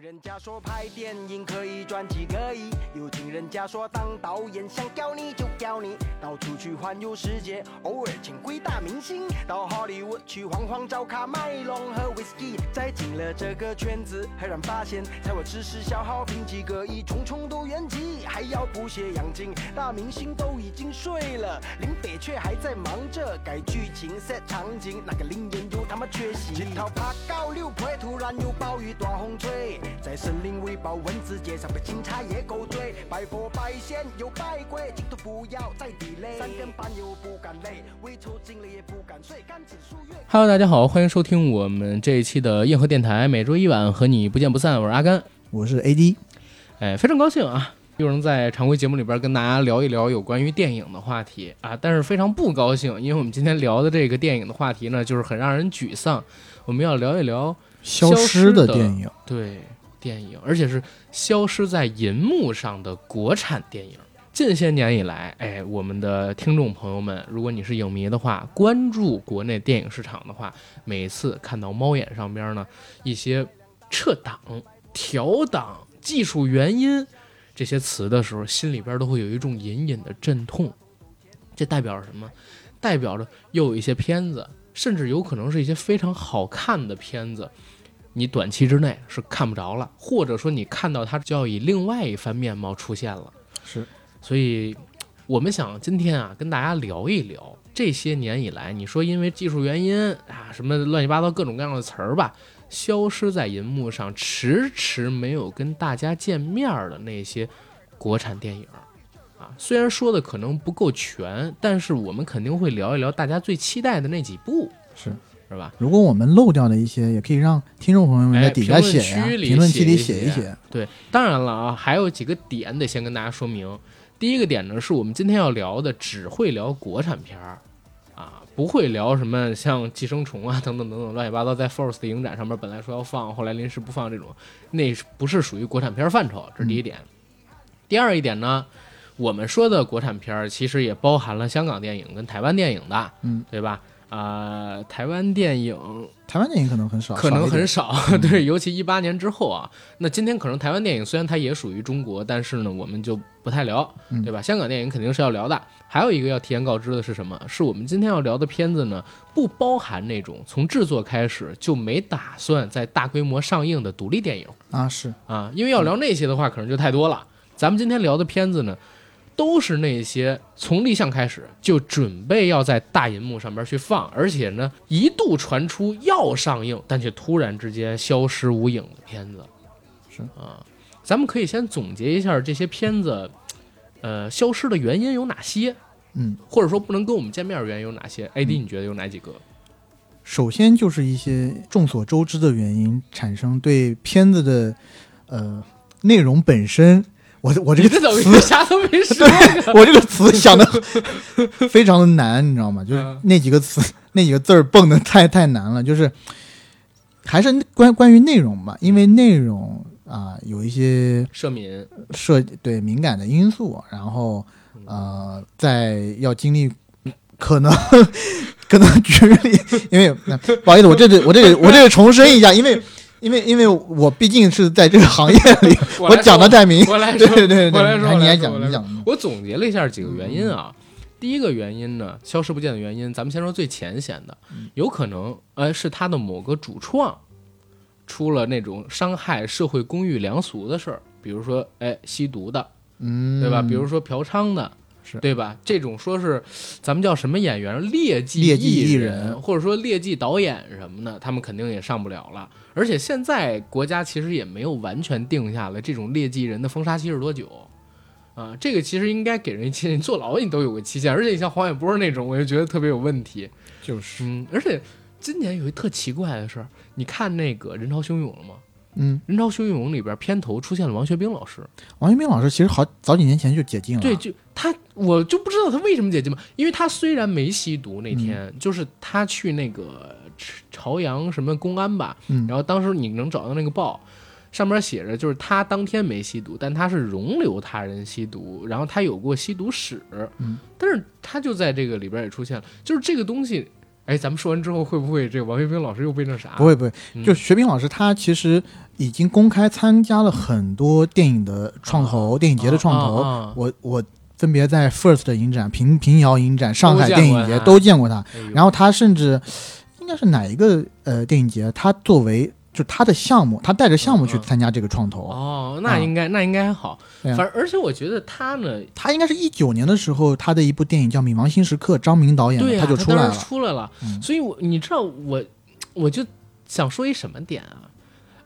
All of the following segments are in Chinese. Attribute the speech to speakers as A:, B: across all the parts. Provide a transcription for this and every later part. A: 人家说拍电影可以赚几个亿，又听人家说当导演想屌你就屌你，到处去环游世界，偶尔请贵大明星，到好莱坞去晃晃找卡麦隆和 whisky，在进了这个圈子，赫然发现财我只是消耗品几个亿，重重都元气，还要补血养精，大明星都已经睡了，林北却还在忙着改剧情 set 场景，那个林彦佑他妈缺席，一头爬高六倍，突然有暴雨大风吹。在森林喂饱蚊子，街上被警察野狗追，拜佛拜仙又拜鬼，尽头不要再地雷，三更半夜我不敢累，胃抽筋了也不敢睡，肝指数越。
B: Hello，大家好，欢迎收听我们这一期的硬核电台，每周一晚和你不见不散。我是阿甘，
C: 我是 AD，
B: 哎，非常高兴啊，又能在常规节目里边跟大家聊一聊有关于电影的话题啊。但是非常不高兴，因为我们今天聊的这个电影的话题呢，就是很让人沮丧。我们要聊一聊
C: 消失的电影，
B: 对电影，而且是消失在银幕上的国产电影。近些年以来，哎，我们的听众朋友们，如果你是影迷的话，关注国内电影市场的话，每次看到猫眼上边呢一些撤档、调档、技术原因这些词的时候，心里边都会有一种隐隐的阵痛。这代表着什么？代表着又有一些片子，甚至有可能是一些非常好看的片子，你短期之内是看不着了，或者说你看到它就要以另外一番面貌出现了。
C: 是，
B: 所以我们想今天啊，跟大家聊一聊这些年以来，你说因为技术原因啊，什么乱七八糟各种各样的词儿吧，消失在银幕上，迟迟没有跟大家见面儿的那些国产电影啊，虽然说的可能不够全，但是我们肯定会聊一聊大家最期待的那几部，
C: 是
B: 是吧？
C: 如果我们漏掉的一些，也可以让听众朋友们在底下写
B: 哎评
C: 呀、
B: 论区里
C: 评论区里
B: 写一
C: 一
B: 写
C: 写。
B: 对，当然了啊，还有几个点得先跟大家说明。第一个点呢，是我们今天要聊的，只会聊国产片儿啊，不会聊什么像《寄生虫》啊等等等等乱七八糟，在 FORCE 的影展上面本来说要放，后来临时不放这种，那是不是属于国产片儿范畴？这是第一点。第二一点呢，我们说的国产片儿其实也包含了香港电影跟台湾电影的，
C: 嗯，
B: 对吧？啊、台湾电影
C: 台湾电影可能很少，
B: 可能
C: 少一点嗯
B: 很少， 对，尤其一八年之后啊，那今天可能台湾电影虽然它也属于中国，但是呢，我们就不太聊，
C: 嗯
B: 对吧？香港电影肯定是要聊的。还有一个要提前告知的是什么？是我们今天要聊的片子呢，不包含那种从制作开始就没打算在大规模上映的独立电影
C: 啊，是
B: 啊，因为要聊那些的话，可能就太多了。咱们今天聊的片子呢，都是那些从立项开始就准备要在大银幕上边去放，而且呢一度传出要上映，但却突然之间消失无影的片子。
C: 是
B: 啊，咱们可以先总结一下这些片子，呃，消失的原因有哪些，
C: 嗯，
B: 或者说不能跟我们见面的原因有哪些？AD 你觉得有哪几个？
C: 首先就是一些众所周知的原因产生对片子的呃内容本身，我我这
B: 你
C: 个
B: 这怎么
C: 词
B: 啥都没说？
C: 我这个词想的非常的难，你知道吗？就是
B: 嗯
C: 那几个词、 那几个字儿蹦的太太难了，就是还是关关于内容吧，因为内容啊、有一些
B: 社民，
C: 涉对敏感的因素，然后
B: 嗯
C: 呃，在要经历可能 可能局里， 因为那不好意思，我这里我这里我这里重申一下，因为因为因为我毕竟是在这个行业里，
B: 我
C: 我
B: 来
C: 讲
B: 说
C: 的太明，
B: 我来
C: 对
B: 说，
C: 对对
B: 我来
C: 对，
B: 说，
C: 你
B: 来
C: 来
B: 说
C: 讲
B: 我
C: 你
B: 来说
C: 讲，
B: 我总结了一下几个原因啊。第一个原因呢，消失不见的原因，咱们先说最浅显的，有可能呃是他的某个主创出了那种伤害社会公欲良俗的事儿，比如说哎吸毒的，
C: 嗯，
B: 对吧？比如说嫖娼的，
C: 是
B: 对吧？这种说是咱们叫什么演员劣迹
C: 劣迹
B: 艺
C: 艺
B: 人，
C: 人
B: 或者说劣迹导演什么的，他们肯定也上不了了。而且现在国家其实也没有完全定下来这种劣迹人的封杀期是多久。啊，这个其实应该给人一期限，你坐牢你都有个期限，而且你像黄远波那种，我就觉得特别有问题。
C: 就是
B: 嗯，而且今年有一特奇怪的事儿，你看那个《人潮汹涌》了吗？
C: 嗯
B: 《人潮汹涌》里边片头出现了王学兵老师，
C: 王学兵老师其实好早几年前就解禁了，
B: 对，就他，我就不知道他为什么解禁嘛，因为他虽然没吸毒，那天、
C: 嗯
B: 就是他去那个朝朝阳什么公安吧，
C: 嗯
B: 然后当时你能找到那个报，上面写着就是他当天没吸毒，但他是容留他人吸毒，然后他有过吸毒史，
C: 嗯
B: 但是他就在这个里边也出现了，就是这个东西哎，咱们说完之后，会不会这个王学兵老师又被那啥？
C: 不会不会，
B: 嗯，
C: 就学兵老师他其实已经公开参加了很多电影的创
B: 哦
C: 投、电影节的创投，
B: 啊啊啊
C: 我我分别在 First 的影展、平平遥影展、上海
B: 见
C: 电
B: 过
C: 影节
B: 他
C: 都见过他。
B: 哎呦
C: 然后他甚至应该是哪一个呃电影节，他作为就他的项目，他带着项目去
B: 嗯嗯
C: 参加这个创投。
B: 哦，那
C: 嗯
B: 应该、那应该还好，
C: 对啊
B: 反正而且我觉得他呢，
C: 他应该是一九年的时候，他的一部电影叫《冥王星时刻》，张明导演的，
B: 对呀、
C: 他就
B: 他
C: 出来
B: 当
C: 了
B: 时。出来了。
C: 嗯
B: 所以我你知道我，我就想说一什么点啊？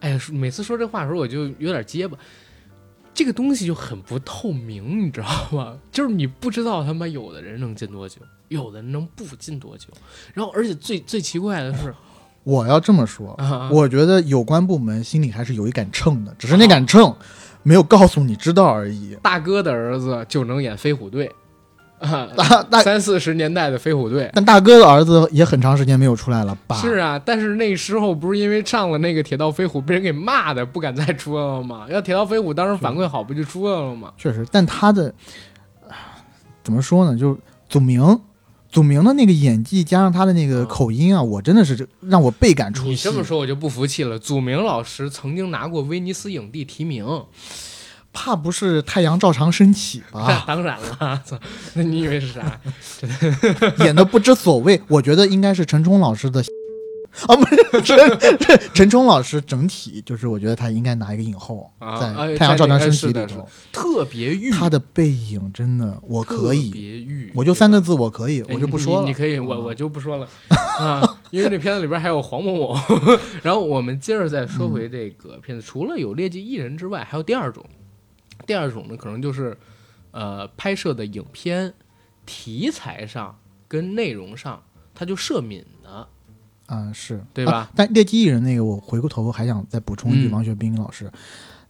B: 哎呀，每次说这话的时候我就有点结巴。这个东西就很不透明，你知道吗？就是你不知道他妈有的人能进多久，有的人能不进多久。然后，而且最最奇怪的 是，
C: 我要这么说，
B: 啊，
C: 我觉得有关部门心里还是有一杆秤的，只是那杆秤没有告诉你知道而已。
B: 大哥的儿子就能演飞虎队，啊，
C: 大大
B: 三四十年代的飞虎队。
C: 但大哥的儿子也很长时间没有出来了吧？
B: 是啊，但是那时候不是因为上了那个铁道飞虎被人给骂的，不敢再出来了 吗？要铁道飞虎当时反馈好，不就出来了吗？
C: 确实，但他的啊怎么说呢？就是祖明，祖明的那个演技加上他的那个
B: 嗯
C: 口音啊，我真的是这让我倍感出戏。
B: 你这么说，我就不服气了。祖明老师曾经拿过威尼斯影帝提名，？
C: 怕不是太阳照常升起 吧
B: 当然了，操那你以为是啥？
C: 演的不知所谓，我觉得应该是陈冲老师的。啊，不是陈陈陈冲老师，整体就是我觉得他应该拿一个影后，
B: 啊
C: 在
B: 哎
C: 《太阳照常升起
B: 在》那
C: 里
B: 个是的
C: 头，
B: 特别欲，
C: 他的背影真的我可
B: 特
C: 以，
B: 别欲，
C: 我就三个字我可以，我就不
B: 哎
C: 说了。嗯
B: 你你可以，我我就不说了啊，因为这片子里边还有黄某 某。然后我们接着再说
C: 嗯
B: 回这个片子，除了有劣迹艺人之外，还有第二种。第二种呢，可能就是呃，拍摄的影片题材上跟内容上，它就涉敏的。
C: 嗯，是
B: 对吧
C: 啊但《猎奇艺人》那个，我回过头还想再补充一句，
B: 嗯
C: 王学兵老师，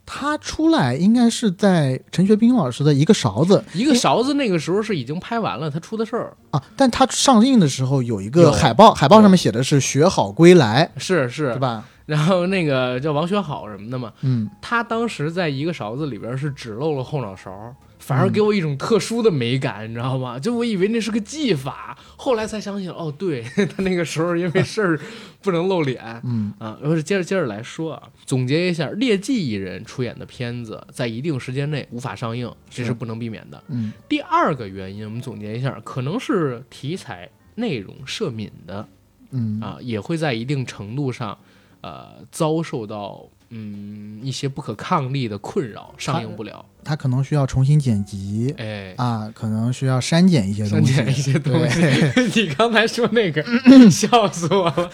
C: 他出来应该是在陈学兵老师的一个勺子
B: 一个勺子那个时候是已经拍完了，他出的事儿
C: 啊，但他上映的时候有一
B: 有
C: 个海报，海报上面写的是“学好归来
B: 是”，是
C: 对。吧？
B: 然后那个叫王学好什么的嘛，
C: 嗯，
B: 他当时在一个勺子里边是只露了后脑勺，反而给我一种特殊的美感，你知道吗？就我以为那是个技法，后来才想起来，哦，对他那个时候因为事儿不能露脸。
C: 嗯
B: 啊，然后接着接着来说啊，总结一下，劣迹艺人出演的片子在一定时间内无法上映，这是
C: 是
B: 不能避免的。
C: 嗯，
B: 第二个原因，我们总结一下，可能是题材、内容涉敏的，
C: 嗯
B: 啊，也会在一定程度上，呃，遭受到嗯一些不可抗力的困扰，上映不了，
C: 他可能需要重新剪辑
B: 哎，
C: 啊，可能需要删减一些
B: 删
C: 东西，
B: 减一些东西
C: 对。
B: 你刚才说那 个，笑死我了，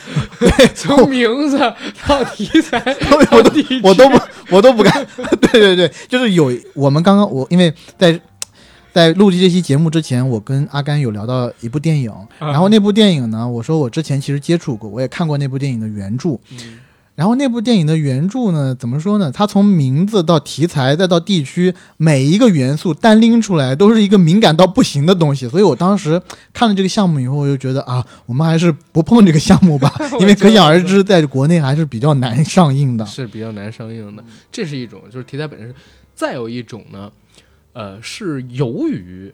B: 从名字到题材到地址，
C: 我 都不，我都不敢。 对对对，就是有我们刚刚我因为在在录制这期节目之前，我跟阿甘有聊到一部电影，
B: 嗯
C: 然后那部电影呢，我说我之前其实接触过，我也看过那部电影的原著。
B: 嗯
C: 然后那部电影的原著呢，怎么说呢？它从名字到题材再到地区，每一个元素单拎出来都是一个敏感到不行的东西。所以我当时看了这个项目以后，我就觉得啊，我们还是不碰这个项目吧
B: ，我
C: 因为
B: 知道
C: 可想而
B: 是
C: 知，在国内还是比较难上映的。
B: 是比较难上映的，这是一种，就是题材本身。再有一种呢，呃，是由于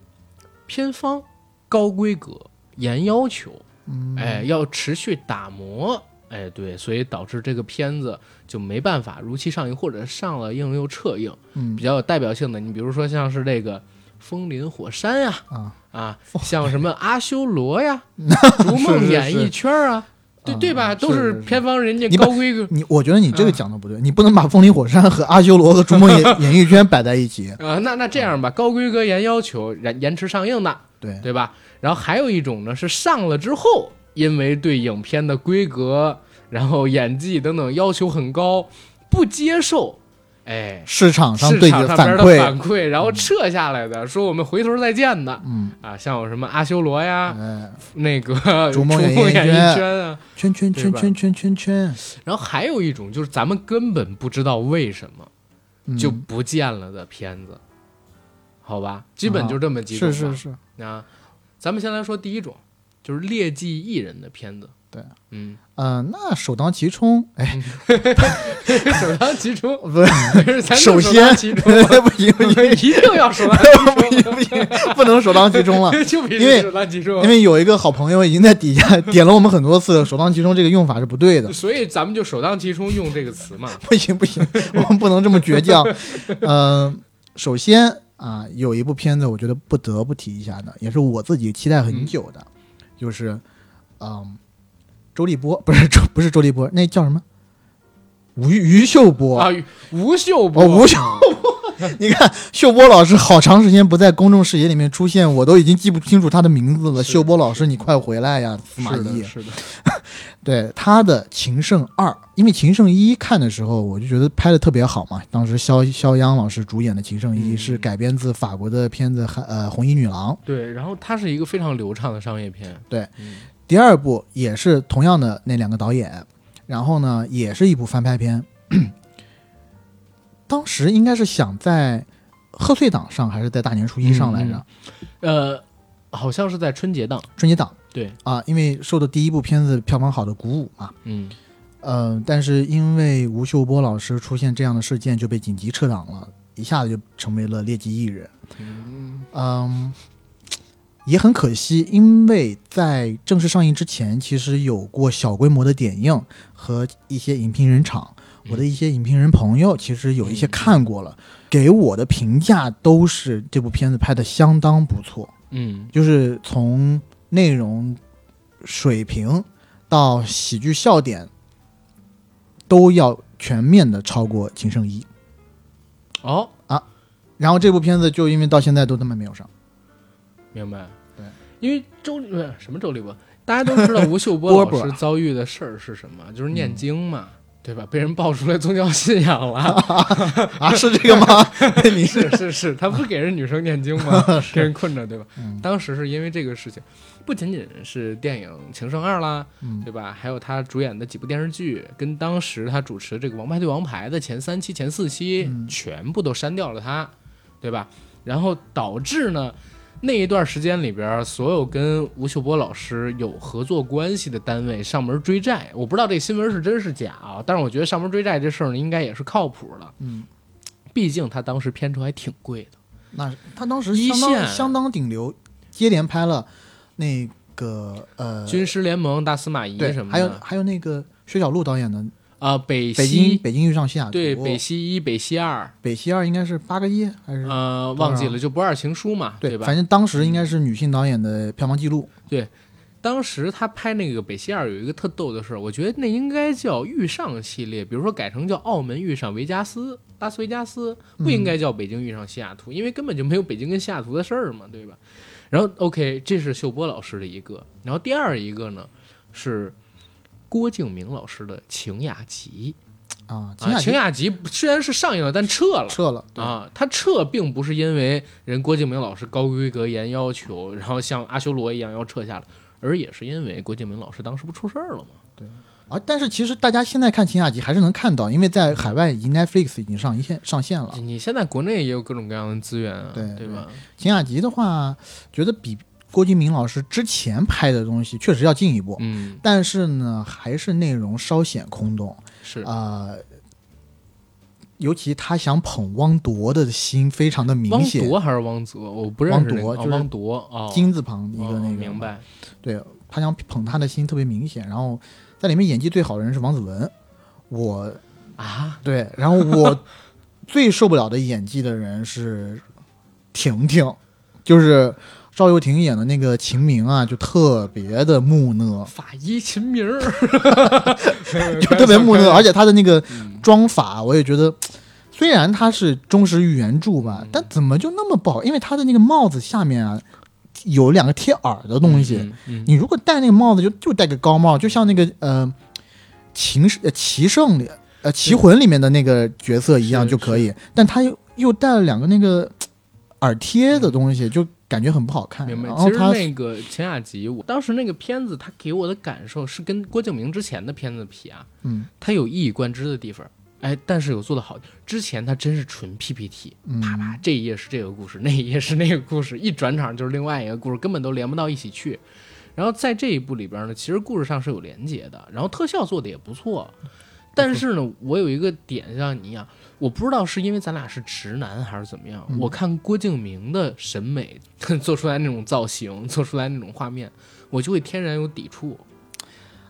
B: 片方高规格、严要求，
C: 嗯，
B: 哎，要持续打磨，哎，对，所以导致这个片子就没办法如期上映，或者上了映又撤映。
C: 嗯
B: 比较有代表性的，你比如说像是这个《风林火山》呀，
C: 啊，
B: 啊，像什么《阿修罗》 呀，《逐梦演艺圈》啊，对对吧？
C: 啊
B: 都
C: 是
B: 是
C: 是是
B: 片方人家
C: 你把
B: 高规格
C: 你我觉得你
B: 嗯
C: 这个讲的不对，你不能把风林火山和阿修罗和逐梦 演演艺圈摆在一起。
B: 啊。那那这样吧，高规格严要求延延迟上映的，
C: 对，
B: 对吧？然后还有一种呢是上了之后，因为对影片的规格、然后演技等等要求很高，不接受，哎，
C: 市场上
B: 市
C: 对你
B: 场
C: 的
B: 上
C: 反
B: 边的
C: 馈，
B: 反馈，然后撤下来的，说我们回头再见的
C: 嗯，
B: 啊，像有什么阿修罗呀，
C: 哎，
B: 那个
C: 逐梦
B: 演
C: 演艺
B: 艺
C: 圈
B: 圈啊，
C: 圈圈
B: 对
C: 圈
B: 吧
C: 圈圈圈圈，
B: 然后还有一种就是咱们根本不知道为什么
C: 嗯
B: 就不见了的片子，好吧，基本就这么几种
C: 啊是
B: 吧。
C: 是是，
B: 啊，咱们先来说第一种，就是劣迹艺人的片子，
C: 对，
B: 嗯，
C: 呃，那首当其冲，哎，
B: 首当其冲，
C: 不是，
B: 咱就
C: 首
B: 当
C: 先
B: 其
C: 不
B: 冲，
C: 行不
B: 一
C: 行
B: 定要首当
C: 不行不行，不能首当其 冲了。
B: 其就必须
C: 因为
B: 首当其冲
C: 因。为有一个好朋友已经在底下点了我们很多次，首当其冲这个用法是不对的，
B: 所以咱们就首当其冲用这个词嘛，
C: 不行不行，我们不能这么倔 强。呃，首先啊、有一部片子我觉得不得不提一下的，也是我自己期待很久的，就是嗯、周立波 不是周不是周立波，那叫什么？吴于秀波
B: 啊，吴秀波，
C: 哦，吴秀波， 你看秀波老师好长时间不在公众视野里面出现，我都已经记不清楚他的名字了。
B: 是
C: 秀波老师，你快回来呀，司马
B: 是的，
C: 懿。
B: 是的，
C: 对他的《情圣二》，因为《情圣一》看的时候，我就觉得拍的特别好嘛。当时肖肖央老师主演的《情圣一》
B: 嗯
C: 是改编自法国的片子《韩呃红衣女郎》。
B: 对。然后它是一个非常流畅的商业片，
C: 对
B: 嗯，
C: 第二部也是同样的那两个导演，然后呢，也是一部翻拍片。 当时应该是想在贺岁档上，还是在大年初一上来着？
B: 嗯呃，好像是在春节档，
C: 春节档
B: 对，
C: 啊，因为受到第一部片子票房好的鼓舞嘛。
B: 嗯，
C: 嗯，但是因为吴秀波老师出现这样的事件，就被紧急撤档了，一下子就成为了劣迹艺人。嗯，也很可惜，因为在正式上映之前，其实有过小规模的点映和一些影评人场。我的一些影评人朋友其实有一些
B: 嗯
C: 看过了，给我的评价都是这部片子拍的相当不错。
B: 嗯，
C: 就是从内容水平到喜剧笑点，都要全面的超过《情圣一》。
B: 哦，
C: 然后这部片子就因为到现在都他妈没 有上，
B: 明白，
C: 对，
B: 因为周立不是什么周立波，大家都知道吴秀 波
C: 波
B: 老
C: 波嗯
B: 师遭遇的事儿是什么，就是念经嘛。对吧？被人爆出来宗教信仰了，
C: 啊，是这个吗？ 你是
B: 是是是，他不给人女生念经吗？ 给人困着，对吧？
C: 嗯
B: 当时是因为这个事情，不仅仅是电影《情圣二》啦，
C: 嗯
B: 对吧？还有他主演的几部电视剧，跟当时他主持这个《王牌对王牌》的前三期、前四期，
C: 嗯
B: 全部都删掉了他，对吧？然后导致呢，那一段时间里边，所有跟吴秀波老师有合作关系的单位上门追债。我不知道这个新闻是真是假啊，但是我觉得上门追债这事儿呢，应该也是靠谱的，
C: 嗯，
B: 毕竟他当时片酬还挺贵的。
C: 那他当时
B: 一
C: 相当
B: 线
C: 啊相当顶流，接连拍了那个呃，
B: 军师联盟、大司马懿
C: 对
B: 什，么的，
C: 还有还有那个薛晓璐导演的《
B: 啊、北
C: 北
B: 西
C: 京啊北京遇上西雅图》，
B: 对北西一、北西二，
C: 北西二应该是八个亿还是
B: 呃，
C: 多少
B: 忘记了就不二情书嘛，
C: 对，
B: 吧嗯
C: 反？正当时应该是女性导演的票房记录。
B: 当时他拍那个《北西二》有一个特逗的事儿，我觉得那应该叫遇上系列，比如说改成叫澳门遇上维加斯、拉斯维加斯，不应该叫北京遇上西雅图，因为根本就没有北京跟西雅图的事儿嘛，对吧？
C: 嗯
B: 然后 OK，这是秀波老师的一个，然后第二一个呢是郭敬明老师的《情雅集》
C: 啊，
B: 啊，《
C: 秦雅
B: 情
C: 集
B: 雅集》虽然是上映了，但撤了。
C: 撤了，对，
B: 啊，他撤并不是因为人郭敬明老师高规格严要求，然后像阿修罗一样要撤下来，而也是因为郭敬明老师当时不出事儿了嘛。
C: 啊，但是其实大家现在看秦雅集还是能看到，因为在海外已经 Netflix 已经上一线上线了。
B: 你现在国内也有各种各样的资源啊，
C: 对
B: 对吧？
C: 秦雅集的话，觉得比郭敬明老师之前拍的东西确实要进一步，
B: 嗯，
C: 但是呢，还是内容稍显空洞
B: 是，
C: 啊、呃尤其他想捧汪铎的心非常的明
B: 汪
C: 显，
B: 铎还是汪泽？我不认识那个
C: 汪铎啊
B: 哦
C: 就是
B: 汪铎哦，
C: 金字旁一
B: 哦
C: 个那个，
B: 明白？
C: 对他想捧他的心特别明显，然后在里面演技最好的人是王子文，我
B: 啊，
C: 对，然后 我最受不了的演技的人是婷婷，就是赵又廷演的那个秦明啊，就特别的木讷，
B: 法医秦明 儿，
C: 就特别木讷，而且他的那个
B: 嗯
C: 妆法，我也觉得。虽然他是忠实于原著吧，
B: 嗯
C: 但怎么就那么不好？因为他的那个帽子下面啊，有两个贴耳的东西，
B: 嗯嗯
C: 你如果戴那个帽子就，就戴个高帽，就像那个呃，秦呃骑圣里呃骑魂里面的那个角色一样
B: 是
C: 就可以。但他又又戴了两个那个耳贴的东西，就感觉很不好看。
B: 明白
C: 然。后
B: 其实
C: 他
B: 那个秦雅集，我当时那个片子，它给我的感受是跟郭敬明之前的片子比啊，
C: 嗯
B: 它有一以贯之的地方，哎，但是有做的好。之前它真是纯 PPT，
C: 嗯
B: 啪啪，这一 页是这个故事，那一页是那个故事，一转场就是另外一个故事，根本都连不到一起去。然后在这一部里边呢，其实故事上是有连接的，然后特效做的也不错。但是呢，我有一个点像你一样，我不知道是因为咱俩是直男还是怎么样。
C: 嗯
B: 我看郭敬明的审美 做出来那种造型，做出来那种画面，我就会天然有抵触。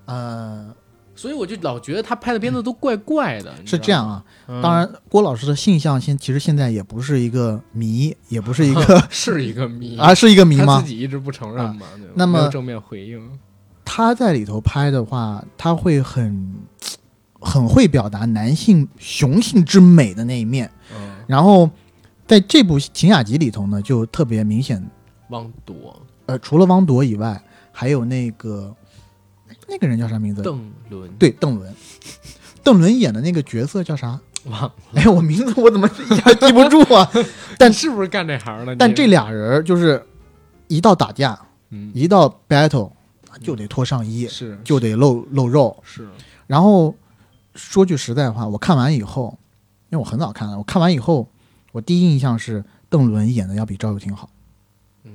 C: 呃，
B: 所以我就老觉得他拍的片子都怪怪的。你知
C: 是
B: 道
C: 这样啊，
B: 吗，嗯
C: 当然郭老师的性向现其实现在也不是一个谜，也不是 一个
B: 嗯是一个谜
C: 啊，是一个谜
B: 他
C: 吗啊
B: 自？己一直不承认嘛，对吧
C: 那么
B: 没有正面回应，
C: 他在里头拍的话，他会很很会表达男性雄性之美的那一面，
B: 嗯，
C: 然后在这部《秦雅集》里头呢，就特别明显
B: 汪铎、
C: 呃，除了汪铎以外，还有那个那个人叫啥名字？
B: 邓伦，，
C: 对，邓伦。邓伦演的那个角色 叫啥？
B: 忘，
C: 哎，我名字我怎么一下记不住啊？ 但
B: 你是不是干这行的？
C: 但
B: 你
C: 这俩人就是一到打架，
B: 嗯
C: 一到 battle 就得脱上衣，
B: 是
C: 就得露露肉。
B: 是
C: 然后说句实在话，我看完以后，因为我很早看了，我看完以后，我第一印象是邓伦演的要比赵又廷好。
B: 嗯，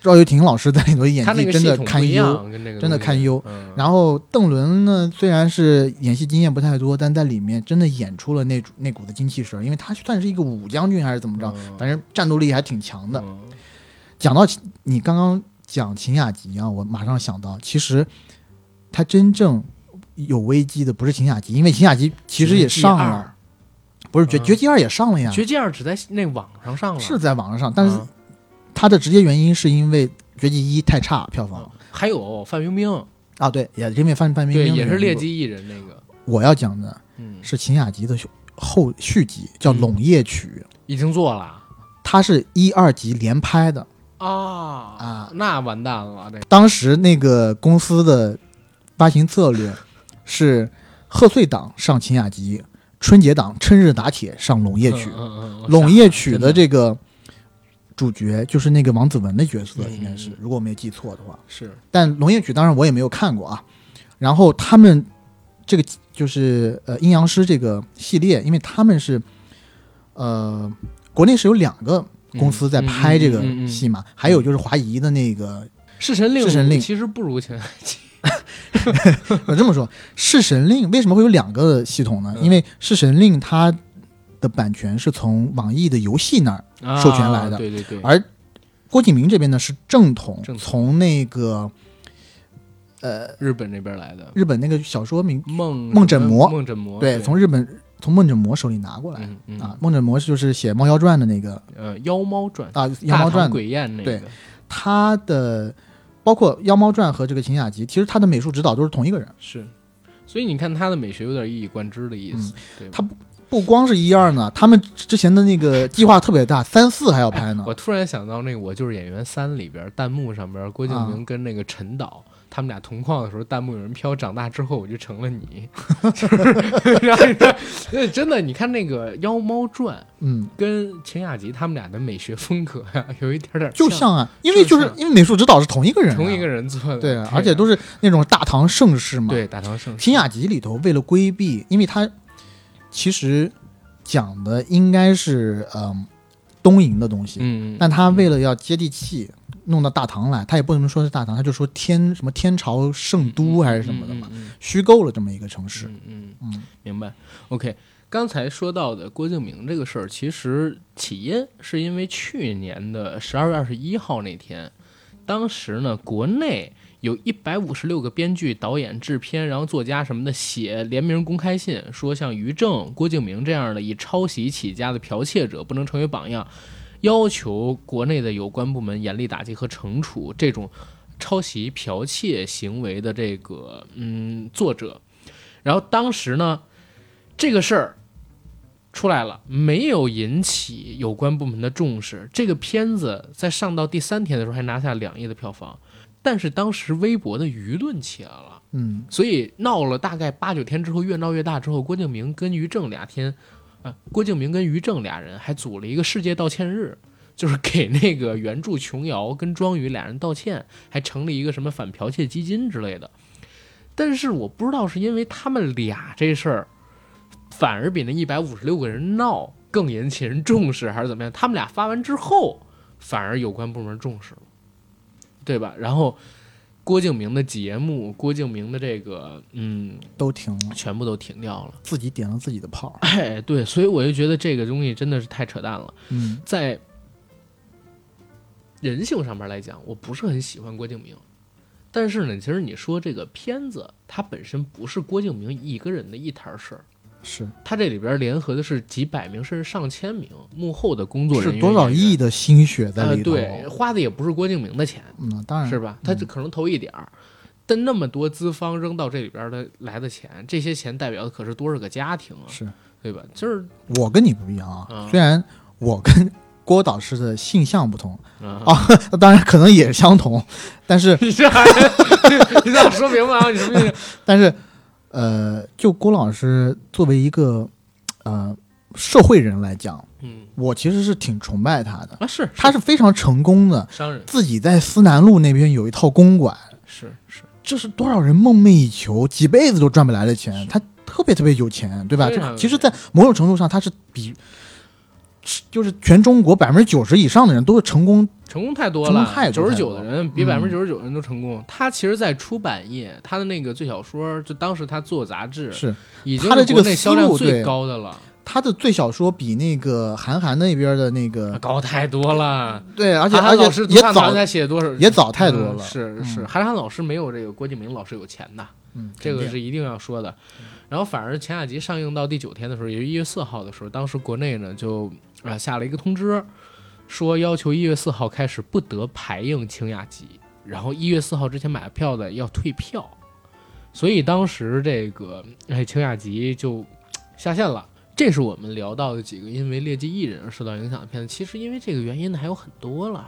C: 赵又廷老师在里头演
B: 他那
C: 技
B: 个
C: 真
B: 系
C: 的
B: 统不
C: 堪
B: 一
C: 忧。
B: 样，跟那个
C: 真的堪忧
B: 东西。嗯
C: 然后邓伦呢，虽然是演戏经验不太多，但在里面真的演出了那种那股子精气神儿，因为他算是一个武将军还是怎么着，
B: 嗯
C: 反正战斗力还挺强的。
B: 嗯
C: 讲到你刚刚讲秦雅集啊，我马上想到，其实他真正有危机的不是秦雅集，因为秦雅集其实也上
B: 绝技
C: 了
B: 二，
C: 不是绝
B: 嗯
C: 绝技二也上了呀，
B: 绝技二只在那网上上了，嗯，
C: 是在网上上，但是他的直接原因是因为绝技一太差票房
B: 嗯还有范冰冰，
C: 啊，对，也是因为范范冰
B: 对，
C: 冰
B: 也是劣
C: 迹。
B: 迹艺人那个，
C: 我要讲的。
B: 嗯，
C: 是秦雅集的续后续集，叫《龙夜曲》，
B: 已经做了
C: 它是一二集连拍的。
B: 啊
C: 啊
B: 那完蛋了，这
C: 当时那个公司的发行策略是贺岁档上秦雅集，春节档趁热打铁上《龙夜曲》
B: 嗯嗯嗯我
C: 《龙
B: 傻
C: 夜
B: 了
C: 曲》
B: 真
C: 的
B: 的
C: 这个主角就是那个王子文的角色，应该
B: 嗯
C: 是
B: 嗯嗯，
C: 如果我没有记错的话。
B: 是
C: 但《龙夜曲》当然我也没有看过啊。然后他们这个就是呃阴阳师这个系列，因为他们是呃国内是有两个公司
B: 嗯
C: 在拍这个戏嘛，还有就是华谊的那个，
B: 弑神令，
C: 弑神令
B: 其实不如前
C: 我呃这么说，《弑神令》为什么会有两个系统呢？
B: 嗯
C: 因为《弑神令》它的版权是从网易的游戏那儿，授权来的
B: 啊对对对，
C: 而郭敬明这边呢是正统
B: 正统
C: 从那个呃
B: 日本那边来的
C: 日本那个小说名
B: 梦
C: 梦枕魔
B: 梦枕魔
C: 对，从日本从梦枕魔手里拿过来的。
B: 嗯嗯
C: 啊，，梦枕魔就是写《猫妖传》的那个
B: 呃，妖猫传，
C: 啊，《妖猫
B: 大
C: 传
B: 唐》鬼宴那个，
C: 对他的包括《妖猫传》和这个秦雅集，其实他的美术指导都是同一个人，
B: 是。所以你看他的美学有点一以贯之的意
C: 嗯
B: 思，对吧
C: 他不光是一二呢，他们之前的那个计划特别大，三四还要拍呢
B: 我。突然想到那个《我就是演员三》里边弹幕上边郭敬
C: 啊
B: 明跟那个陈导。他们俩同框的时候，弹幕有人飘“长大之后我就成了 你”，就是，真的，你看那个《妖猫传》
C: 嗯，
B: 跟秦雅集他们俩的美学风格呀、有一点点
C: 就
B: 像
C: 像啊，因为就是
B: 像
C: 因为美术指导是同一个人、啊，
B: 同一个人做的，
C: 对
B: 啊
C: 啊，，而且都是那种大唐盛世嘛。，
B: 对大唐盛世
C: 秦雅集里头为了规避，因为他其实讲的应该是嗯、东瀛的东西，
B: 嗯，嗯
C: 但他为了要接地气，弄到大唐来，他也不能说是大唐，他就说天什么天朝圣都还是什么的嘛，，
B: 嗯嗯嗯
C: 虚构了这么一个城市。
B: 嗯嗯，
C: 嗯，
B: 明白。OK，刚才说到的郭敬明这个事儿，其实起因是因为去年的十二月二十一号那天，当时呢，国内有一百五十六个编剧、导演、制片，然后作家什么的写联名公开信，说像于正、郭敬明这样的以抄袭起家的剽窃者不能成为榜样，要求国内的有关部门严厉打击和惩处这种抄袭剽窃行为的这个嗯作者。然后当时呢，这个事儿出来了，没有引起有关部门的重视。这个片子在上到第三天的时候还拿下两亿的票房，但是当时微博的舆论起来了，
C: 嗯，
B: 所以闹了大概八九天之后，越闹越大之后，郭敬明跟于正俩天，呃，郭敬明跟于正俩人还组了一个世界道歉日。就是给那个原著琼瑶跟庄宇俩人道歉，还成立一个什么反剽窃基金之类的。但是我不知道是因为他们俩这事儿，反而比那一百五十六个人闹更引起人重视，还是怎么样？他们俩发完之后，反而有关部门重视了。对吧？然后郭敬明的节目，郭敬明的这个嗯，
C: 都停了，
B: 全部都停掉了。
C: 自己点了自己的炮。
B: 哎，对，所以我就觉得这个东西真的是太扯淡了。
C: 嗯
B: 在人性上面来讲，我不是很喜欢郭敬明。但是呢，其实你说这个片子，它本身不是郭敬明一个人的一摊事儿，，
C: 是
B: 它这里边联合的是几百名甚至上千名幕后的工作人员，
C: 是多少亿
B: 的
C: 的心血在
B: 呃，
C: 里头？
B: 对，花的也不是郭敬明的钱，
C: 嗯，当然
B: 是吧？他就可能投一点儿，但那么多资方扔到这里边的来的钱，这些钱代表的可是多少个家庭啊，
C: 是
B: 对吧？就是
C: 我跟你不一样啊
B: 嗯，
C: 虽然我跟郭导师的性向不同，
B: 啊，
C: 哦那当然可能也相同，但是
B: 你这还你让我说明白啊？你什么意思？
C: 但是，呃，就郭老师作为一个呃社会人来讲，
B: 嗯
C: 我其实是挺崇拜他的，
B: 啊，是
C: 他是非常成功的，
B: 商人，
C: 自己在思南路那边有一套公馆，
B: 是是
C: 这是多少人梦寐以求，几辈子都赚不来的钱，他特别特别有钱，对吧？
B: 非
C: 这
B: 常有
C: 其实，在某种程度上，他是比是就是全中国百分之九十以上的人都是成功，
B: 成功太多
C: 成功
B: 了，
C: 太
B: 九
C: 多
B: 十
C: 太
B: 九
C: 多
B: 的
C: 了
B: 人比百分之
C: 嗯
B: 九十九人都成功。他其实，在出版业，他的那个最小说，就当时他做杂志，
C: 是
B: 已经
C: 他的
B: 是
C: 这
B: 国
C: 个
B: 内销
C: 思
B: 量
C: 路
B: 最
C: 对
B: 高的了，
C: 他的最小说比那个韩寒那边的那个
B: 高太多了。
C: 对，而且
B: 韩寒
C: 而
B: 老师
C: 且也
B: 他
C: 早
B: 才写多少，
C: 也早太多
B: 嗯
C: 了，
B: 是
C: 嗯
B: 是，韩寒老师没有这个郭敬明老师有钱呐，
C: 嗯，
B: 这
C: 肯
B: 个
C: 定嗯
B: 是一定要说的。然后反而前两集上映到第九天的时候，也就是一月四号的时候，当时国内呢就啊、下了一个通知，说要求一月四号开始不得排映清雅集，然后一月四号之前买票的要退票。所以当时这个哎清雅集就嘖下线了。这是我们聊到的几个因为劣迹艺人而受到影响的片子，其实因为这个原因的还有很多了，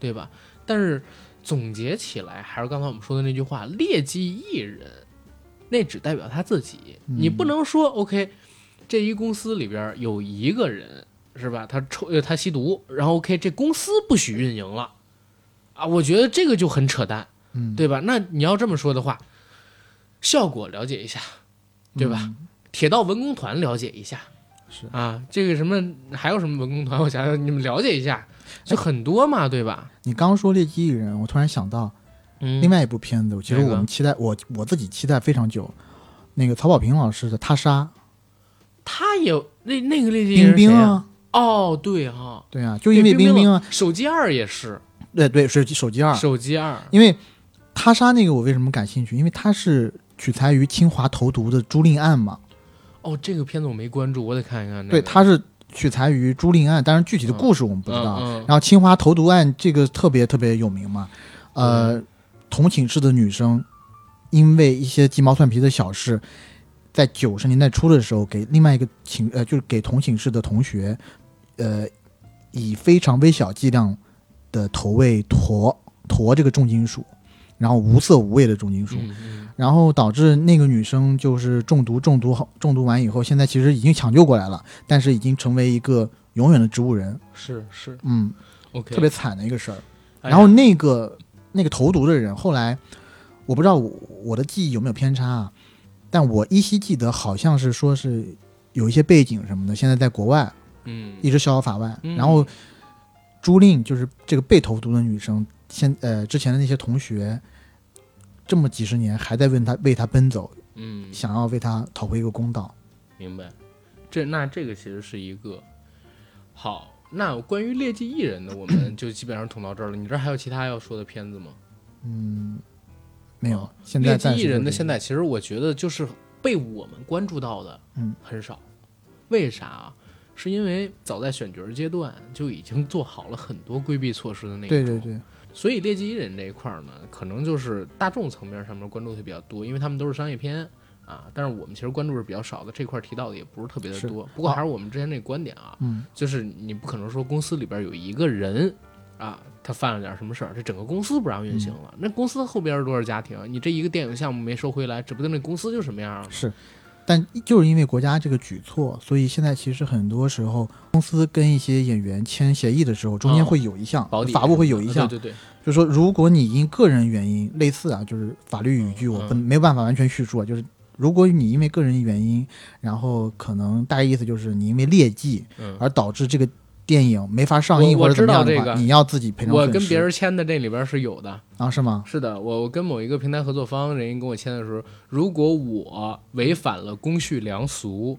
B: 对吧？但是总结起来，还是刚才我们说的那句话：劣迹艺人，那只代表他自己，你不能说 OK，这一公司里边有一个人是吧？他抽呃他吸毒，然后 OK，这公司不许运营了啊，我觉得这个就很扯淡，
C: 嗯
B: 对吧？那你要这么说的话，效果了解一下，对吧？
C: 嗯
B: 铁道文工团了解一下。
C: 是
B: 啊，这个什么还有什么文工团？我 想想，你们了解一下，就很多嘛，对吧？
C: 你刚刚说劣迹艺人，我突然想到
B: 嗯，
C: 另外一部片子，其实
B: 哪个
C: 我们期待我我自己期待非常久，那个曹保平老师的《他杀
B: 他有那那个那》，些
C: 冰
B: 人
C: 冰
B: 谁呀，
C: 啊，
B: 哦，对哈、
C: 对啊，就因为
B: 对
C: 冰
B: 冰
C: 冰
B: 老
C: 啊，
B: 手机二也是
C: 对对，手机手机二，
B: 手机二，
C: 因为《他杀》那个我为什么感兴趣？因为它是取材于清华投毒的朱令案嘛，
B: 哦，这个片子我没关注，我得看一看、那
C: 对，它是取材于朱令案，当然具体的故事我们不知道。啊
B: 嗯嗯
C: 然后清华投毒案这个特别特别有名嘛，呃，同寝室的女生因为一些鸡毛蒜皮的小事，在九十年代初的时候，给另外一个寝呃，就是给同寝室的同学，呃，以非常微小剂量的投喂铊铊这个重金属，然后无色无味的重金属，
B: 嗯嗯
C: 然后导致那个女生就是中毒，中毒好，中毒完以后，现在其实已经抢救过来了，但是已经成为一个永远的植物人，
B: 是是
C: 嗯，
B: OK，
C: 特别惨的一个事儿。
B: 哎呀
C: 然后那个那个投毒的人，后来我不知道我我的记忆有没有偏差啊，但我依稀记得好像是说是有一些背景什么的，现在在国外
B: 嗯
C: 一直逍遥法外。
B: 嗯
C: 然后朱令就是这个被投毒的女生，现呃之前的那些同学。这么几十年还在问他为他奔走，
B: 嗯
C: 想要为他讨回一个公道。
B: 明白，这那这个其实是一个好。那关于劣迹艺人的，我 们就基本上捅到这儿了。你这儿还有其他要说的片子吗？
C: 嗯，没有
B: 哦，
C: 现在
B: 劣迹
C: 暂
B: 艺
C: 时就
B: 人的
C: 这
B: 现在，其实我觉得就是被我们关注到的，
C: 嗯，
B: 很少。为啥啊？是因为早在选角阶段就已经做好了很多规避措施的那
C: 个
B: 一
C: 对
B: 种
C: 对对，
B: 所以劣迹艺人这一块儿呢，可能就是大众层面上面关注的比较多，因为他们都是商业片啊。但是我们其实关注是比较少的，这块儿提到的也不是特别的
C: 是
B: 多。不过还是我们之前那个观点啊，
C: 嗯，
B: 就是你不可能说公司里边有一个人啊，他犯了点什么事儿，这整个公司不让运行了。那公司后边是多少家庭？你这一个电影项目没收回来，指不定那公司就什么样了。
C: 是，但就是因为国家这个举措，所以现在其实很多时候公司跟一些演员签协议的时候，中间
B: 嗯
C: 会有一项、
B: 保底
C: 法务会有一
B: 啊
C: 项，
B: 对对对，
C: 就是说如果你因个人原因，类似啊，就是法律语句我不、
B: 嗯
C: 没有办法完全叙述啊，就是如果你因为个人原因，然后可能大概意思就是你因为劣迹
B: 嗯，
C: 而导致这个。电影没法上映
B: 我
C: 或者怎么样的
B: 我
C: 话，
B: 知道这个
C: 你要自己赔偿
B: 我
C: 损失。
B: 跟别人签的这里边是有的，
C: 啊，是吗？
B: 是的，我我跟某一个平台合作方人家跟我签的时候，如果我违反了公序良俗，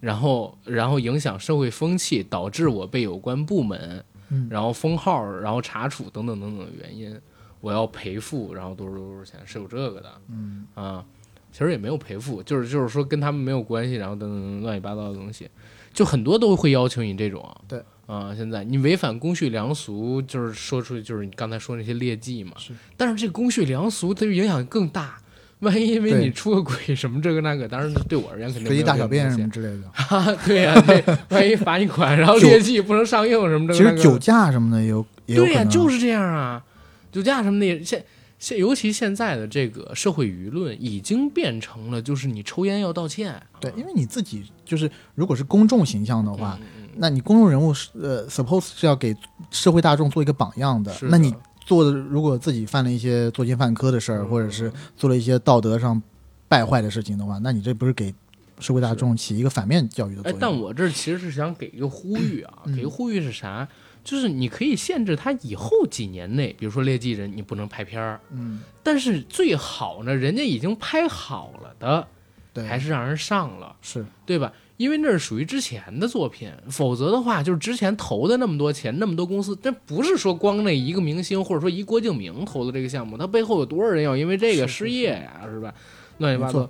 B: 然后然后影响社会风气，导致我被有关部门，
C: 嗯
B: 然后封号，然后查处等等等等的原因，我要赔付，然后多少多少多少钱是有这个的，
C: 嗯
B: 啊，其实也没有赔付，就是就是说跟他们没有关系，然后等等等乱七八糟的东西，就很多都会要求你这种。
C: 对
B: 啊、现在你违反公序良俗，就是说出就是你刚才说那些劣迹嘛。
C: 是
B: 但是这公序良俗它影响更大，万一因为
C: 对
B: 你出个轨什么这个那个，当然对我而言肯定
C: 随
B: 没
C: 地
B: 有
C: 大
B: 这
C: 小
B: 个
C: 便
B: 东
C: 什
B: 西
C: 么之类的。
B: 啊， 对呀、对，万一罚你款，然后
C: 酒
B: 劣迹不能上映什么这
C: 其
B: 个那
C: 实
B: 个。
C: 酒驾什么的也有，也有
B: 对呀、
C: 可能。
B: 就是这样啊，酒驾什么的也现现，尤其现在的这个社会舆论已经变成了，就是你抽烟要道歉。
C: 对，因
B: 为
C: 为你自己就是，如果是公众形象的话，
B: 嗯
C: 那你公众人物是呃，suppose 是要给社会大众做一个榜样的。
B: 是的
C: 那你做的，如果自己犯了一些作奸犯科的事儿，
B: 嗯
C: 或者是做了一些道德上败坏的事情的话，那你这不是给社会大众起一个反面教育的作
B: 哎
C: 用？，
B: 但我这其实是想给一个呼吁啊，
C: 嗯
B: 给一个呼吁是啥？就是你可以限制他以后几年内，比如说劣迹人，你不能拍片儿。
C: 嗯，
B: 但是最好呢，人家已经拍好了的，
C: 对，
B: 还是让人上了。
C: 是
B: 对吧？因为那是属于之前的作品，否则的话，就是之前投的那么多钱，那么多公司，但不是说光那一个明星或者说一郭敬明投的这个项目，他背后有多少人要因为这个失业呀、是吧？乱七八
C: 没
B: 糟。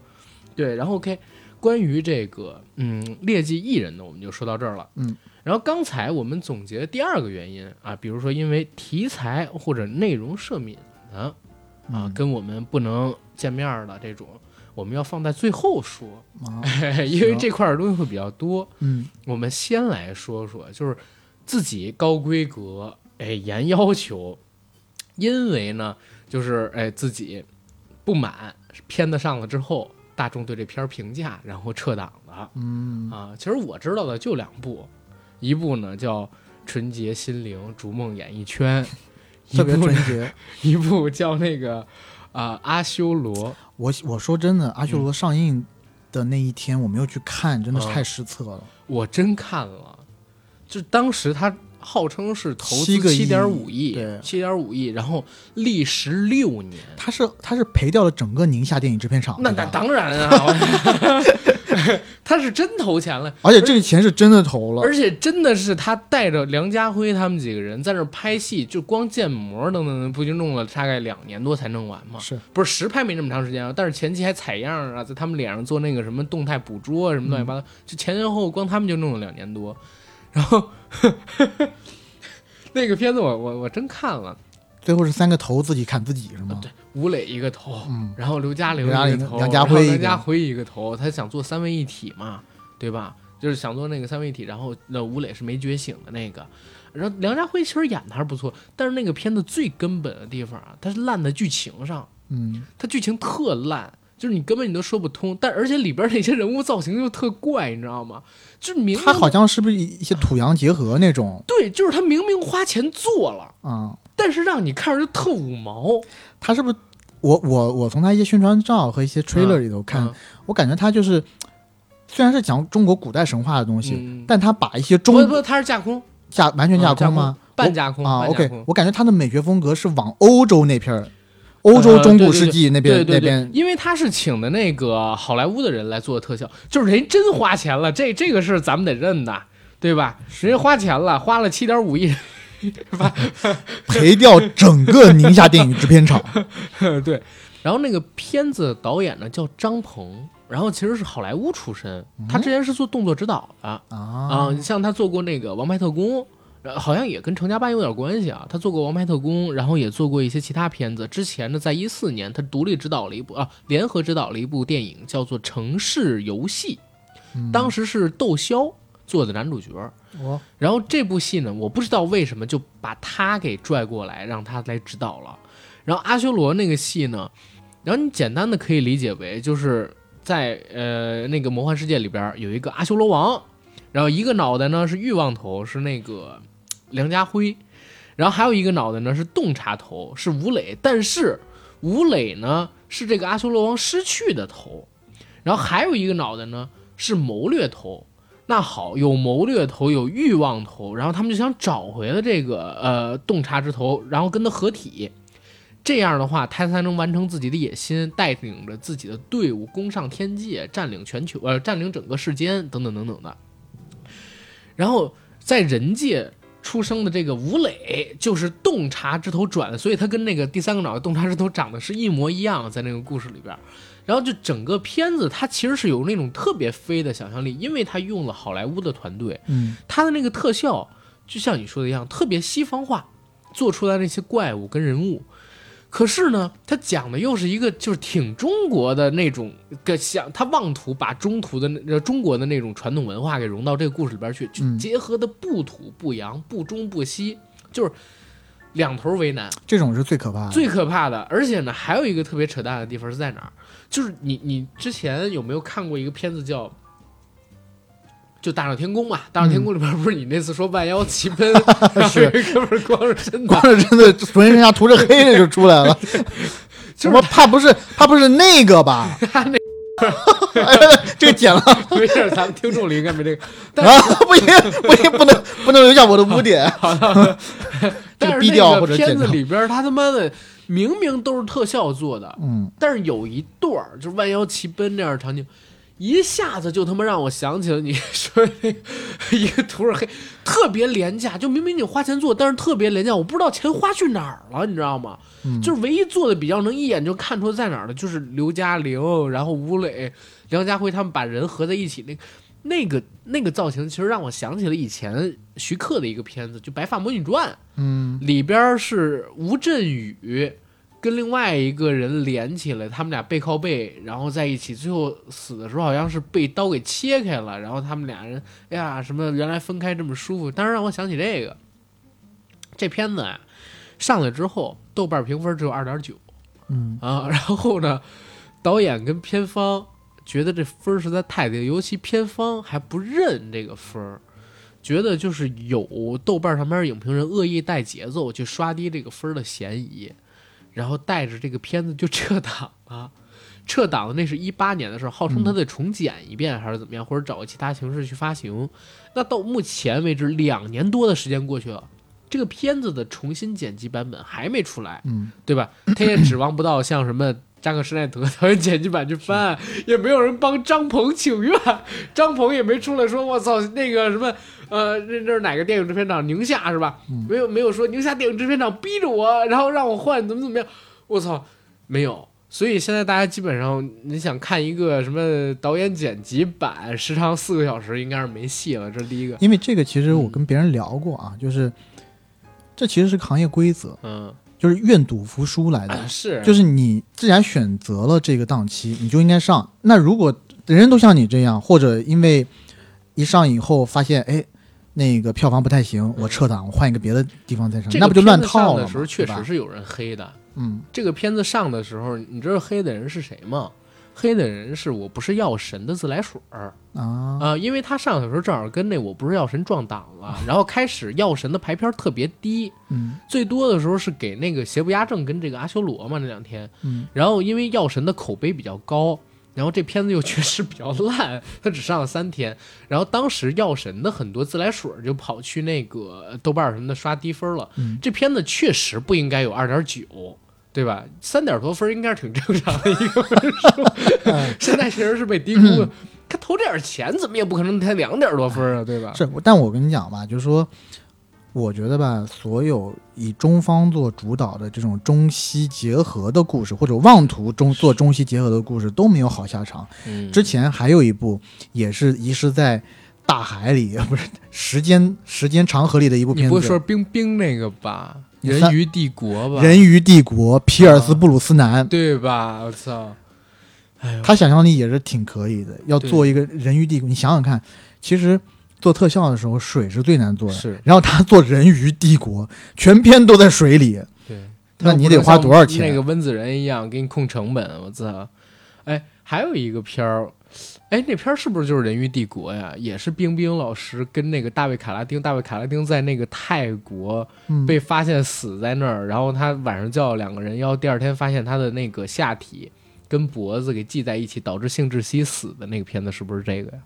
B: 对，然后 OK，关于这个嗯劣迹艺人呢，我们就说到这儿了。
C: 嗯，
B: 然后刚才我们总结的第二个原因啊，比如说因为题材或者内容涉敏啊啊，
C: 嗯
B: 跟我们不能见面儿的这种，我们要放在最后说。
C: 啊，
B: 因为这块儿的东西会比较多。
C: 嗯
B: 我们先来说说，就是自己高规格，哎，严要求，因为呢，就是哎自己不满片子上了之后，大众对这片儿评价，然后撤档的
C: 嗯
B: 啊。其实我知道的就两部，一部呢叫《纯洁心灵逐梦演艺圈》，一
C: 特别
B: 部
C: 纯
B: 呢
C: 洁。
B: 一部叫那个啊、阿修罗，
C: 我我说真的，《阿修罗》上映的那一天，我没有去看，真的是
B: 嗯
C: 太失策了。
B: 我真看了，就当时他号称是投资
C: 7个亿
B: 七点五亿
C: 对，
B: 七点五亿，然后历时六年。
C: 他是他是赔掉了整个宁夏电影制片厂，
B: 那
C: 对
B: 那
C: 吧
B: 当然 啊， 他是真投钱了，
C: 而且这个钱是真的投了，
B: 而且真的是他带着梁家辉他们几个人在那儿拍戏，就光建模等等，不就弄了大概两年多才弄完吗？
C: 是
B: 不是实拍没那么长时间啊，但是前期还采样啊，在他们脸上做那个什么动态捕捉啊，什么乱七
C: 嗯
B: 八糟，就前前后后光他们就弄了两年多，然后 那个片子我我我真看了，
C: 最后是三个头自己砍自己是吗？
B: 对，吴磊一个头，
C: 嗯
B: 然后刘嘉玲
C: 刘嘉
B: 一
C: 玲
B: 个头，
C: 梁家辉
B: 然后
C: 一个
B: 梁家辉一个头，他想做三位一体嘛，对吧？就是想做那个三位一体，然后那吴磊是没觉醒的那个，然后梁家辉其实演的还是不错，但是那个片子最根本的地方啊，它是烂在剧情上。
C: 嗯，
B: 它剧情特烂，就是你根本你都说不通。但而且里边那些人物造型又特怪，你知道吗？就是明明
C: 他好像是不是一些土洋结合那种
B: 对，就是他明明花钱做了，
C: 啊、
B: 但是让你看着就特五毛。
C: 他是不是？我我我从他一些宣传照和一些 trailer 里头看，
B: 嗯
C: 我感觉他就是虽然是讲中国古代神话的东西，
B: 嗯
C: 但他把一些
B: 不
C: 中
B: 不，他是架空，
C: 架完全
B: 嗯
C: 架空吗？
B: 半架空
C: 啊
B: 半架
C: ，OK，
B: 空。
C: 我感觉他的美学风格是往欧洲那片儿，欧洲中古世纪那边、
B: 对对对，
C: 那边。
B: 因为他是请的那个好莱坞的人来做特效，就是人真花钱了，这这个是咱们得认的，对吧？人家花钱了，花了七点五亿，把
C: 赔掉整个宁夏电影制片厂，
B: 对，然后那个片子导演呢叫张鹏，然后其实是好莱坞出身，他之前是做动作指导的啊、
C: 啊，
B: 像他做过那个《王牌特工》。呃好像也跟成家班有点关系啊，他做过《王牌特工》，然后也做过一些其他片子。之前呢，在一四年，他独立执导了一部啊，联合执导了一部电影，叫做《城市游戏》，当时是窦骁做的男主角。
C: 我
B: 然后这部戏呢，我不知道为什么就把他给拽过来，让他来指导了。然后阿修罗那个戏呢，然后你简单的可以理解为就是在呃那个魔幻世界里边有一个阿修罗王，然后一个脑袋呢是欲望头，是那个梁家辉，然后还有一个脑袋呢是洞察头，是吴磊，但是吴磊呢是这个阿修罗王失去的头，然后还有一个脑袋呢是谋略头，那好，有谋略头，有欲望头，然后他们就想找回了这个呃洞察之头，然后跟他合体。这样的话，他才能完成自己的野心，带领着自己的队伍攻上天界，占领全球，呃，占领整个世间，等等等等的。然后在人界出生的这个吴磊，就是洞察之头转的，所以他跟那个第三个脑袋洞察之头长得是一模一样，在那个故事里边。然后就整个片子，它其实是有那种特别飞的想象力，因为它用了好莱坞的团队，
C: 嗯
B: 它的那个特效就像你说的一样，特别西方化，做出来那些怪物跟人物。可是呢，它讲的又是一个就是挺中国的那种个想，他妄图把中途的那呃中国的那种传统文化给融到这个故事里边去，就
C: 嗯
B: 结合的不土不洋、不中不西，就是两头为难。
C: 这种是最可怕的。
B: 最可怕的，而且呢，还有一个特别扯淡的地方是在哪儿？就是你你之前有没有看过一个片子叫？就大闹天宫嘛，大闹天宫
C: 嗯
B: 里边不是你那次说万妖齐奔， 然后有一哥们儿光着身子
C: 光，着真的浑身上下涂着黑的就出来了，
B: 就是
C: 什么怕不是怕不是那个吧？
B: 他那
C: 哎这个剪了
B: 没事儿，咱们听众里应该没 这个。但
C: 啊！不行不行，不能不能留下我的污 点。这
B: 但
C: 个
B: 是
C: 逼
B: 那
C: 调
B: 个
C: 或者
B: 片
C: 剪
B: 子
C: 掉。
B: 里边，他他妈的明明都是特效做的，
C: 嗯，
B: 但是有一段儿就是弯腰齐奔这样的场景，一下子就他妈让我想起了你说那个一个涂着黑，特别廉价，就明明你花钱做，但是特别廉价，我不知道钱花去哪儿了，你知道吗？
C: 嗯
B: 就是唯一做的比较能一眼就看出在哪儿的，就是刘嘉玲，然后吴磊、梁家辉他们把人合在一起那个。那个那个造型其实让我想起了以前徐克的一个片子，就《白发魔女传》。
C: 嗯
B: 里边儿是吴镇宇跟另外一个人连起来，他们俩背靠背，然后在一起，最后死的时候好像是被刀给切开了，然后他们俩人，哎呀，什么原来分开这么舒服，当时让我想起这个，这片子啊，上来之后豆瓣评分只有二点九
C: 嗯
B: 啊，然后呢，导演跟片方觉得这分儿实在太低，尤其片方还不认这个分儿，觉得就是有豆瓣上面影评人恶意带节奏去刷低这个分儿的嫌疑，然后带着这个片子就 撤档了。撤档的那是一八年的事儿，号称他得重剪一遍还是怎么样，或者找个其他形式去发行。那到目前为止，两年多的时间过去了，这个片子的重新剪辑版本还没出来，
C: 嗯，
B: 对吧？他也指望不到像什么扎克施耐德导演剪辑版去翻，也没有人帮张鹏请愿，张鹏也没出来说我操那个什么呃那那是哪个电影制片厂宁夏是吧？没有没有说宁夏电影制片厂逼着我，然后让我换怎么怎么样，我操没有。所以现在大家基本上，你想看一个什么导演剪辑版，时长四个小时，应该是没戏了。这是第一个，
C: 因为这个其实我跟别人聊过啊，就是这其实是行业规则，
B: 嗯，
C: 就是愿赌服输来的
B: 啊。是，
C: 就是你既然选择了这个档期，你就应该上。那如果人人都像你这样，或者因为一上以后发现，哎，那个票房不太行，我撤档，我换一个别的地方再上，
B: 嗯这个
C: 嗯那不就乱
B: 片子上
C: 套了
B: 的
C: 吗？
B: 时候确
C: 对
B: 实
C: 吧，
B: 是有人黑的，
C: 嗯
B: 这个片子上的时候，你知道黑的人是谁吗？黑的人是我不是药神的自来水儿
C: 啊，
B: 啊、因为他上的时候正好跟那我不是药神撞档了，然后开始药神的排片特别低，
C: 嗯
B: 最多的时候是给那个邪不压正跟这个阿修罗嘛那两天，
C: 嗯
B: 然后因为药神的口碑比较高，然后这片子又确实比较烂，它只上了三天。然后当时药神的很多自来水儿就跑去那个豆瓣儿什么的刷低分了。
C: 嗯
B: 这片子确实不应该有二点九。对吧？三点多分儿应该是挺正常的一个分 数，现在确实是被低估
C: 嗯
B: 了。他投这点钱，怎么也不可能才两点多分儿啊，对吧？
C: 是。但我跟你讲吧，就是说，我觉得吧，所有以中方做主导的这种中西结合的故事，或者妄图中做中西结合的故事，都没有好下场。
B: 嗯
C: 之前还有一部也是遗失在大海里， 不是时间时间长河里的一部
B: 你
C: 片
B: 不会
C: 子，
B: 说冰冰那个吧？
C: 你
B: 人
C: 三
B: 鱼帝国吧？
C: 人鱼帝国》皮尔斯
B: 啊
C: ·布鲁斯南，
B: 对吧？我操！哎呦，
C: 他想象力也是挺可以的。要
B: 对
C: 做一个人鱼帝国，你想想看，其实做特效的时候水是最难做的，
B: 是
C: 然后他做人鱼帝国，全篇都在水里，
B: 对，
C: 那
B: 他
C: 你
B: 不
C: 得
B: 能
C: 花
B: 像
C: 多少钱啊
B: 那个温子仁一样给你控成本，我操！哎，还有一个片儿，哎，那片儿是不是就是《人鱼帝国》呀？也是冰冰老师跟那个大卫·卡拉丁，大卫·卡拉丁在那个泰国
C: 嗯，
B: 被发现死在那儿，然后他晚上叫两个人要，第二天发现他的那个下体跟脖子给系在一起，导致性窒息死的那个片子，是不是这个呀？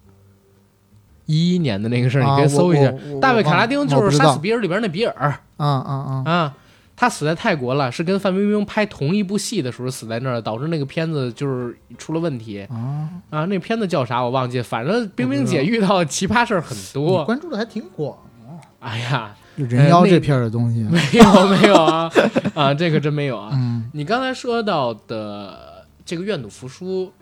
B: 一一年的那个事儿，你
C: 啊
B: 可以搜一下
C: 我我我。
B: 大卫·卡拉丁
C: 我
B: 就
C: 不
B: 是
C: 知
B: 《
C: 道
B: 杀死比尔》里边那比尔
C: 啊啊啊！
B: 啊，他死在泰国了，是跟范冰冰拍同一部戏的时候死在那儿，导致那个片子就是出了问题
C: 啊，
B: 啊。那片子叫啥我忘记，反正冰冰
C: 我不知
B: 姐
C: 道
B: 遇到奇葩事儿很
C: 你
B: 多。
C: 关注的还挺广，
B: 哎呀，
C: 就人妖
B: 呃那
C: 这片儿的东西。
B: 没有没有啊啊，这个真没有啊。
C: 嗯，
B: 你刚才说到的这个愿赌服输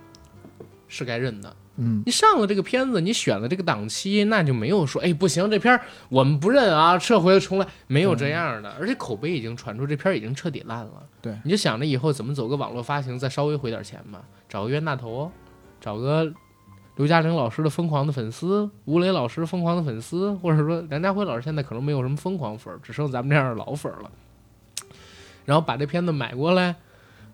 B: 是该认的。
C: 嗯，
B: 你上了这个片子，你选了这个档期，那就没有说，哎，不行，这片儿我们不认啊，撤回重来，没有这样的。而且口碑已经传出这片儿已经彻底烂了。
C: 对
B: 你就想着以后怎么走个网络发行，再稍微回点钱吧，找个冤大头，哦找个刘嘉玲老师的疯狂的粉丝，吴磊老师疯狂的粉丝，或者说梁家辉老师现在可能没有什么疯狂粉儿，只剩咱们这样的老粉儿了。然后把这片子买过来，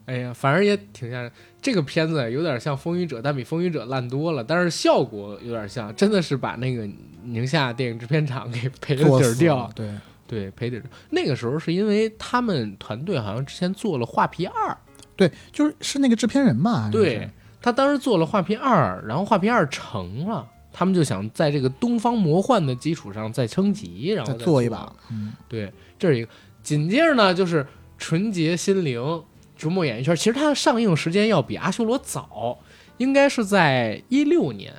B: 哎呀，反正也挺吓人。这个片子有点像《风雨者》，但比《风雨者》烂多了，但是效果有点像，真的是把那个宁夏电影制片厂给赔了
C: 作
B: 底儿
C: 死
B: 掉
C: 了。。对，
B: 对，赔底儿。那个时候是因为他们团队好像之前做了《画皮二》，
C: 对，就是是那个制片人吧？好像嗯是
B: 对，他当时做了《画皮二》，然后《画皮二》成了，他们就想在这个东方魔幻的基础上再升级，然后
C: 再
B: 再
C: 做一把。。嗯，
B: 对，这是一个。紧接着呢，就是《纯洁心灵》《逐梦演艺圈》，其实它的上映时间要比《阿修罗》早，应该是在一六年。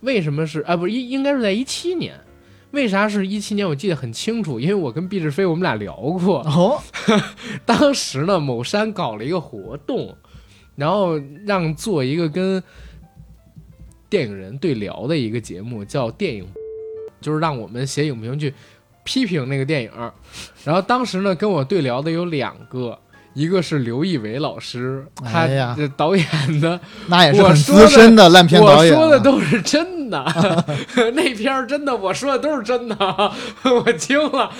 B: 为什么是啊？不是一应该是在一七年。为啥是一七年？我记得很清楚，因为我跟毕志飞我们俩聊过，
C: 哦，
B: 当时呢，某山搞了一个活动，然后让做一个跟电影人对聊的一个节目，叫电影，就是让我们写影评去批评那个电影。然后当时呢，跟我对聊的有两个，一个是刘亦伟老师，他
C: 哎呀
B: 这导演的，
C: 那也是
B: 我
C: 很
B: 说
C: 资
B: 的
C: 深的烂片
B: 我
C: 导演啊
B: 说的
C: 了。
B: 都是真 的，那片儿真的，我说的都是真的，我惊了，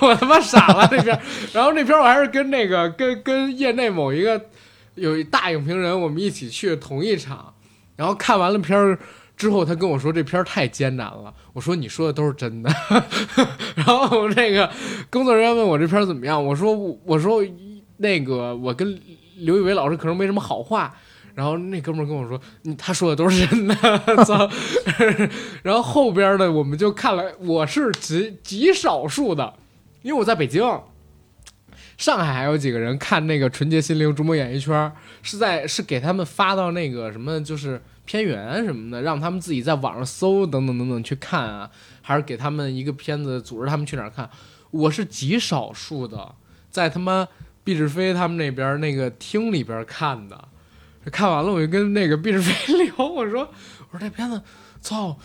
B: 我他妈傻了那片儿。然后那片儿我还是跟那个跟跟业内某一个有一大影评人，我们一起去同一场，然后看完了片儿。之后他跟我说这片儿太艰难了，我说你说的都是真的， 然后那个工作人员问我这片儿怎么样，我说我我说那个我跟刘仪伟老师可能没什么好话，然后那哥们儿跟我说，你他说的都是真的， 操！然后后边的我们就看了，我是极极少数的，因为我在北京。上海还有几个人看那个《纯洁心灵》《逐梦演艺圈》，是在是给他们发到那个什么，就是片源什么的，让他们自己在网上搜等等等等去看啊，还是给他们一个片子，组织他们去哪儿看。我是极少数的，在他妈毕志飞他们那边那个厅里边看的，看完了我就跟那个毕志飞 聊，我说我说这片子，操！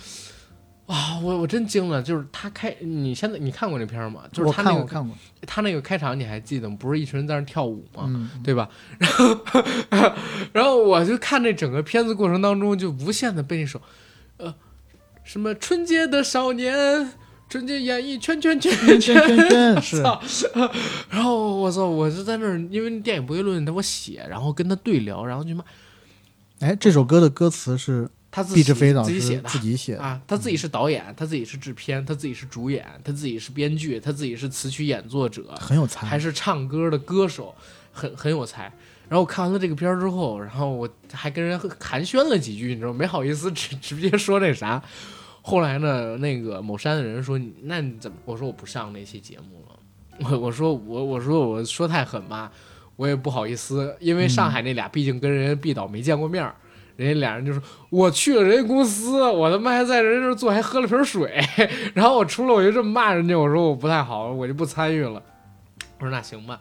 B: 哇，我我真惊了，就是他开，你现在你看过这片儿吗？就是
C: 我
B: 他
C: 看
B: 那
C: 过
B: 个
C: 看过，
B: 他那个开场你还记得吗？不是一群人在那儿跳舞吗？
C: 嗯，
B: 对吧？然 后，然后我就看这整个片子过程当中，就无限的被那首，呃，什么春节的少年，春节演艺圈圈圈
C: 圈圈圈 是
B: 操！然后我操，我就在那儿，因为电影博弈论他给我写，然后跟他对聊，然后就骂
C: 哎，这首歌的歌词是
B: 他自己
C: 毕志飞老
B: 自己
C: 师
B: 写的，
C: 自己写的，
B: 啊，他自己是导演，他自己是制片，他自己是主演，他自己是编剧，他自己是词曲演作者，
C: 很有才。
B: 还是唱歌的歌手，很很有才。然后我看完了这个片儿之后，然后我还跟人寒暄了几句，你知道吗，没好意思直 直接说那啥。后来呢，那个某山的人说：“你那你怎么？”我说：“我不上那期节目了。我”我说：“我我说我说太狠吧，我也不好意思，因为上
C: 嗯
B: 海那俩毕竟跟人家毕导没见过面儿，人家俩人就说我去了人家公司，我他妈还在人家那儿坐，还喝了瓶水， 然后我出来我就这么骂人家，我说我不太好，我就不参与了。我说那行吧，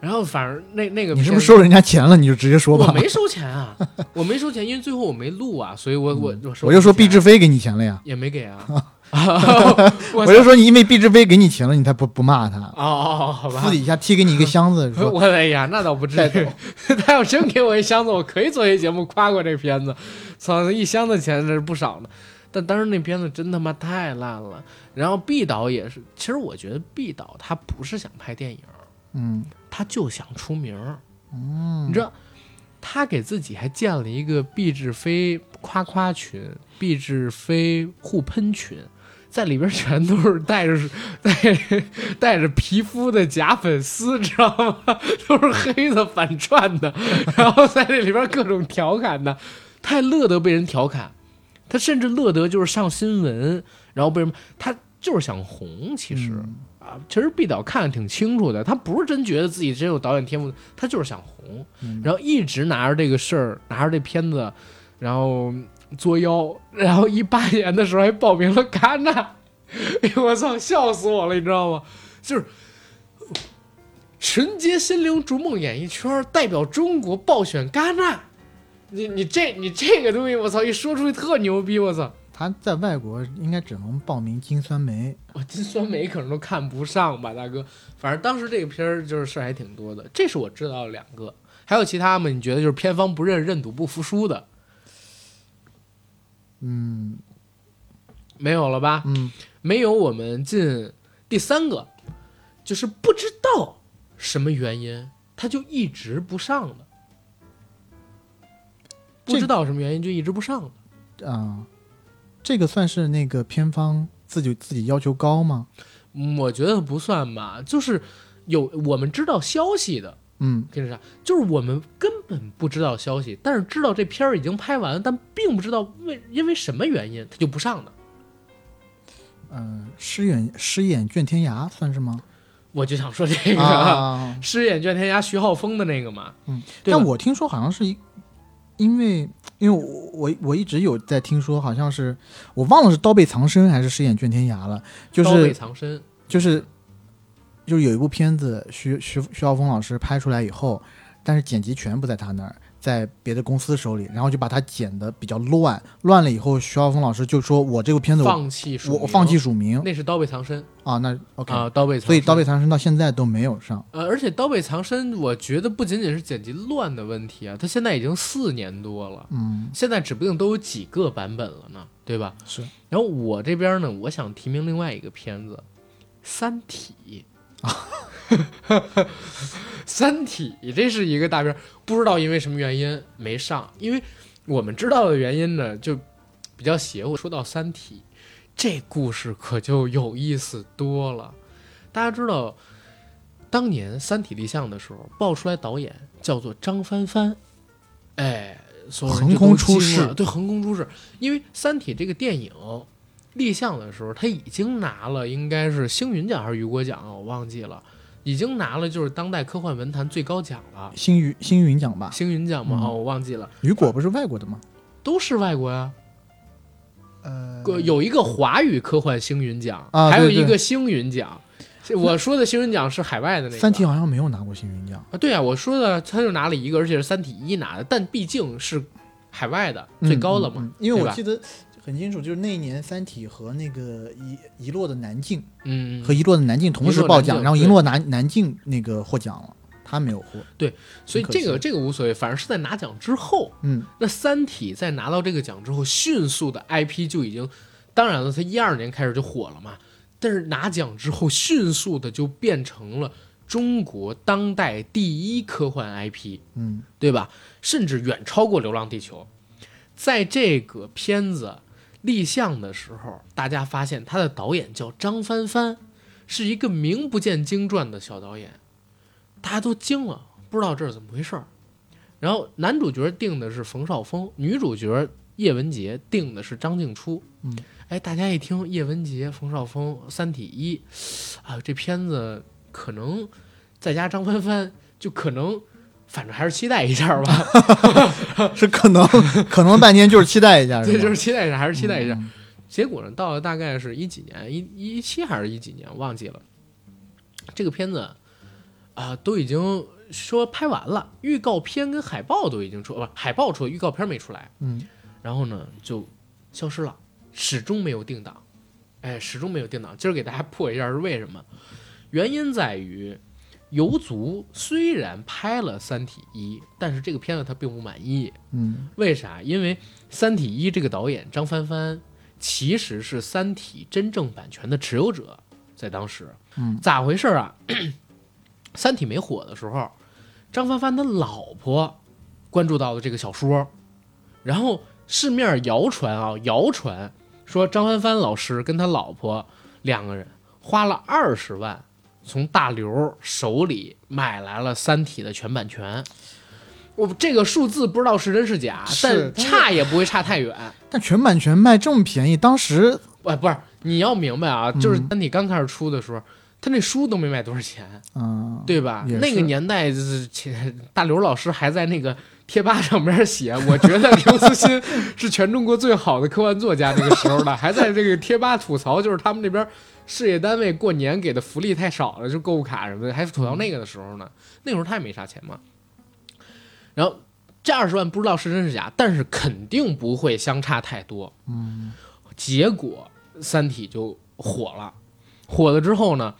B: 然后反正那那个
C: 你是
B: 片
C: 不
B: 子
C: 是收人家钱了？你就直接说
B: 我
C: 吧。
B: 没收钱啊，我没收钱，因为最后我没录啊，所以我我我收
C: 嗯我就说
B: 你钱
C: 毕志飞给你钱了呀，
B: 也没给啊， 我
C: 我就说你因为毕志飞给你钱了，你才不不骂他，
B: 哦哦哦，好吧
C: 私。底下贴给你一个箱 子，说
B: 我哎呀，那倒不至
C: 带
B: 于。 他要真给我一箱子，我可以做一节目夸过这片子。操，一箱子钱这是不少呢。但当时那片子真他妈太烂了。然后毕导也是，其实我觉得毕导他不是想拍电影，
C: 嗯，
B: 他就想出名。嗯，你知道，他给自己还建了一个毕志飞夸夸群、毕志飞互喷群，在里边全都是带着带带着皮肤的假粉丝， 知道吗？都是黑的 反串的，然后在这里边各种调侃的，太乐得被人调侃。他甚至乐得就是上新闻，然后被人他就是想红，其实、
C: 嗯
B: 啊，其实毕导看得挺清楚的，他不是真觉得自己真有导演天赋，他就是想红，
C: 嗯
B: 然后一直拿着这个事儿，拿着这片子，然后作妖，然后一八年的时候还报名了戛纳，哎呦我操，笑死我了，你知道吗？就是纯洁心灵逐梦演艺圈代表中国报选戛纳，你你这你这个东西，我操，一说出去特牛逼，我操，
C: 他在外国应该只能报名金酸梅，
B: 我金酸梅可能都看不上吧，大哥。反正当时这个片儿就是事儿还挺多的，这是我知道的两个，还有其他吗？你觉得就是偏方不认，认赌不服输的
C: 嗯
B: 没有了吧？
C: 嗯，
B: 没有，我们进第三个，就是不知道什么原因，他就一直不上了。
C: 这
B: 不知道什么原因就一直不上了。
C: 啊、这个算是那个片方自己自己要求高吗？
B: 嗯我觉得不算吧，就是有我们知道消息的，
C: 嗯
B: 跟着啥，就是我们根本不知道消息，但是知道这片儿已经拍完了，但并不知道为因为什么原因他就不上了。
C: 嗯，诗眼诗眼卷天涯算 是吗？
B: 我就想说这个
C: 啊，
B: 饰演卷天涯徐浩峰的那个嘛，
C: 嗯，
B: 对吧
C: 但我听说好像是一，因为因为我我我一直有在听说，好像是我忘了是刀背藏身还是诗眼卷天涯了，就
B: 刀背
C: 是
B: 藏身，
C: 就是就是有一部片子徐徐徐浩峰老师拍出来以后，但是剪辑权不在他那儿，在别的公司手里，然后就把它剪的比较乱，乱了以后，徐浩峰老师就说我这个片子我
B: 放弃署
C: 我
B: 名
C: 我放弃，署名
B: 那是刀背藏身
C: 啊，那嗯 OK，、
B: 啊，刀背藏身，
C: 所以刀背藏身到现在都没有上。
B: 呃，而且刀背藏身，我觉得不仅仅是剪辑乱的问题啊，他现在已经四年多了，
C: 嗯，
B: 现在指不定都有几个版本了呢，对吧？
C: 是
B: 然后我这边呢，我想提名另外一个片子，《三体》啊，《三体》这是一个大片儿，不知道因为什么原因没上，因为我们知道的原因呢，就比较邪乎。说到《三体》，这故事可就有意思多了。大家知道，当年《三体》立项的时候，爆出来导演叫做张帆帆，哎，所有人就
C: 横
B: 都
C: 空
B: 惊
C: 出世
B: 了对，横空出世。因为《三体》这个电影立项的时候，他已经拿了应该是星云奖还是雨果奖啊，我忘记了，已经拿了就是当代科幻文坛最高奖了，
C: 星云星云奖吧，
B: 星云奖嘛，
C: 嗯
B: 哦，我忘记了，
C: 雨果不是外国的吗？
B: 都是外国呀、
C: 呃
B: 个有一个华语科幻星云奖，
C: 啊
B: 还有
C: 对对
B: 一个星云奖。我说的星云奖是海外的那个。
C: 三体好像没有拿过星云奖。
B: 啊，对啊，我说的他就拿了一个，而且是《三体一》拿的，但毕竟是海外的、
C: 嗯
B: 最高了嘛，
C: 嗯嗯因为
B: 对
C: 我
B: 吧
C: 记得很清楚，就是那一年《三体》和那个遗遗落的南境
B: 嗯，
C: 和遗落的南境同时
B: 遗落
C: 报
B: 南境
C: 奖，然后
B: 对
C: 遗落南南境那个获奖了，他没有获。
B: 所以
C: 很可
B: 这个
C: 惜
B: 这个无所谓，反正是在拿奖之后，
C: 嗯
B: 那《三体》在拿到这个奖之后，迅速的 IP 就已经，当然了，它一二年开始就火了嘛。但是拿奖之后，迅速的就变成了中国当代第一科幻 IP，
C: 嗯，
B: 对吧？甚至远超过《流浪地球》。在这个片子立项的时候，大家发现他的导演叫张帆帆，是一个名不见经传的小导演，大家都惊了，不知道这是怎么回事儿。然后男主角定的是冯绍峰，女主角叶文洁定的是张静初。
C: 嗯，
B: 哎，大家一听叶文洁、冯绍峰《三体一》，啊，这片子可能再加张帆帆，就可能，反正还是期待一下吧。
C: 是可能 可能半天就是期 待一下，
B: 对，就是是期待一下，还是
C: 吧
B: 期待一下。
C: 嗯
B: 结果呢，到了大概是一几年，一一七还是一几年，忘记了。这个片子啊、都已经说拍完了，预告片跟海报都已经出，不、海报出了，预告片没出来。
C: 嗯
B: 然后呢，就消失了，始终没有定档。哎，始终没有定档。今儿给大家破一下是为什么？原因在于，游族虽然拍了《三体一》，但是这个片子他并不满意。
C: 嗯
B: 为啥？因为《三体一》这个导演张帆帆其实是《三体》真正版权的持有者，在当时，
C: 嗯，
B: 咋回事啊？ 咳《三体》没火的时候，张帆帆的老婆关注到了这个小说，然后市面谣传啊，谣传说张帆帆老师跟他老婆两个人花了二十万。从大刘手里买来了《三体》的全版权，我这个数字不知道是真是假，
C: 是
B: 但
C: 但是
B: 差也不会差太远。
C: 但全版权卖这么便宜，当时
B: 哎，不是，你要明白啊，就是《
C: 嗯
B: 三体》刚开始出的时候，他那书都没卖多少钱，
C: 嗯，
B: 对吧？
C: 也
B: 那个
C: 是
B: 年代，就是前大刘老师还在那个贴吧上面写， 我觉得刘慈欣是全中国最好的科幻作家。那个时候呢， 还在这个贴吧吐槽，就是他们那边事业单位过年给的福利太少了，就购物卡什么的，还吐槽那个的时候呢，那时候他也没啥钱嘛。然后这二十万不知道是真是假，但是肯定不会相差太多。
C: 嗯，
B: 结果《三体》就火了，火了之后呢，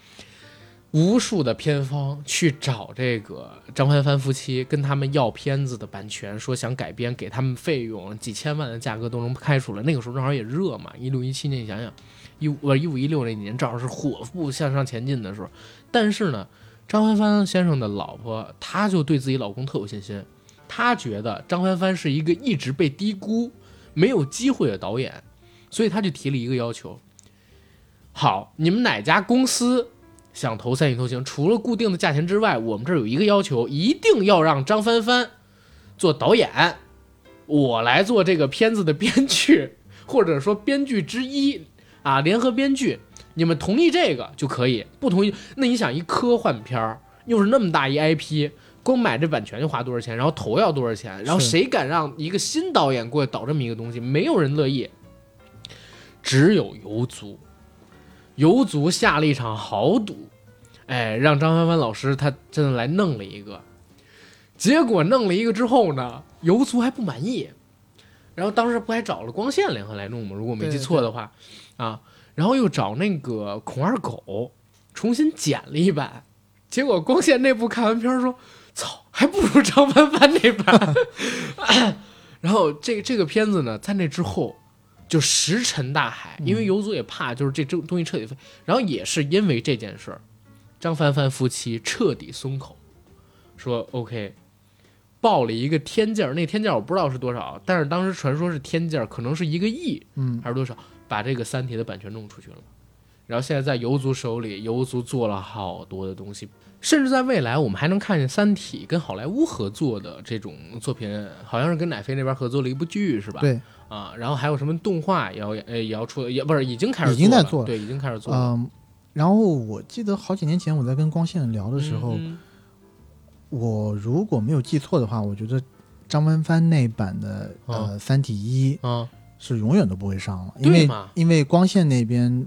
B: 无数的片方去找这个张帆帆夫妻，跟他们要片子的版权，说想改编，给他们费用几千万的价格都能拍出来。那个时候正好也热嘛，一六一七年，你想想，一五呃一五一六那年正好是火步向上前进的时候。但是呢，张帆帆先生的老婆，她就对自己老公特有信心，她觉得张帆帆是一个一直被低估、没有机会的导演。所以他就提了一个要求：好，你们哪家公司想投《三体通行》，除了固定的价钱之外，我们这儿有一个要求，一定要让张帆帆做导演，我来做这个片子的编剧，或者说编剧之一啊，联合编剧。你们同意这个就可以，不同意那你想一科幻片儿，又是那么大一 IP，光买这版权就花多少钱，然后投要多少钱，然后
C: 是
B: 谁敢让一个新导演过来导这么一个东西？没有人乐意，只有游族。游族下了一场豪赌，哎，让张帆帆老师他真的来弄了一个，结果弄了一个之后呢，游族还不满意，然后当时不还找了光线联合来弄吗？如果我没
C: 对
B: 记
C: 对
B: 错的话，啊，然后又找那个孔二狗重新剪了一版，结果光线那部看完片儿说，操，还不如张帆帆那 版。然后这这个片子呢，在那之后就石沉大海，因为
C: 嗯
B: 游族也怕就是这这东西彻底废，然后也是因为这件事儿，张帆帆夫妻彻底松口，说 OK。报了一个天价儿，那天价儿我不知道是多少，但是当时传说是天价儿，可能是一个亿，
C: 嗯，
B: 还是多少，把这个《三体》的版权弄出去了。然后现在在游族手里，游族做了好多的东西，甚至在未来我们还能看见《三体》跟好莱坞合作的这种作品，好像是跟奶飞那边合作了一部剧，是吧？
C: 对，
B: 啊，然后还有什么动画也要呃也要出，也不是已经开始
C: 已经在
B: 做
C: 做
B: 了，
C: 了
B: 对，已经开始做了。
C: 嗯，然后我记得好几年前我在跟光线聊的时候，
B: 嗯
C: 我如果没有记错的话，我觉得张帆帆那版的
B: 哦
C: 呃《三体一》
B: 嗯
C: 是永远都不会上了，因
B: 对
C: 为
B: 嘛
C: 因为光线那边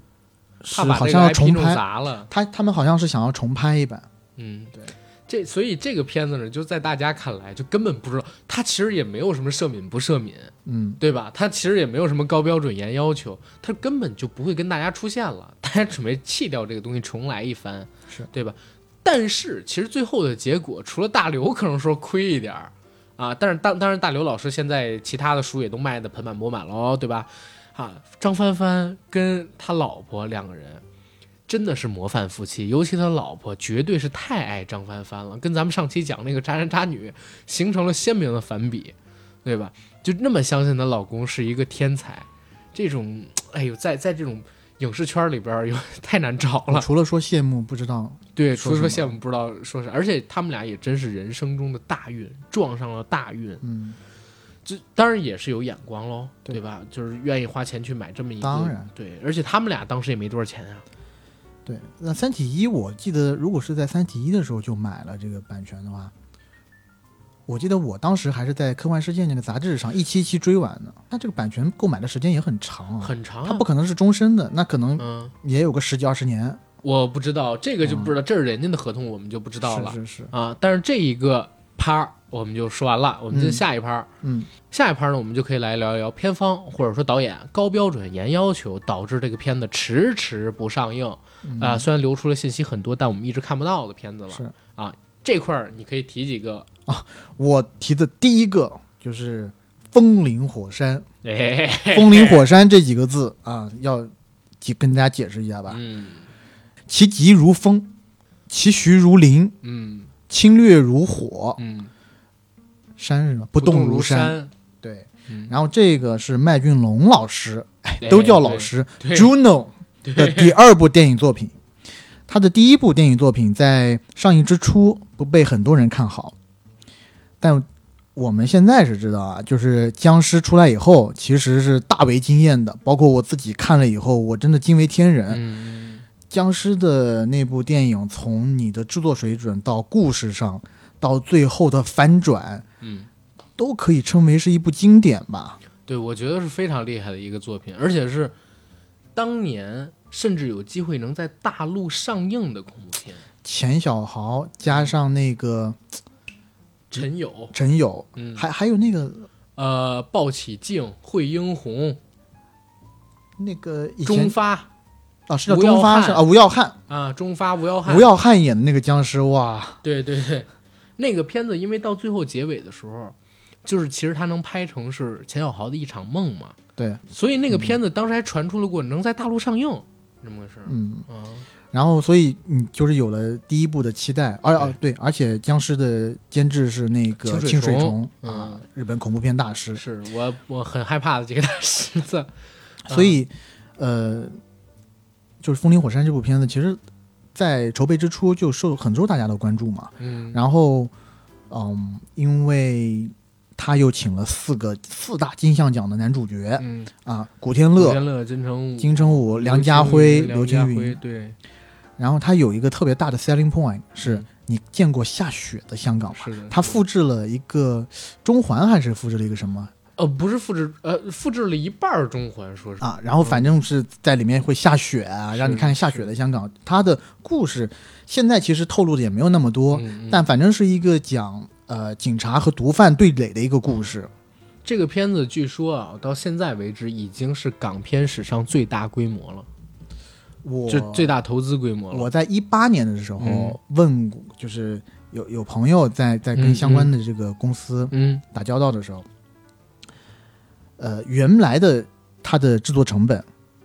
C: 是
B: 怕把
C: 好
B: 这
C: 像
B: 个
C: 要
B: IP
C: 重
B: 弄
C: 拍，嗯
B: 砸了。
C: 他他们好像是想要重拍一版，
B: 嗯，
C: 对。
B: 这所以这个片子呢，就在大家看来就根本不知道，它其实也没有什么赦敏不赦敏，
C: 嗯，
B: 对吧？它其实也没有什么高标准严要求，它根本就不会跟大家出现了。大家准备弃掉这个东西，重来一番，
C: 是
B: 对吧？但是其实最后的结果，除了大刘可能说亏一点儿啊，但是当当然大刘老师现在其他的书也都卖的盆满钵满喽，对吧？啊，张帆帆跟他老婆两个人真的是模范夫妻，尤其他老婆绝对是太爱张帆帆了，跟咱们上期讲那个渣男渣女形成了鲜明的反比，对吧？就那么相信她老公是一个天才，这种哎呦，在在这种影视圈里边儿有太难找
C: 我
B: 了。
C: 除了说谢幕，不知道
B: 对，除
C: 说
B: 了说
C: 什
B: 羡
C: 么
B: 慕不知道说啥，而且他们俩也真是人生中的大运，撞上了大运，
C: 嗯，
B: 这当然也是有眼光喽，
C: 对
B: 对吧？就是愿意花钱去买这么一个，
C: 当然
B: 对，而且他们俩当时也没多少钱啊，
C: 对，那《三体一》，我记得如果是在《三体一》的时候就买了这个版权的话，我记得我当时还是在《科幻世界》那个杂志上一期一期追完呢。它这个版权购买的时间也很长啊，
B: 很长、啊，
C: 它不可能是终身的，那可能
B: 嗯，
C: 也有个十几二十年。
B: 我不知道这个就不知道，这是人家的合同，我们就不知道了
C: 嗯是是是，
B: 啊。但是这一个趴儿我们就说完了，我们进
C: 嗯
B: 下一趴儿。
C: 嗯
B: 下一盘呢，我们就可以来聊一聊片方或者说导演高标准、严要求，导致这个片子迟迟不上映。啊、
C: 嗯
B: 虽然流出了信息很多，但我们一直看不到的片子了。
C: 是
B: 这块儿你可以提几个？
C: 我提的第一个就是《风林火山
B: 哎，》，
C: 《风林火山》这几个字啊，要解跟大家解释一下吧。
B: 嗯
C: 其疾如风，其徐如林，
B: 嗯
C: 侵略如火，
B: 嗯，
C: 山是什么？
B: 不
C: 不动
B: 如
C: 如山。
B: 山，
C: 对
B: 嗯，
C: 然后这个是麦浚龙老师，哎都叫老师
B: 对。对
C: ，Juno 的第二部电影作品。他的第一部电影作品在上映之初不被很多人看好，但我们现在是知道啊，就是僵尸出来以后，其实是大为惊艳的，包括我自己看了以后，我真的惊为天人。
B: 嗯，
C: 僵尸的那部电影，从你的制作水准到故事上，到最后的反转，
B: 嗯，
C: 都可以称为是一部经典吧。
B: 对，我觉得是非常厉害的一个作品，而且是当年甚至有机会能在大陆上映的恐怖片。
C: 嗯钱小豪加上那个
B: 陈友，
C: 陈友，
B: 嗯，
C: 还还有那个
B: 呃，鲍起静、惠英红、
C: 那个以
B: 中
C: 前
B: 发
C: 啊是叫
B: 吴耀
C: 中发
B: 汉
C: 是啊吴耀汉，
B: 啊，中发吴耀汉，
C: 吴耀汉演的那个僵尸哇，
B: 对对对，那个片子因为到最后结尾的时候，就是其实他能拍成是钱小豪的一场梦嘛，
C: 对，
B: 所以那个
C: 嗯
B: 片子当时还传出了过能在大陆上映，这么回事儿。
C: 嗯，
B: 嗯
C: 然后所以你就是有了第一部的期待，而啊对，而且僵尸的监制是那个
B: 清水
C: 清水
B: 崇
C: 崇啊
B: 嗯，
C: 日本恐怖片大师，
B: 是我我很害怕的这个大狮 子，嗯
C: 所以呃，就是《风林火山》这部片子，其实，在筹备之初就受很受大家的关注嘛，
B: 嗯，
C: 然后，嗯，因为他又请了四个四大金像奖的男主角
B: 嗯，
C: 啊，古天
B: 古
C: 乐、
B: 天乐、金城武、
C: 金城武、梁
B: 刘
C: 家
B: 青
C: 辉、
B: 云
C: 刘
B: 梁
C: 青
B: 家
C: 云
B: 辉，。对，
C: 然后他有一个特别大的 selling point，是
B: 嗯
C: 你见过下雪的香港吗？
B: 是的，
C: 他复制了一个中环，还是复制了一个什么
B: 呃不是复制呃复制了一半儿中环，说是
C: 啊？然后反正是在里面会下雪啊，让
B: 嗯
C: 你
B: 是
C: 看下雪的香港。他的故事现在其实透露的也没有那么多，
B: 嗯嗯
C: 但反正是一个讲呃警察和毒贩对垒的一个
B: 嗯
C: 故事。
B: 这个片子据说啊，到现在为止已经是港片史上最大规模了，
C: 我
B: 就最大投资规模了。
C: 我在一八年的时
B: 嗯
C: 候问过，就是有有朋友在在跟相关的这个公司
B: 嗯
C: 打交道的时候，呃，原来的它的制作成本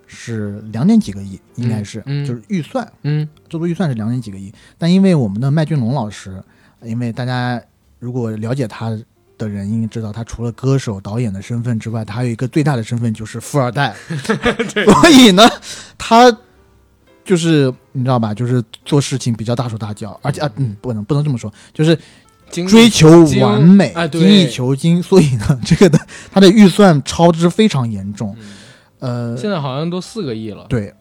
C: 是两点几个亿，应该是、
B: 嗯嗯
C: 就是预算
B: 嗯
C: 制作预算是两点几个亿，但因为我们的麦浚龙老师，因为大家如果了解他。的人应该知道，他除了歌手、导演的身份之外，他还有一个最大的身份就是富二 代。所以呢，他就是你知道吧，就是做事情比较大手大脚，而且啊，嗯，不能不能这么说，就是
B: 经
C: 追求完美，
B: 精啊对
C: 精益求精，所以呢，这个的它的预算超支非常严重，呃，
B: 嗯现在好像都四个亿了。
C: 对，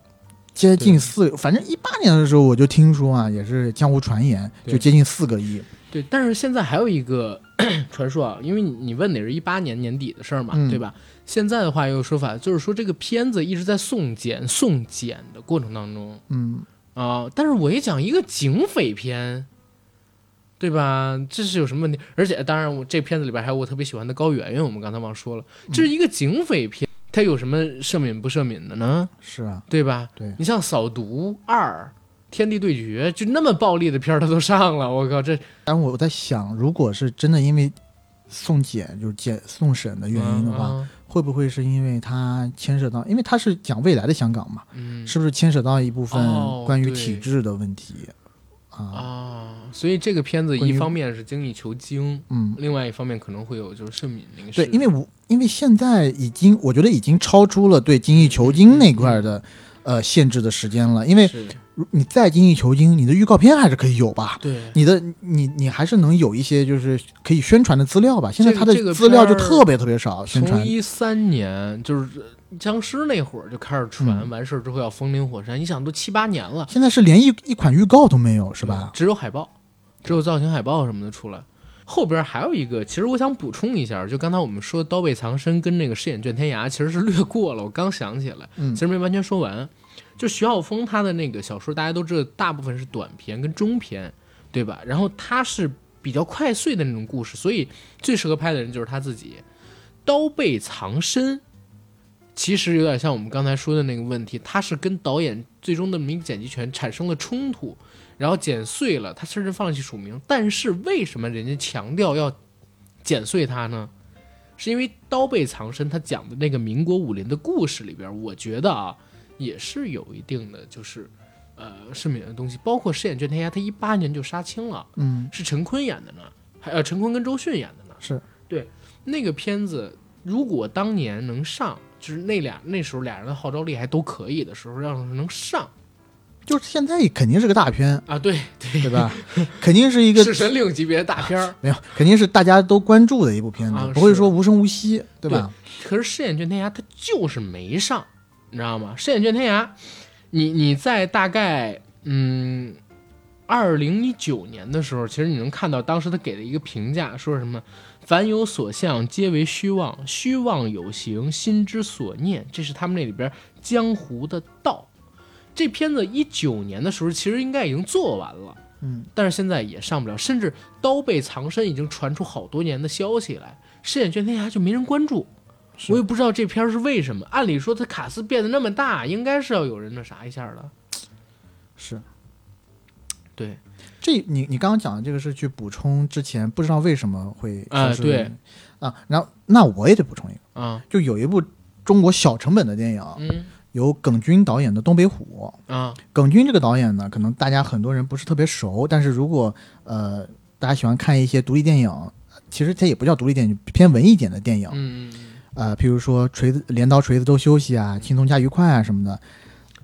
C: 接近
B: 对
C: 四，反正一八年的时候我就听说啊，也是江湖传言，
B: 对
C: 就接近四个亿，
B: 对，但是现在还有一个 传说啊，因为你你问的是一八年年底的事儿嘛，
C: 嗯
B: 对吧？现在的话有个说法，就是说这个片子一直在送检送检的过程当中
C: 嗯，
B: 啊、但是我一讲一个警匪片。对吧？这是有什么问题？而且当然，我这片子里边还有我特别喜欢的高圆圆，我们刚才忘说了，
C: 嗯
B: 这是一个警匪片，它有什么赦免不赦免的呢？
C: 是啊，
B: 对吧？
C: 对，
B: 你像《扫毒二》《天地对决》，就那么暴力的片儿，它都上了，我靠，这
C: 但我在想，如果是真的因为送检就是检送审的原因的话，
B: 嗯
C: 会不会是因为它牵涉到，因为它是讲未来的香港嘛，
B: 嗯，
C: 是不是牵涉到一部分
B: 哦
C: 关于
B: 对
C: 体制的问题、啊？
B: 啊，所以这个片子
C: 关
B: 一
C: 于
B: 方面是精益求精，
C: 嗯，
B: 另外一方面可能会有就是圣敏那个
C: 对
B: 事，
C: 因为我因为现在已经，我觉得已经超出了对精益求
B: 嗯
C: 精那块的、呃限制的时间了。因为
B: 是
C: 如你再精益求精，你的预告片还是可以有吧？
B: 对
C: 你的你你还是能有一些就是可以宣传的资料吧？现在
B: 这
C: 它
B: 个
C: 的
B: 这个
C: 资料就
B: 片儿
C: 特别特别少，宣
B: 从
C: 传
B: 一三年就是僵尸那会儿就开始传，
C: 嗯
B: 完事儿之后要风林火山，你想都七八年了，
C: 现在是连一一款预告都没有，
B: 嗯
C: 是吧？
B: 只有海报，只有造型海报什么的出来。后边还有一个，其实我想补充一下，就刚才我们说《刀背藏身》跟那个《饰演卷天涯》，其实是略过了，我刚想起来，
C: 嗯
B: 其实没完全说完。就徐浩峰他的那个小说，大家都知道，大部分是短篇跟中篇，对吧？然后他是比较快碎的那种故事，所以最适合拍的人就是他自己。刀背藏身，其实有点像我们刚才说的那个问题，它是跟导演最终的名剪辑权产生了冲突，然后剪碎了，他甚至放弃署名。但是为什么人家强调要剪碎它呢？是因为《刀背藏身》他讲的那个民国武林的故事里边，我觉得啊，也是有一定的就是，呃，市民的东西，包括饰演卷天涯，他一八年就杀青了，
C: 嗯，
B: 是陈坤演的呢，还呃陈坤跟周迅演的呢。
C: 是
B: 对那个片子，如果当年能上，就是那俩那时候俩人的号召力还都可以的时候，要是能上，
C: 就是现在肯定是个大片，
B: 啊，对对
C: 对吧？肯定是一
B: 《
C: 个
B: 弑神令》级别的大片儿。
C: 没有，肯定是大家都关注的一部片子，
B: 啊
C: 不会
B: 是
C: 说无声无息，对吧？
B: 可是饰演卷天涯他就是没上，你知道吗？饰演卷天涯，你你在大概嗯二零一九年的时候，其实你能看到当时他给的一个评价，说什么“凡有所向，皆为虚妄；虚妄有形，心之所念”，这是他们那里边江湖的道。这片子一九年的时候，其实应该已经做完了。
C: 嗯，
B: 但是现在也上不了，甚至《刀背藏身》已经传出好多年的消息来，饰演卷天涯就没人关注。
C: 是
B: 我也不知道这片儿是为什么。按理说他卡斯变得那么大，应该是要有人那啥一下的。
C: 是。
B: 对，
C: 这你你刚刚讲的这个是去补充之前不知道为什么会
B: 哎
C: 消失的
B: 对
C: 原因啊，然后那我也得补充一个，
B: 啊，
C: 就有一部中国小成本的电影，
B: 嗯
C: 由耿军导演的《东北虎》。
B: 啊，
C: 耿军这个导演呢，可能大家很多人不是特别熟，但是如果呃大家喜欢看一些独立电影，其实它也不叫独立电影，偏文艺一点的电影，
B: 嗯，嗯嗯
C: 呃，譬如说锤子镰刀锤子都休息啊，轻松加愉快啊什么的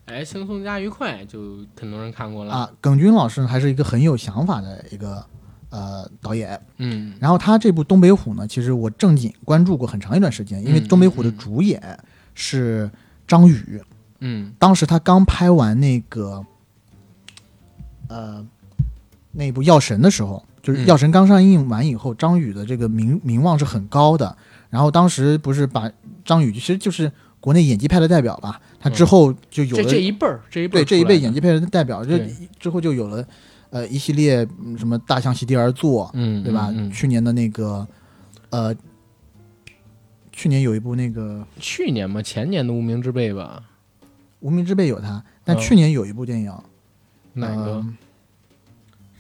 B: 哎，轻松加愉快就很多人看过了。
C: 啊。耿军老师还是一个很有想法的一个呃导演。
B: 嗯
C: 然后他这部《东北虎》呢，其实我正经关注过很长一段时间，因为
B: 嗯
C: 《东北虎》的
B: 嗯嗯
C: 主演是张宇，
B: 嗯
C: 当时他刚拍完那个呃那部《药神》的时候，就
B: 嗯
C: 是《药神》刚上映完以后，张宇的这个名名望是很高的。然后当时不是把张宇其实就是国内演技派的代表吧，他
B: 嗯
C: 之后就有
B: 这
C: 了、
B: 这一辈儿，这一辈儿
C: 对这一辈演
B: 技，
C: 技派的代表，就
B: 对
C: 之后就有了呃一系列嗯什么大象席地而坐，
B: 嗯，
C: 对吧？
B: 嗯嗯
C: 去年的那个呃，去年有一部那个
B: 去年嘛，前年的无名之辈吧，
C: 无名之辈有他，但
B: 嗯
C: 去年有一部电影。
B: 哪个？啊
C: 嗯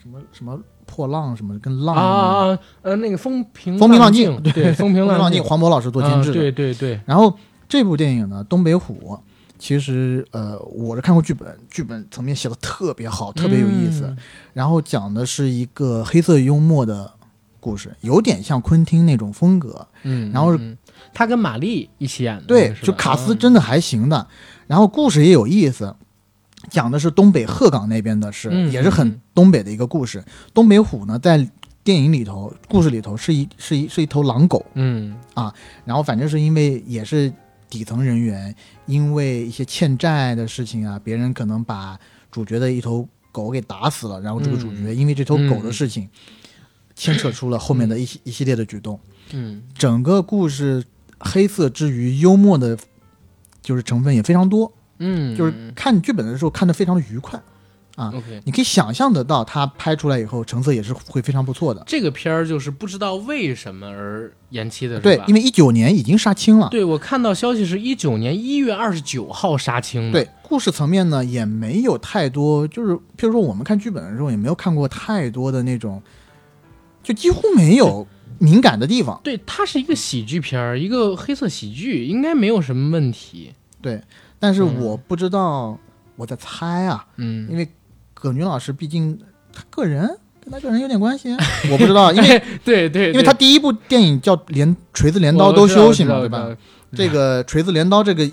C: 什么什么破浪什么跟
B: 啊
C: 浪
B: 啊啊！呃，那个风平
C: 风平浪静
B: 静，对，风平
C: 风平浪
B: 静
C: 静，，黄渤老师做监
B: 啊
C: 制的。
B: 对对对，
C: 然后这部电影呢，《东北虎》，其实呃，我是看过剧本，剧本层面写的特别好，特别有意思。
B: 嗯
C: 然后讲的是一个黑色幽默的故事，有点像昆汀那种风格。
B: 嗯，
C: 然后
B: 嗯他跟玛丽一起演的，
C: 对，
B: 是吧
C: 就卡斯
B: 嗯
C: 真的还行的。然后故事也有意思，讲的是东北鹤岗那边的事，
B: 嗯
C: 也是很东北的一个故事。东北虎呢，在电影里头、故事里头是一是一是一头狼狗，
B: 嗯
C: 然后反正是因为也是底层人员，因为一些欠债的事情啊，别人可能把主角的一头狗给打死了，然后这个主
B: 嗯
C: 角因为这头狗的事情，牵扯出了后面的一系一系列的举动。
B: 嗯
C: 整个故事黑色之余，幽默的，就是成分也非常多。
B: 嗯，
C: 就是看剧本的时候看得非常的愉快，啊
B: OK。
C: 你可以想象得到它拍出来以后成色也是会非常不错的。
B: 这个片儿就是不知道为什么而延期的，是
C: 对
B: 吧，
C: 因为一九年已经杀青了。
B: 对我看到消息是一九年一月二十九号杀青的，
C: 对，故事层面呢也没有太多，就是譬如说我们看剧本的时候也没有看过太多的那种，就几乎没有敏感的地方。
B: 对它是一个喜剧片儿，一个黑色喜剧，应该没有什么问题。
C: 对，但是
B: 嗯
C: 我不知道，我在猜啊，因
B: 嗯，
C: 为葛军老师毕竟他个人跟他个人有点关系，啊我不知道， 因为
B: 对对，
C: 因为他第一部电影叫《镰锤子
B: 对
C: 镰刀都休息》嘛，
B: 我
C: 对
B: 知道
C: 吧？
B: 我知道？
C: 这个锤子镰刀这个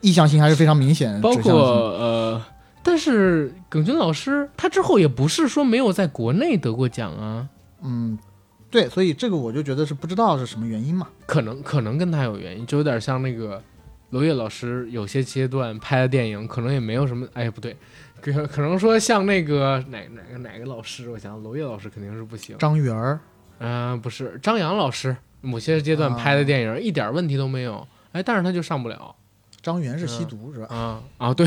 C: 意向性还是非常明显的，
B: 包
C: 指向
B: 括
C: 性
B: 呃，但是耿军老师他之后也不是说没有在国内得过奖啊，
C: 嗯，对，所以这个我就觉得是不知道是什么原因嘛。
B: 可能可能跟他有原因，就有点像那个娄烨老师有些阶段拍的电影，可能也没有什么，哎不对，可可能说像那个哪哪个哪个老师，我想娄烨老师肯定是不行，
C: 张元儿，
B: 嗯、不是张扬老师某些阶段拍的电
C: 啊
B: 影、一点问题都没有，哎，但是他就上不了
C: 张元是吸 毒、是吧？
B: 啊啊 对，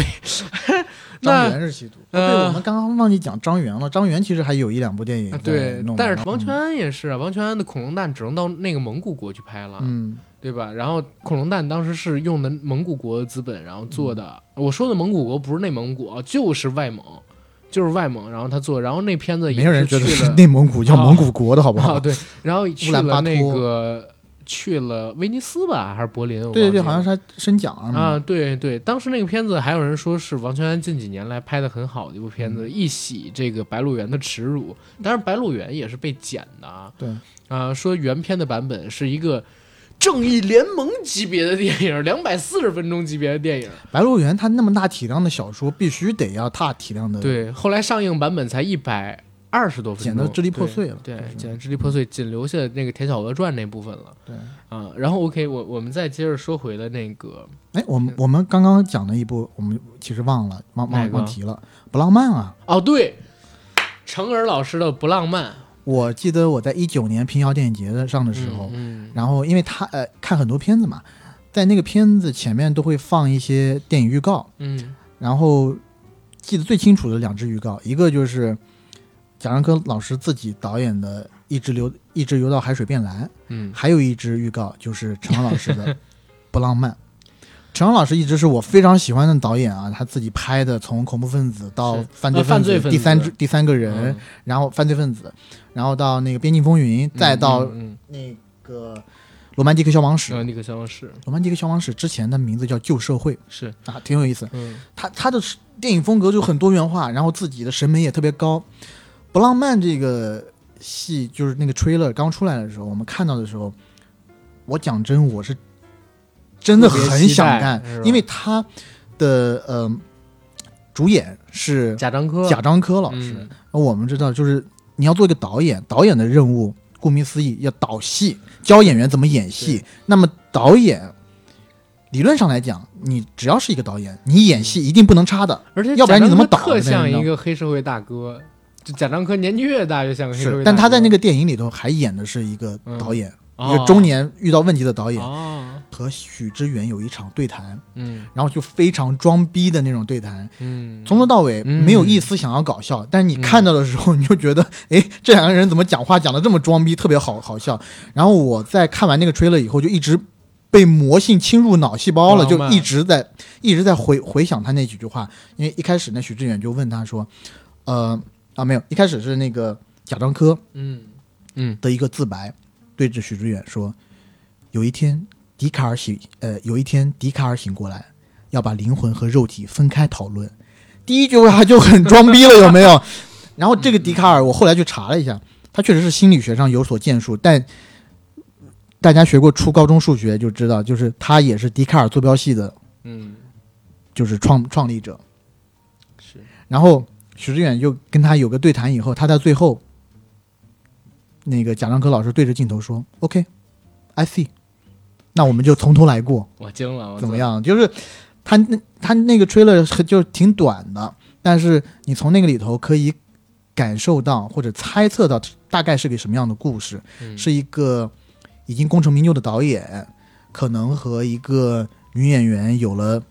C: 张
B: 那
C: 元是吸毒，哦
B: 呃
C: 对，我们刚刚忘记讲张元了。张元其实还有一两部电影
B: 啊
C: 在
B: 对
C: 弄，的
B: 但是王全安也是啊，王全安的恐龙蛋只能到那个蒙古国去拍了，
C: 嗯，
B: 对吧？然后恐龙蛋当时是用的蒙古国资本，然后做的。我说的蒙古国不是内蒙古啊，就是外蒙，就是外蒙。然后他做，然后那片子
C: 嗯
B: 也
C: 没有人觉得
B: 去
C: 是
B: 了
C: 内蒙古叫
B: 啊
C: 蒙古国的好不好？
B: 啊，对，然后去
C: 乌兰
B: 了
C: 巴托
B: 那个去了威尼斯吧，还是柏林？我忘
C: 对对
B: 记
C: 对，
B: 了
C: 好像是还申奖了嘛
B: 啊，对对，当时那个片子还有人说是王全安近几年来拍的很好的一部片
C: 嗯
B: 子，一洗这个《白鹿原》的耻辱。当然，《白鹿原》也是被剪的啊。
C: 对
B: 啊、说原片的版本是一个正义联盟级别的电影，两百四十分钟级别的电影。
C: 白鹿原》它那么大体量的小说，必须得要大体量的，，
B: 对，后来上映版本才一百二十多分钟，
C: 剪得支离破碎了
B: 对，对
C: 就是
B: 剪得支离破碎，仅留下那个《田小娥传》那部分了。
C: 对
B: 啊，然后 OK，我我们再接着说回了那个
C: 哎，我们我们刚刚讲的一部，我们其实忘了，忘
B: 哪
C: 忘
B: 个
C: 忘提了，不浪漫啊！
B: 哦，对，成尔老师的《不浪漫》
C: 我记得我在一九年平遥电影节的上的时候，
B: 嗯，嗯
C: 然后因为他呃看很多片子嘛，在那个片子前面都会放一些电影预告，
B: 嗯
C: 然后记得最清楚的两支预告，一个就是贾樟柯老师自己导演的《一直流一直游到海水变蓝》，
B: 嗯，
C: 还有一支预告就是陈昂老师的《不浪漫》。陈昂老师一直是我非常喜欢的导演啊，他自己拍的从恐怖分子到
B: 是
C: 犯罪
B: 呃犯罪
C: 子
B: 分
C: 第三
B: 子
C: 支第三个人，
B: 嗯
C: 然后犯罪分子，然后到那个《边境风云》，再到
B: 嗯，
C: 那个《罗曼蒂克消亡史》
B: 然后那个消防室
C: 罗曼蒂克消亡史》之前的名字叫《旧社会》
B: 是，
C: 啊，挺有意思。
B: 嗯
C: 他他的电影风格就很多元化，然后自己的审美也特别高。不浪漫这个戏就是那个 trailer 刚出来的时候，我们看到的时候，我讲真，我是真的很想看
B: 特别期待是，吧
C: 因为他的呃主演是
B: 贾樟柯，
C: 贾樟柯老师。
B: 嗯
C: 我们知道，就是你要做一个导演，导演的任务，顾名思义，要导戏，教演员怎么演戏。那么导演，理论上来讲，你只要是一个导演，你演戏一定不能差的。
B: 而且
C: 要不然
B: 贾樟
C: 你怎么
B: 柯
C: 倒
B: 特
C: 的那
B: 像
C: 人
B: 一
C: 呢
B: 个黑社会大哥，就贾樟柯年纪越大越像个黑社会大哥，
C: 但他在那个电影里头还演的是一个导演，
B: 哦
C: 一个中年啊遇到问题的导演，
B: 哦，
C: 和许知远有一场对谈，
B: 嗯
C: 然后就非常装逼的那种对谈。
B: 嗯，
C: 从头到尾
B: 嗯
C: 没有一丝想要搞笑，但是你
B: 嗯
C: 看到的时候，你就觉得，哎，这两个人怎么讲话讲的这么装逼，特别好好笑。然后我在看完那个 trailer 以后，就一直被魔性侵入脑细胞了，
B: 浪
C: 就
B: 漫
C: 一直在一直在回回想他那几句话。因为一开始那许志远就问他说，呃啊没有，一开始是那个贾樟柯
B: 嗯嗯
C: 的一个自白，对着许志远说，有一天笛卡尔醒，呃，有一天笛卡尔醒过来，要把灵魂和肉体分开讨论。第一句话就很装逼了，有没有？ 然后这个笛卡尔，我后来去查了一下，他确实是心理学上有所建树，但大家学过初高中数学就知道，就是他也是笛卡尔坐标系的，
B: 嗯
C: 就是创创立者。
B: 是，
C: 然后许志远又跟他有个对谈以后，他在最后，那个贾樟柯老师对着镜头说：“OK，I、see，那我们就从头来过，
B: 我惊了，我
C: 怎么？样？”就是他那他那个 trailer 很就挺短的，但是你从那个里头可以感受到或者猜测到大概是个什么样的故事，
B: 嗯
C: 是一个已经功成名就的导演，可能和一个女演员有了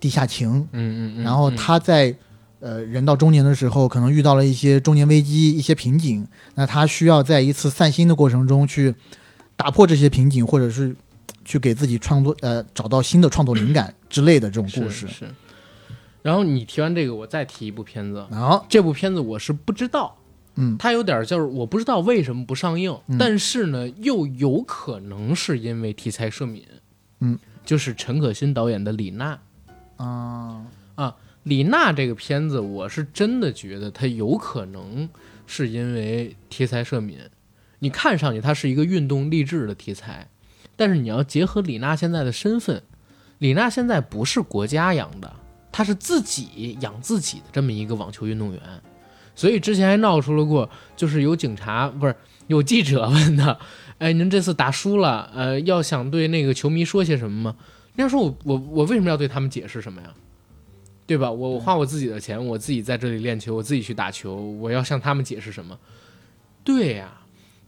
C: 地下情，
B: 嗯嗯，嗯
C: 然后
B: 嗯
C: 他在呃人到中年的时候，可能遇到了一些中年危机、一些瓶颈，那他需要在一次散心的过程中去打破这些瓶颈，或者是去给自己创作呃找到新的创作灵感之类的这种
B: 是
C: 故事。
B: 是。然后你提完这个，我再提一部片子，
C: 然后
B: 这部片子我是不知道，
C: 嗯
B: 它有点就是我不知道为什么不上映，
C: 嗯
B: 但是呢，又有可能是因为题材涉敏，
C: 嗯，
B: 就是陈可辛导演的《李娜》。
C: 啊、
B: 李娜这个片子，我是真的觉得它有可能是因为题材涉敏。你看上去它是一个运动励志的题材，但是你要结合李娜现在的身份，李娜现在不是国家养的，她是自己养自己的这么一个网球运动员，所以之前还闹出了过，就是有警察不是有记者问他，哎，您这次打输了，呃，要想对那个球迷说些什么吗？人家说我我我为什么要对他们解释什么呀？对吧？我我花我自己的钱，我自己在这里练球，我自己去打球，我要向他们解释什么？对呀、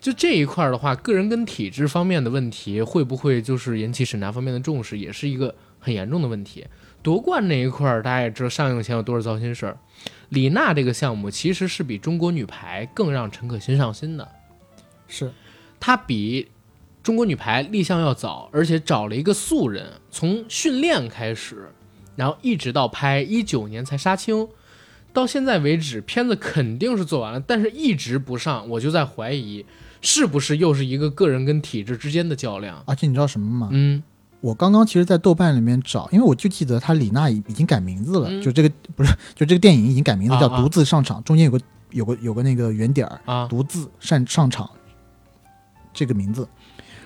B: 就这一块儿的话，个人跟体制方面的问题，会不会就是引起审查方面的重视，也是一个很严重的问题。夺冠那一块儿，大家也知道上映前有多少糟心事儿。李娜这个项目其实是比中国女排更让陈可辛上心的，
C: 是
B: 她比中国女排立项要早，而且找了一个素人，从训练开始，然后一直到拍，一九年才杀青，到现在为止，片子肯定是做完了，但是一直不上，我就在怀疑是不是又是一个个人跟体制之间的较量。
C: 而且啊你知道什么吗？
B: 嗯，
C: 我刚刚其实，在豆瓣里面找，因为我就记得他李娜已已经改名字了，
B: 嗯
C: 就这个不是就这个电影已经改名字
B: 啊
C: 叫
B: 啊
C: 《独自上场》，中间有个有个有个那个圆点儿，
B: 啊，
C: 独自上上场这个名字。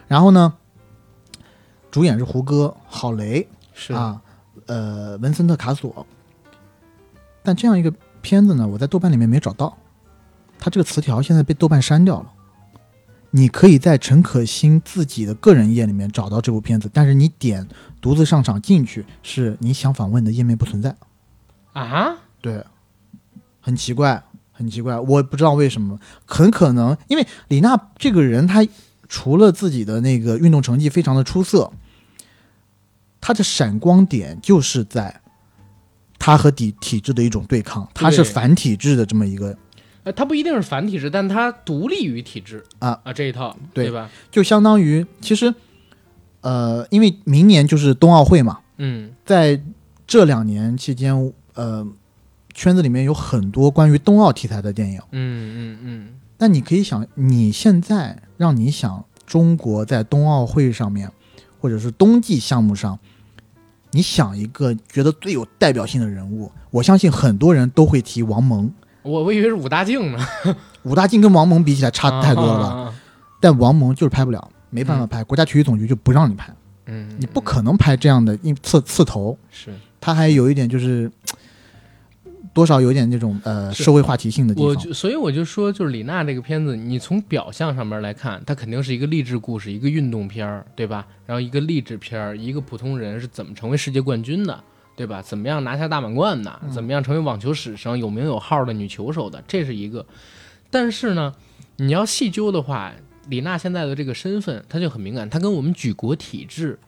C: 然后呢，主演是胡歌、郝蕾
B: 是，
C: 啊，呃，文森特·卡索。但这样一个片子呢，我在豆瓣里面没找到，它这个词条现在被豆瓣删掉了。你可以在陈可辛自己的个人页里面找到这部片子，但是你点独自上场进去，是你想访问的页面不存在。
B: 啊，
C: 对，很奇怪，很奇怪，我不知道为什么，很可能因为李娜这个人，她除了自己的那个运动成绩非常的出色，她的闪光点就是在她和体体制的一种对抗，她是
B: 对
C: 反体制的这么一个，
B: 呃，它不一定是反体制，但它独立于体制
C: 啊
B: 啊这一套，
C: 对
B: 对吧？
C: 就相当于其实，呃，因为明年就是冬奥会嘛，
B: 嗯，
C: 在这两年期间，呃，圈子里面有很多关于冬奥题材的电影。
B: 嗯嗯嗯，
C: 但你可以想，你现在让你想中国在冬奥会上面，或者是冬季项目上，你想一个觉得最有代表性的人物，我相信很多人都会提王蒙。
B: 我我以为是武大靖呢，
C: 武大靖跟王蒙比起来差太多了吧？
B: 啊，啊啊
C: 但王蒙就是拍不了，没办法拍，国家体育总局就不让你拍，
B: 嗯，
C: 你不可能拍这样的一刺刺头。
B: 是
C: 他还有一点就是，多少有点那种呃
B: 是
C: 社会话题性的地
B: 我
C: 方。
B: 就所以我就说，就是李娜这个片子，你从表象上面来看，它肯定是一个励志故事，一个运动片儿，对吧？然后一个励志片儿，一个普通人是怎么成为世界冠军的，对吧？怎么样拿下大满贯的？
C: 嗯
B: 怎么样成为网球史上有名有号的女球手的？这是一个。但是呢，你要细究的话，李娜现在的这个身份，她就很敏感，她跟我们举国体制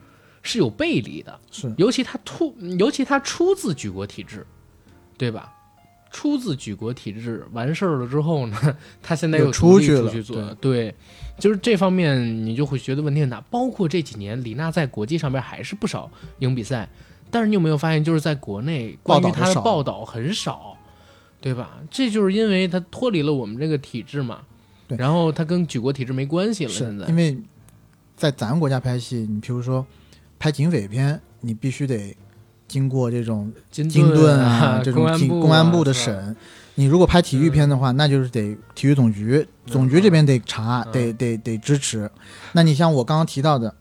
B: 是有背离的。
C: 是
B: 尤其他突，尤其他出自举国体制，对吧？出自举国体制，完事儿了之后呢， 他现在
C: 又
B: 又
C: 出
B: 独立
C: 去
B: 出
C: 了
B: 去做，对，就是这方面你就会觉得问题很大。包括这几年李娜在国际上面还是不少赢比赛，但是你有没有发现，就是在国内关
C: 报
B: 于
C: 道很
B: 她的
C: 少
B: 报道很少，对吧？这就是因为她脱离了我们这个体制嘛，
C: 对
B: 然后她跟举国体制没关系了，
C: 是
B: 现在
C: 因为在咱国家拍戏，你比如说拍警匪片，你必须得经过这种
B: 金
C: 金盾
B: 盾
C: 啊、这种警
B: 部
C: 公安部
B: 啊
C: 的
B: 是吧
C: 审。你如果拍体育片的话，那就是得体育总局，总局这边得查，
B: 嗯
C: 得得得支持。那你像我刚刚提到的，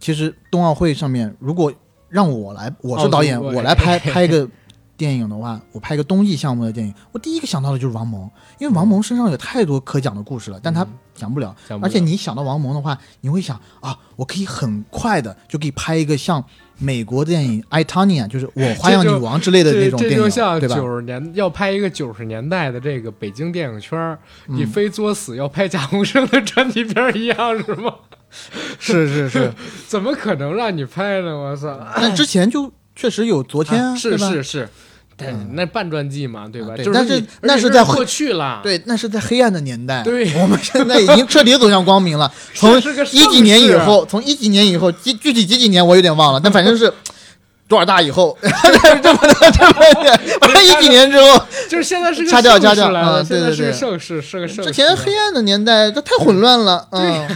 C: 其实冬奥会上面，如果让我来，我
B: 奥
C: 是
B: 组
C: 导演，
B: 会
C: 我来拍拍一个电影的话，我拍一个冬季项目的电影，我第一个想到的就是王蒙，因为王蒙身上有太多可讲的故事了，但他
B: 嗯
C: 讲不了。
B: 讲不
C: 而且
B: 了
C: 你想到王蒙的话，你会想啊，我可以很快的就可以拍一个像美国电影《爱塔尼亚》，就是我花样女王之类的那
B: 这
C: 种
B: 这
C: 电
B: 就
C: 影，
B: 像
C: 对吧？
B: 九十年要拍一个九十年代的这个北京电影圈儿，
C: 嗯
B: 你非作死要拍贾宏声的专题片儿一样 是吗？
C: 是是是。
B: 怎么可能让你拍呢？我操！
C: 但之前就确实有昨天啊，
B: 啊
C: 对
B: 是
C: 吧嗯
B: 是是，但那半传记嘛，对吧？
C: 啊对
B: 就是
C: 但是
B: 你
C: 那
B: 而且
C: 是
B: 是
C: 在
B: 过
C: 回
B: 去了，
C: 对，那是在黑暗的年代。
B: 对
C: 我们现在已经彻底走向光明了。从
B: 是个
C: 一几年以后，从一几年以后，具具体几几年我有点忘了，但反正是多少大以后，这么的这么的，反正一几年之后，
B: 就是现在是个
C: 掐掉
B: 盛世
C: 掐掉
B: 来
C: 啊
B: 了现
C: 对
B: 在
C: 对
B: 是个
C: 对
B: 盛世，是个盛世。
C: 之前黑暗的年代，这太混乱 了，嗯，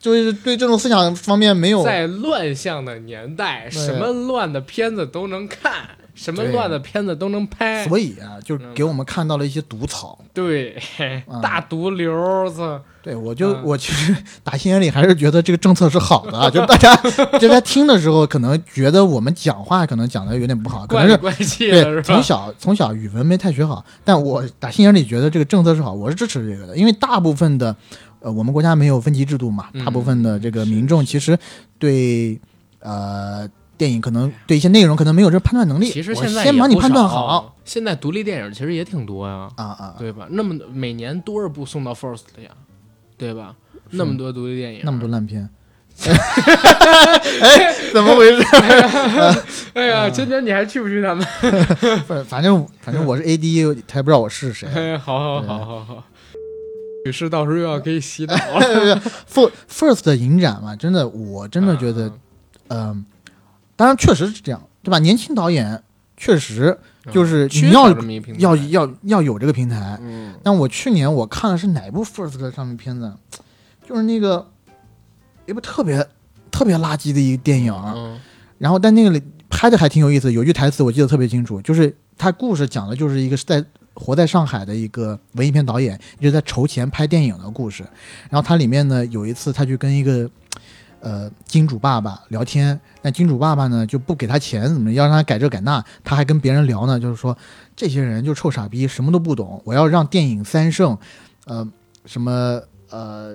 C: 就是对这种思想方面没有，
B: 在乱象的年代，
C: 对
B: 什么乱的片子都能看，什么
C: 对
B: 乱的片子都能拍，
C: 所以啊，就给我们看到了一些毒草。
B: 对，
C: 嗯
B: 大毒瘤子，
C: 对我就
B: 嗯
C: 我其实打心眼里还是觉得这个政策是好的啊，就大家 就在听的时候，可能觉得我们讲话可能讲的有点不好，可
B: 怪
C: 能
B: 里
C: 是。
B: 怪气的是
C: 对，从
B: 吧？
C: 小从小语文没太学好，但我打心眼里觉得这个政策是好，我是支持这个的，因为大部分的，呃，我们国家没有分级制度嘛，
B: 嗯
C: 大部分的这个民众其实对，呃，电影可能对一些内容可能没有这判断能力，
B: 其实
C: 我
B: 现在
C: 先
B: 也
C: 把你
B: 不
C: 判断
B: 少
C: 好，
B: 现在独立电影其实也挺多呀，
C: 啊啊，
B: 对吧？那么每年多少部送到 First 的呀，对吧？那么多独立电影，
C: 那么多烂 片，哎，怎么回事？
B: 哎
C: 啊
B: 呀，今年你还去不去他们？
C: 反反正反正我是 AD，他也不知道我是谁。
B: 哎，好好好好好，女士到时候又要给你洗脑了，
C: First First 的影展嘛，真的，我 真的觉得，
B: 啊
C: 嗯、当然确实是这样，对吧？年轻导演确实就是
B: 嗯缺
C: 你要
B: 少这么一平台
C: 要要要有这个平台。
B: 嗯
C: 但我去年我看的是哪部 First 的上面片子，就是那个一部特别特别垃圾的一个电影，
B: 嗯
C: 然后但那个里拍的还挺有意思，有句台词我记得特别清楚，就是他故事讲的就是一个是在活在上海的一个文艺片导演一直在筹钱拍电影的故事。然后它里面呢有一次他去跟一个呃金主爸爸聊天，但金主爸爸呢就不给他钱，怎么要让他改这改那，他还跟别人聊呢，就是说这些人就臭傻逼，什么都不懂，我要让电影三圣，呃什么呃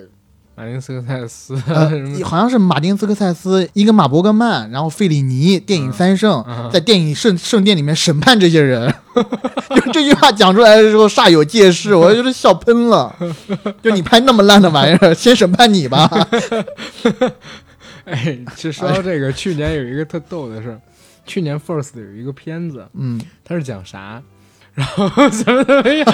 B: 马丁斯科塞斯，
C: 呃
B: 什么，
C: 好像是马丁斯科塞斯、伊根马伯格曼，然后费里尼电影三圣，
B: 嗯
C: 在电影圣圣殿里面审判这 些人，就这句话讲出来的时候煞有 介事，我就是笑喷了。就你拍那么烂的玩意儿，先审判你吧。
B: 哎，就说到这个，去年有一个特逗的事儿，去年 First 有一个片子，
C: 嗯，
B: 它是讲啥？然后怎么怎么 样？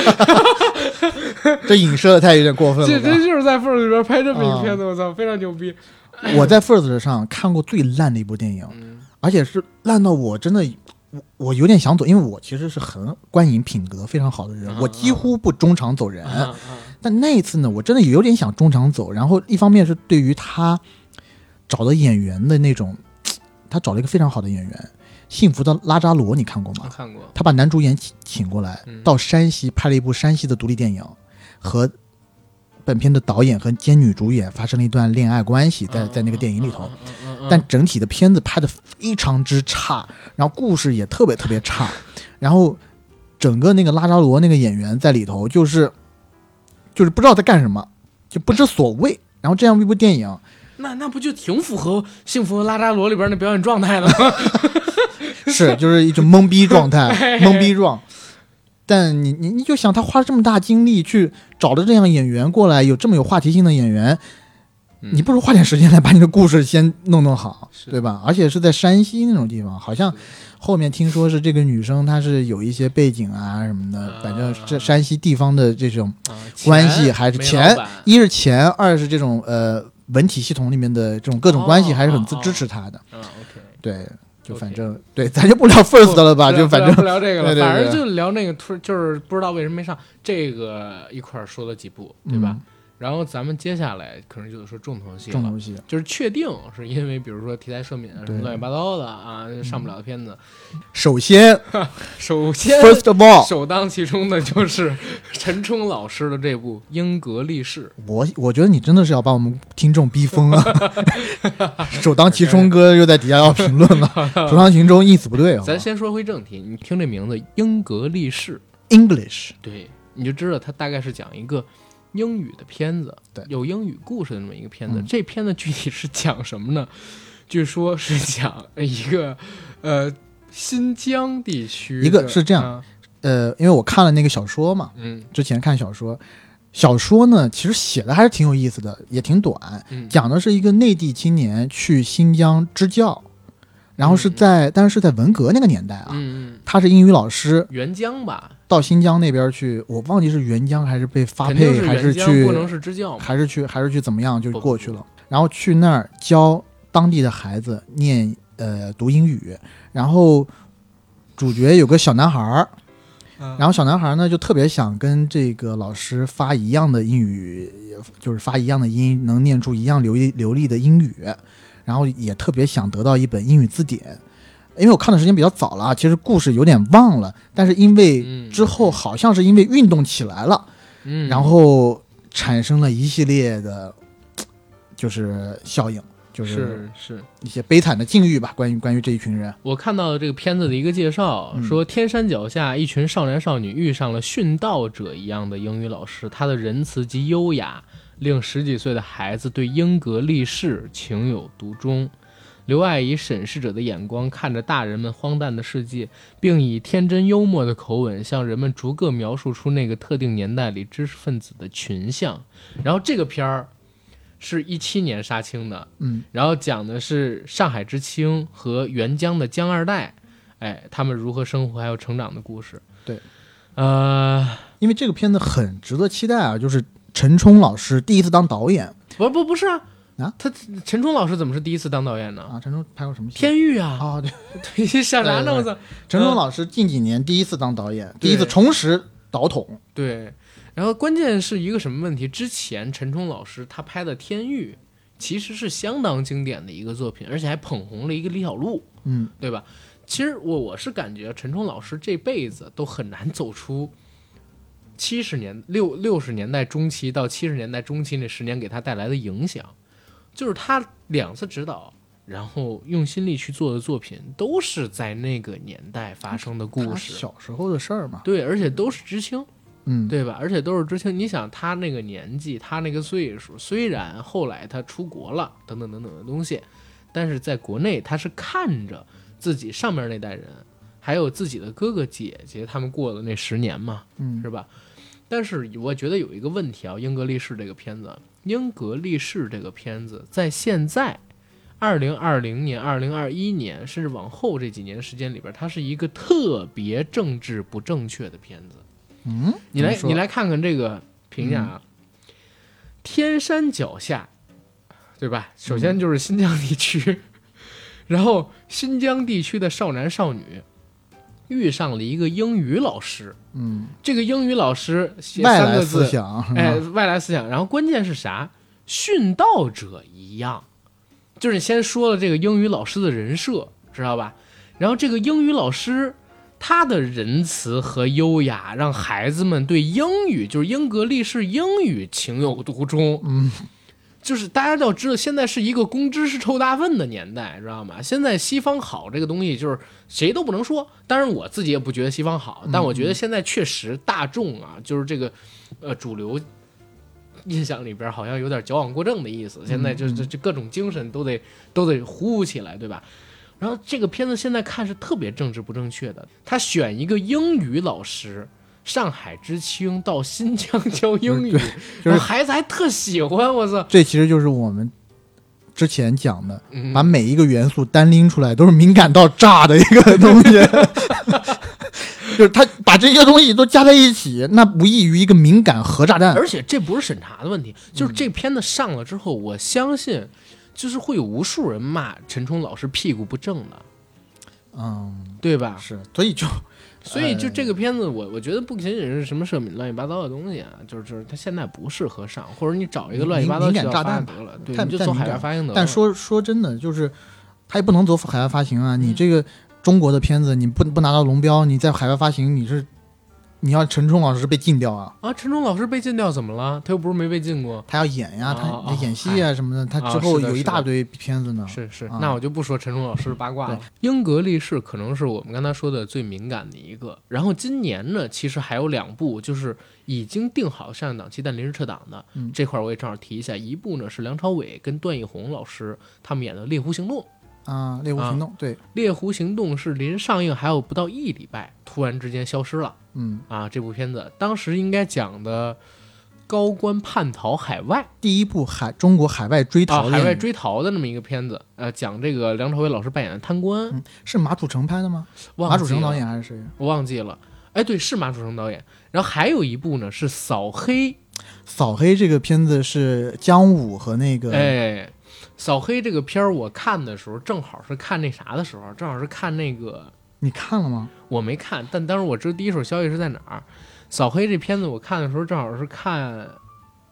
C: 这影射的太有点过分
B: 这
C: 了吧
B: 这。就是在 First 里边拍这么一个片子，我操，非常牛逼。
C: 我在 First 上看过最烂的一部电影，
B: 嗯
C: 而且是烂到我真的。我我有点想走，因为我其实是很观影品格非常好的人
B: 嗯，
C: 我几乎不中场走人。
B: 啊
C: 但那一次呢，我真的有点想中场走。然后一方面是对于他找的演员的那种，他找了一个非常好的演员，《幸福的拉扎罗》，你看过
B: 啊，
C: 吗？
B: 看过。
C: 他把男主演请请过来
B: 嗯，
C: 到山西拍了一部山西的独立电影，和本片的导演和兼女主演发生了一段恋爱关系，在在那个电影里头。
B: 嗯，嗯嗯嗯
C: 但整体的片子拍的非常之差，然后故事也特别特别差，然后整个那个拉扎罗那个演员在里头就是就是不知道在干什么，就不知所谓。然后这样一部电影，
B: 那那不就挺符合《幸福的拉扎罗》里边那表演状态的吗？，
C: 是就是一种懵逼状态 懵逼状。但你你你就想，他花了这么大精力去找了这样演员过来，有这么有话题性的演员，你不如花点时间来把你的故事先弄弄好，
B: 嗯是
C: 对吧？而且是在山西那种地方， 好像
B: 是
C: 后面听说是这个女生她是有一些背景啊什么的
B: 啊，
C: 反正这山西地方的这种，
B: 啊
C: 关系还是
B: 没
C: 钱
B: 老板啊
C: 一是钱，二是这种呃文体系统里面的这种各种关系
B: 哦
C: 还是很
B: 哦
C: 支
B: 哦
C: 支持她的，
B: 啊，OK。
C: 对，就
B: OK
C: 反正对，咱就不聊 first 了吧，
B: 不聊
C: 就反
B: 不
C: 正
B: 聊不聊这个了，
C: 对对对
B: 反正就聊那个突，就是不知道为什么没上这个一块儿说了几部，对吧？
C: 嗯
B: 然后咱们接下来可能就是说重头戏
C: 重
B: 了，
C: 头戏，
B: 就是确定是因为比如说题材赦免啊什么
C: 对
B: 乱七八糟的啊，上不了的片子。
C: 首先
B: 首先，
C: first of all，
B: 首当其冲的就是 陈冲老师的这部《英格力士》。
C: 我我觉得你真的是要把我们听众逼疯了， 首当其冲哥又在底下要评论了，首当其冲意思不对哦
B: 咱先说回正题，你听这名字《英格力士》，
C: ，English
B: 对，你就知道它大概是讲一个英语的片子，
C: 对
B: 有英语故事的那么一个片子。
C: 嗯
B: 这片子具体是讲什么呢？据说是讲一个呃新疆地区的，
C: 一个是这样
B: 啊
C: 呃，因为我看了那个小说嘛，
B: 嗯
C: 之前看小说，小说呢其实写的还是挺有意思的，也挺短，
B: 嗯，
C: 讲的是一个内地青年去新疆支教，然后是在，但是是在文革那个年代啊，
B: 嗯嗯嗯
C: 他是英语老师，
B: 援疆吧，
C: 到新疆那边去，我忘记是援疆还是被发
B: 肯定
C: 配
B: 是
C: 还是
B: 援疆，
C: 去
B: 不能是支教嘛。
C: 还是去还是去怎么样，就
B: 不
C: 过去了。然后去那儿教当地的孩子念呃读英语，然后主角有个小男孩儿，
B: 然
C: 然后小男孩儿呢就特别想跟这个老师发一样的英语，就是发一样的音，能念出一样流利流利的英语，然后也特别想得到一本英语字典。因为我看的时间比较早了啊，其实故事有点忘了，但是因为
B: 嗯
C: 之后好像是因为运动起来了，
B: 嗯，
C: 然后产生了一系列的，就是效应，就是
B: 是是，
C: 一些悲惨的境遇吧。关于关于这一群人，
B: 我看到这个片子的一个介绍，
C: 嗯
B: 说天山脚下一群少男少女遇上了殉道者一样的英语老师，他的仁慈及优雅令十几岁的孩子对英格力士情有独钟。刘爱以审视者的眼光看着大人们荒诞的世界，并以天真幽默的口吻向人们逐个描述出那个特定年代里知识分子的群像。然后这个片儿是一七年杀青的，
C: 嗯，
B: 然后讲的是上海知青和援疆的江二代，哎，他们如何生活还有成长的故事。
C: 对，
B: 呃，
C: 因为这个片子很值得期待啊，就是陈冲老师第一次当导演
B: 不不不是啊，
C: 啊
B: 他陈冲老师怎么是第一次当导演呢？
C: 啊，陈冲拍过什么戏？
B: 天域啊，
C: 啊，对，
B: 对，想啥呢？我操，
C: 陈冲老师近几年第一次当导演，第一次
B: 嗯对
C: 重拾导筒，
B: 对。然后关键是一个什么问题？之前陈冲老师他拍的《天域》其实是相当经典的一个作品，而且还捧红了一个李小璐。
C: 嗯，
B: 对吧？其实我我是感觉陈冲老师这辈子都很难走出七十年六六十年代中期到七十年代中期那十年给他带来的影响。就是他两次指导，然后用心力去做的作品，都是在那个年代发生的故
C: 他
B: 事。
C: 小时候的事儿嘛，
B: 对，而且都是知青，
C: 嗯，
B: 对吧？而且都是知青。你想他那个年纪，他那个岁数，虽然后来他出国了，等等等等的东西，但是在国内他是看着自己上面那代人，还有自己的哥哥姐姐他们过的那十年嘛，
C: 嗯
B: 是吧？但是我觉得有一个问题啊，《英格力士》这个片子，《英格力士》这个片子在现在二零二零年、二零二一年，甚至往后这几年时间里边，它是一个特别政治不正确的片子。
C: 嗯，
B: 你来，
C: 怎么说嗯
B: 你，来看看这个评价啊。天山脚下，对吧？首先就是新疆地区，
C: 嗯
B: 然后新疆地区的少男少女遇上了一个英语老师，
C: 嗯，
B: 这个英语老师写
C: 外
B: 三
C: 来
B: 个
C: 思
B: 字，
C: 想，是吧
B: 哎，外来思想。然后关键是啥？殉道者一样，就是先说了这个英语老师的人设，知道吧？然后这个英语老师他的仁慈和优雅，让孩子们对英语，就是英格力士英语情有独钟。
C: 嗯，
B: 就是大家要知道，现在是一个公知是臭大粪的年代，知道吗？现在西方好这个东西，就是谁都不能说。当然，我自己也不觉得西方好，但我觉
C: 嗯
B: 得现在确实大众啊，就是这个，呃，主流印象里边好像有点矫枉过正的意思。现
C: 嗯
B: 在就这这各种精神都得都得呼呼起来，对吧？然后这个片子现在看是特别政治不正确的，他选一个英语老师。上海知青到新疆教英语，
C: 就是
B: 我孩子还特喜欢，我操！
C: 这其实就是我们之前讲的，
B: 嗯
C: 把每一个元素单拎出来，都是敏感到炸的一个东 西。就是他把这些东西都加在一起，那无异于一个敏感核炸弹。
B: 而且这不是审查的问题，
C: 嗯
B: 就是这片子上了之后，我相信就是会有无数人骂陈冲老师屁股不正的，
C: 嗯，
B: 对吧？
C: 是，所以就
B: 所以就
C: 嗯
B: 这个片子，我我觉得不仅仅是什么社民乱七八糟的东西啊，就是就是它现在不适合上，或者你找一个乱七八糟
C: 敏
B: 渠
C: 感
B: 道
C: 炸
B: 发
C: 弹
B: 行得了，对，
C: 太
B: 你就
C: 太
B: 从
C: 敏
B: 海外
C: 感
B: 发行得了。
C: 呃但说说真的，就是他也不能走海外发行啊。
B: 嗯
C: 你这个中国的片子，你不不拿到龙标，你在海外发行，你是你要陈冲老师被禁掉啊，
B: 啊，陈冲老师被禁掉怎么了？他又不是没被禁过。
C: 他要演呀、
B: 哦
C: 他
B: 哦
C: 演戏啊什么的，他
B: 啊
C: 之后
B: 是的
C: 有一
B: 是的
C: 大堆片子呢。
B: 是是
C: 啊，
B: 那我就不说陈冲老师八卦了
C: 对。
B: 英格力士可能是我们刚才说的最敏感的一个。然后今年呢，其实还有两部就是已经定好上映档期但临时撤档的，
C: 嗯
B: 这块儿我也正好提一下。一部呢是梁朝伟跟段奕宏老师他们演的《猎狐行动》，《
C: 啊，猎狐行动，对，
B: 猎狐行动》是临上映还有不到一礼拜，突然之间消失了
C: 嗯，
B: 啊！这部片子当时应该讲的高官叛逃海外。
C: 第一部海中国海外追逃
B: 啊，
C: 的、
B: 海外追逃的那么一个片子，呃，讲这个梁朝伟老师扮演的贪官，
C: 嗯是马楚成拍的吗？
B: 忘
C: 马楚
B: 记
C: 成
B: 了
C: 导演还是谁？
B: 我忘记了。哎，对，是马楚成导演。然后还有一部呢是《扫黑》，
C: 扫黑这个片子是姜武和那个、
B: 哎，《扫黑》这个片儿我看的时候，正好是看那啥的时候，正好是看那个
C: 你看了吗？
B: 我没看，但当时我知道第一手消息是在哪儿。《扫黑》这片子我看的时候，正好是看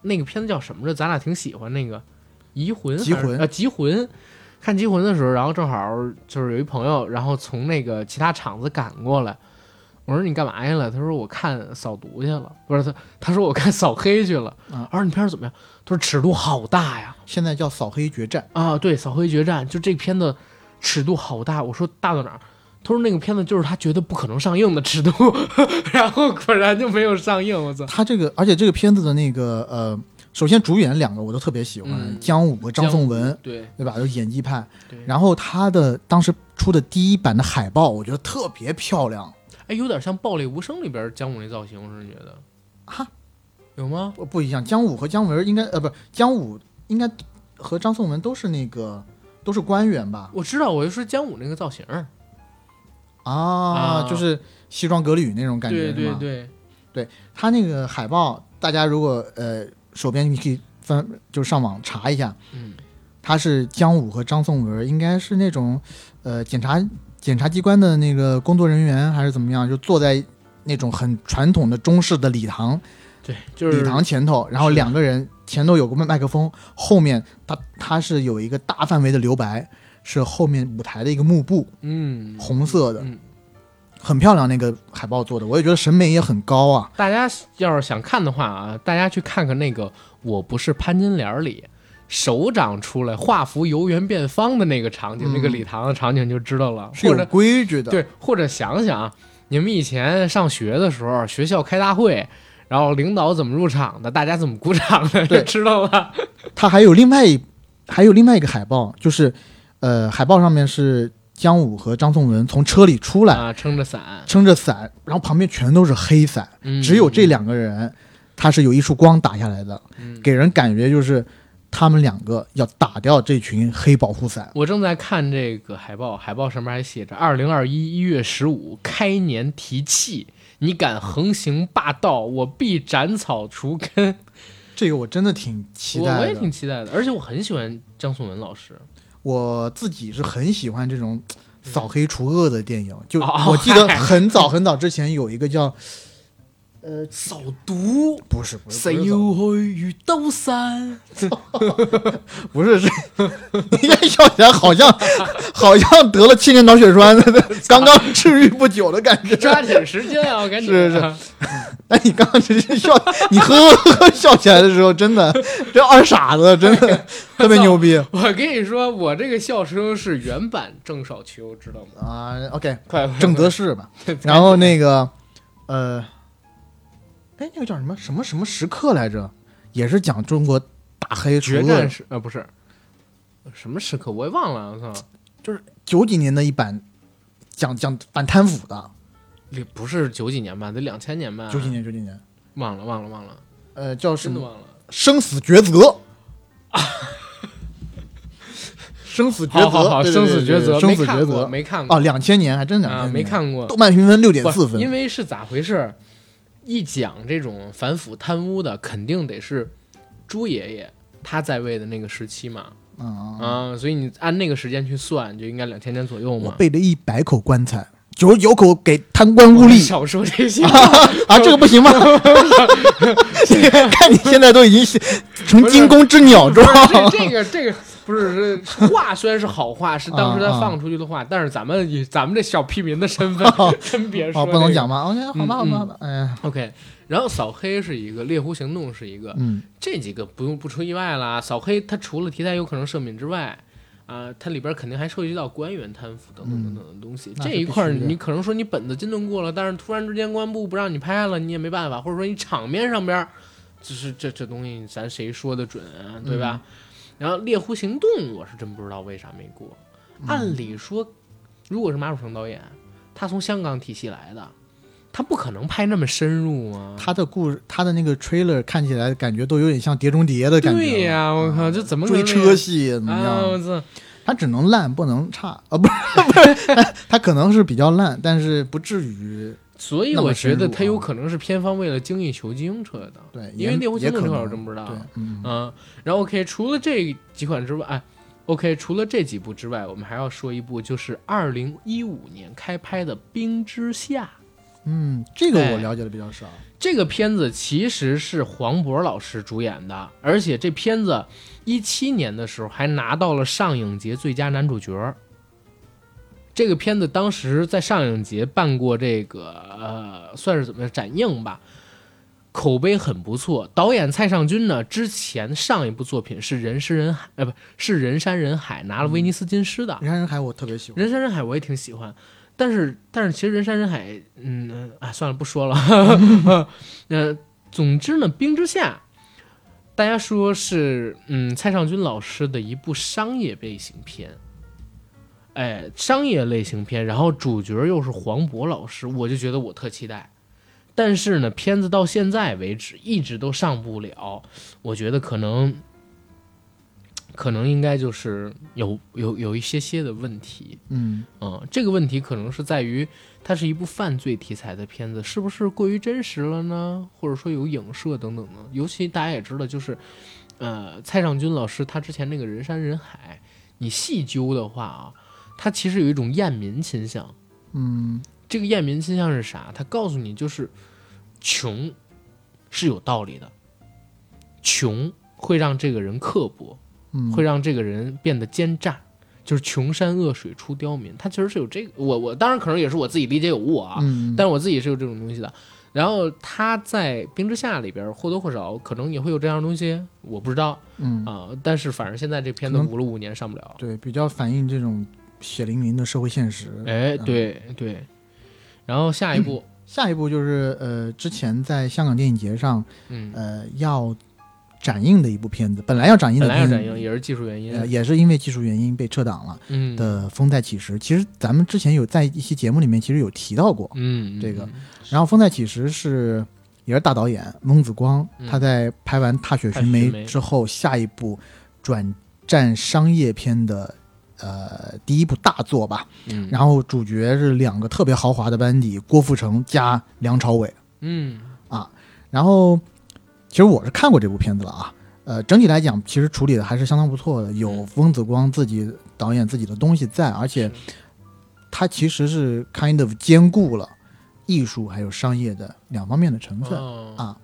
B: 那个片子叫什么着，咱俩挺喜欢那个《移魂》还是
C: 集魂
B: 啊，《集魂》。看《集魂》的时候，然后正好就是有一朋友，然后从那个其他厂子赶过来，我说你干嘛去了？他说我看扫毒去了，不是他，他说我看扫黑去了。
C: 啊
B: 我说你片儿怎么样？他说尺度好大呀。
C: 现在叫扫黑决战，
B: 啊，对，《扫黑决战》就这片子尺度好大，我说大到哪儿？他说那个片子就是他觉得不可能上映的尺度， 然后果然就没有上映。我操！
C: 他这个而且这个片子的那个呃，首先主演两个我都特别喜欢，
B: 嗯
C: 姜武和张颂文，
B: 对
C: 对吧？都演技派。
B: 对，
C: 然后他的当时出的第一版的海报，我觉得特别漂亮。
B: 哎，有点像《暴力无声》里边姜武那造型，我是觉得
C: 啊，
B: 有吗？
C: 不不一样，姜武和姜文应该呃不是姜武应该和张颂文都是那个都是官员吧？
B: 我知道，我就说姜武那个造型，
C: 啊，
B: 啊
C: 就是西装革履那种感觉
B: 对
C: 是
B: 对
C: 吗？
B: 对，
C: 他那个海报，大家如果呃手边你可以翻，就上网查一下，
B: 嗯，
C: 他是姜武和张颂文，应该是那种呃检察检察机关的那个工作人员还是怎么样，就坐在那种很传统的中式的礼堂
B: 对，就是
C: 礼堂前头，然后
B: 是
C: 两个人前头有个麦麦克风，后面他他是有一个大范围的留白，是后面舞台的一个幕布，
B: 嗯，
C: 红色的
B: 嗯。
C: 很漂亮，那个海报做的，我也觉得审美也很高啊。
B: 大家要是想看的话啊，大家去看看那个《我不是潘金莲》里，首长出来画符由圆变方的那个场景，
C: 嗯
B: 那个礼堂的场景就知道了。
C: 是
B: 或
C: 有
B: 者
C: 规矩的。，
B: 对，或者想想啊你们以前上学的时候，学校开大会。然后领导怎么入场的，大家怎么鼓掌的，
C: 对
B: 知道吧？
C: 它还有另外一还有另外一个海报，就是呃，海报上面是姜武和张颂文从车里出来，
B: 啊，撑着伞，
C: 撑着伞，然后旁边全都是黑伞，
B: 嗯
C: 只有这两个人，他是有一束光打下来的，
B: 嗯
C: 给人感觉就是他们两个要打掉这群黑保护伞。
B: 我正在看这个海报，海报上面还写着“二零二一一月十五开年提气，你敢横行霸道，我必斩草除根。
C: 这个我真的挺”期
B: 我
C: 待的，
B: 我也挺期待的，而且我很喜欢张颂文老师。
C: 我自己是很喜欢这种扫黑除恶的电影。就
B: 哦
C: 我记得很早很早之前有一个叫，呃，
B: 扫毒，
C: 不是不是，
B: 谁又去遇刀山？
C: 不是是， 你看笑起来好像好像得了七年脑血栓， 刚刚治愈不久的感 觉。
B: 抓紧时间啊，赶紧！
C: 是是，哎，你刚刚只是笑， 你呵呵呵笑起来的时候，真的这二傻子真的特别牛逼
B: 我跟你说，我这个笑声是原版郑少秋，知道吗？
C: 啊。OK，
B: 快，
C: 郑则仕吧，然后那个呃，哎，那个叫什么什么什么时刻来着？也是讲中国大黑除
B: 决
C: 恶
B: 战，时呃不是什么时刻，我也忘了，我操。
C: 九几年的一版，讲讲反贪腐的，
B: 也不是九几年吧，得两千年吧，
C: 九几年九几年，
B: 忘了忘了忘了，
C: 呃，叫
B: 嗯
C: 什
B: 真的
C: 么
B: 忘了。
C: 生死抉 择。生死抉择，
B: 好好好，
C: 对
B: 生
C: 对
B: 死
C: 对
B: 抉择，
C: 对生死
B: 没看
C: 抉
B: 过
C: 择
B: 没看过
C: 哦，两千年还真两
B: 啊，
C: 千
B: 没看过，
C: 豆瓣评分六点
B: 不
C: 四分，
B: 因为是咋回事？一讲这种反腐贪污的，肯定得是朱爷爷他在位的那个时期嘛，
C: 嗯嗯
B: 啊，所以你按那个时间去算，就应该两千年左右
C: 我
B: 嘛。
C: 背了一百口棺材，九十九口给贪官污
B: 我
C: 吏
B: 少说这些，
C: 啊，这个不行吗？ 看你现在都已经成惊弓之鸟
B: 不
C: 状
B: 是，这这个这个不是是话，虽然是好话，是当时他
C: 啊啊
B: 放出去的话，但是咱们以咱们这小屁民的身份， 真别说
C: 哦，不
B: 这
C: 能
B: 个
C: 讲吗？哦，那好吧，好
B: 嗯
C: 吧，好吧，哎呀，
B: OK，然后扫黑是一个，猎狐行动是一个，
C: 嗯，
B: 这几个不用不出意外啦。扫黑它除了题材有可能赦免之外，啊、它里边肯定还涉及到官员贪腐等等等等的东西。
C: 嗯那是
B: 这一块儿
C: 必须的
B: 你可能说你本子金盾过了，但是突然之间公安部不让你拍了，你也没办法，或者说你场面上边儿，就是这这东西咱谁说的准啊，对吧？
C: 嗯
B: 然后猎狐行动我是真不知道为啥没过，
C: 嗯
B: 按理说，如果是马楚成导演，他从香港体系来的。他不可能拍那么深入啊！
C: 他的故事，他的那个 trailer 看起来感觉都有点像《碟中谍》的感觉了，嗯
B: 对呀、我靠，这怎么可
C: 追
B: 能
C: 车戏怎么
B: 啊！我
C: 样？
B: 操，
C: 他只能烂不能差啊，不是 不是， 他可能是比较烂，但是不至于
B: 所以
C: 那么
B: 我觉
C: 深入
B: 得
C: 啊
B: 他有可能是偏方为了精益求精出来的。
C: 对，
B: 因为
C: 也
B: 猎狐行
C: 也
B: 动
C: 可
B: 这块
C: 能
B: 我真不知道
C: 对，嗯，
B: 嗯，然后 OK，除了这几款之外，哎，OK，除了这几部之外，我们还要说一部，就是二零一五年开拍的《冰之下》。
C: 嗯，这个
B: 哎
C: 我了解的比较少。
B: 这个片子其实是黄渤老师主演的，而且这片子一七年的时候还拿到了上影节最佳男主角儿。这个片子当时在上影节办过这个呃，算是怎么展映吧，口碑很不错。导演蔡尚君呢，之前上一部作品是《人山人海》，呃，不是《人山人海》，拿了威尼斯金狮的。
C: 人山人海我特别喜欢，
B: 人山人海我也挺喜欢，但是但是其实人山人海，嗯，啊，算了，不说了。 呃，总之呢，《冰之下》，大家说是嗯蔡尚君老师的一部商业类型片，哎，商业类型片，然后主角又是黄渤老师，我就觉得我特期待。但是呢，片子到现在为止一直都上不了，我觉得可能，可能应该就是有有有一些些的问题，
C: 嗯，
B: 嗯，这个问题可能是在于它是一部犯罪题材的片子，是不是过于真实了呢？或者说有影射等等呢？尤其大家也知道，就是呃，蔡尚君老师他之前那个人山人海，你细究的话啊，他其实有一种厌民倾向。
C: 嗯，
B: 这个厌民倾向是啥？他告诉你就是穷是有道理的，穷会让这个人刻薄，
C: 嗯
B: 会让这个人变得奸诈，就是穷山恶水出刁民。他其实是有这个，我我当然可能也是我自己理解有误啊，
C: 嗯，
B: 但是我自己是有这种东西的。然后他在《冰之下》里边或多或少可能也会有这样的东西，我不知道
C: 嗯，
B: 啊、但是反正现在这片子
C: 可能
B: 捂了五年上不了。
C: 对，比较反映这种血淋淋的社会现实。
B: 哎，
C: 嗯
B: 对对。然后下一 步，
C: 下一步就是呃，之前在香港电影节上
B: 嗯，
C: 呃要展映的一部片子，本来要展映的
B: 本来要
C: 片子，
B: 展映也是技术原因，
C: 呃，也是因为技术原因被撤档了
B: 嗯
C: 的《风再起时》，其实咱们之前有在一期节目里面其实有提到过。
B: 嗯
C: 这个
B: 嗯
C: 然后《风再起时》是也是大导演翁子光，
B: 嗯
C: 他在拍完《踏雪寻
B: 踏雪
C: 梅
B: 寻梅》
C: 之后，下一部转战商业片的呃第一部大作吧。
B: 嗯，
C: 然后主角是两个特别豪华的班底，郭富城加梁朝伟。啊
B: 嗯
C: 然后其实我是看过这部片子了啊，呃，整体来讲其实处理的还是相当不错的，有
B: 嗯
C: 翁子光自己导演自己的东西在，而且他其实是 kind of 兼顾了艺术还有商业的两方面的成分。
B: 哦
C: 啊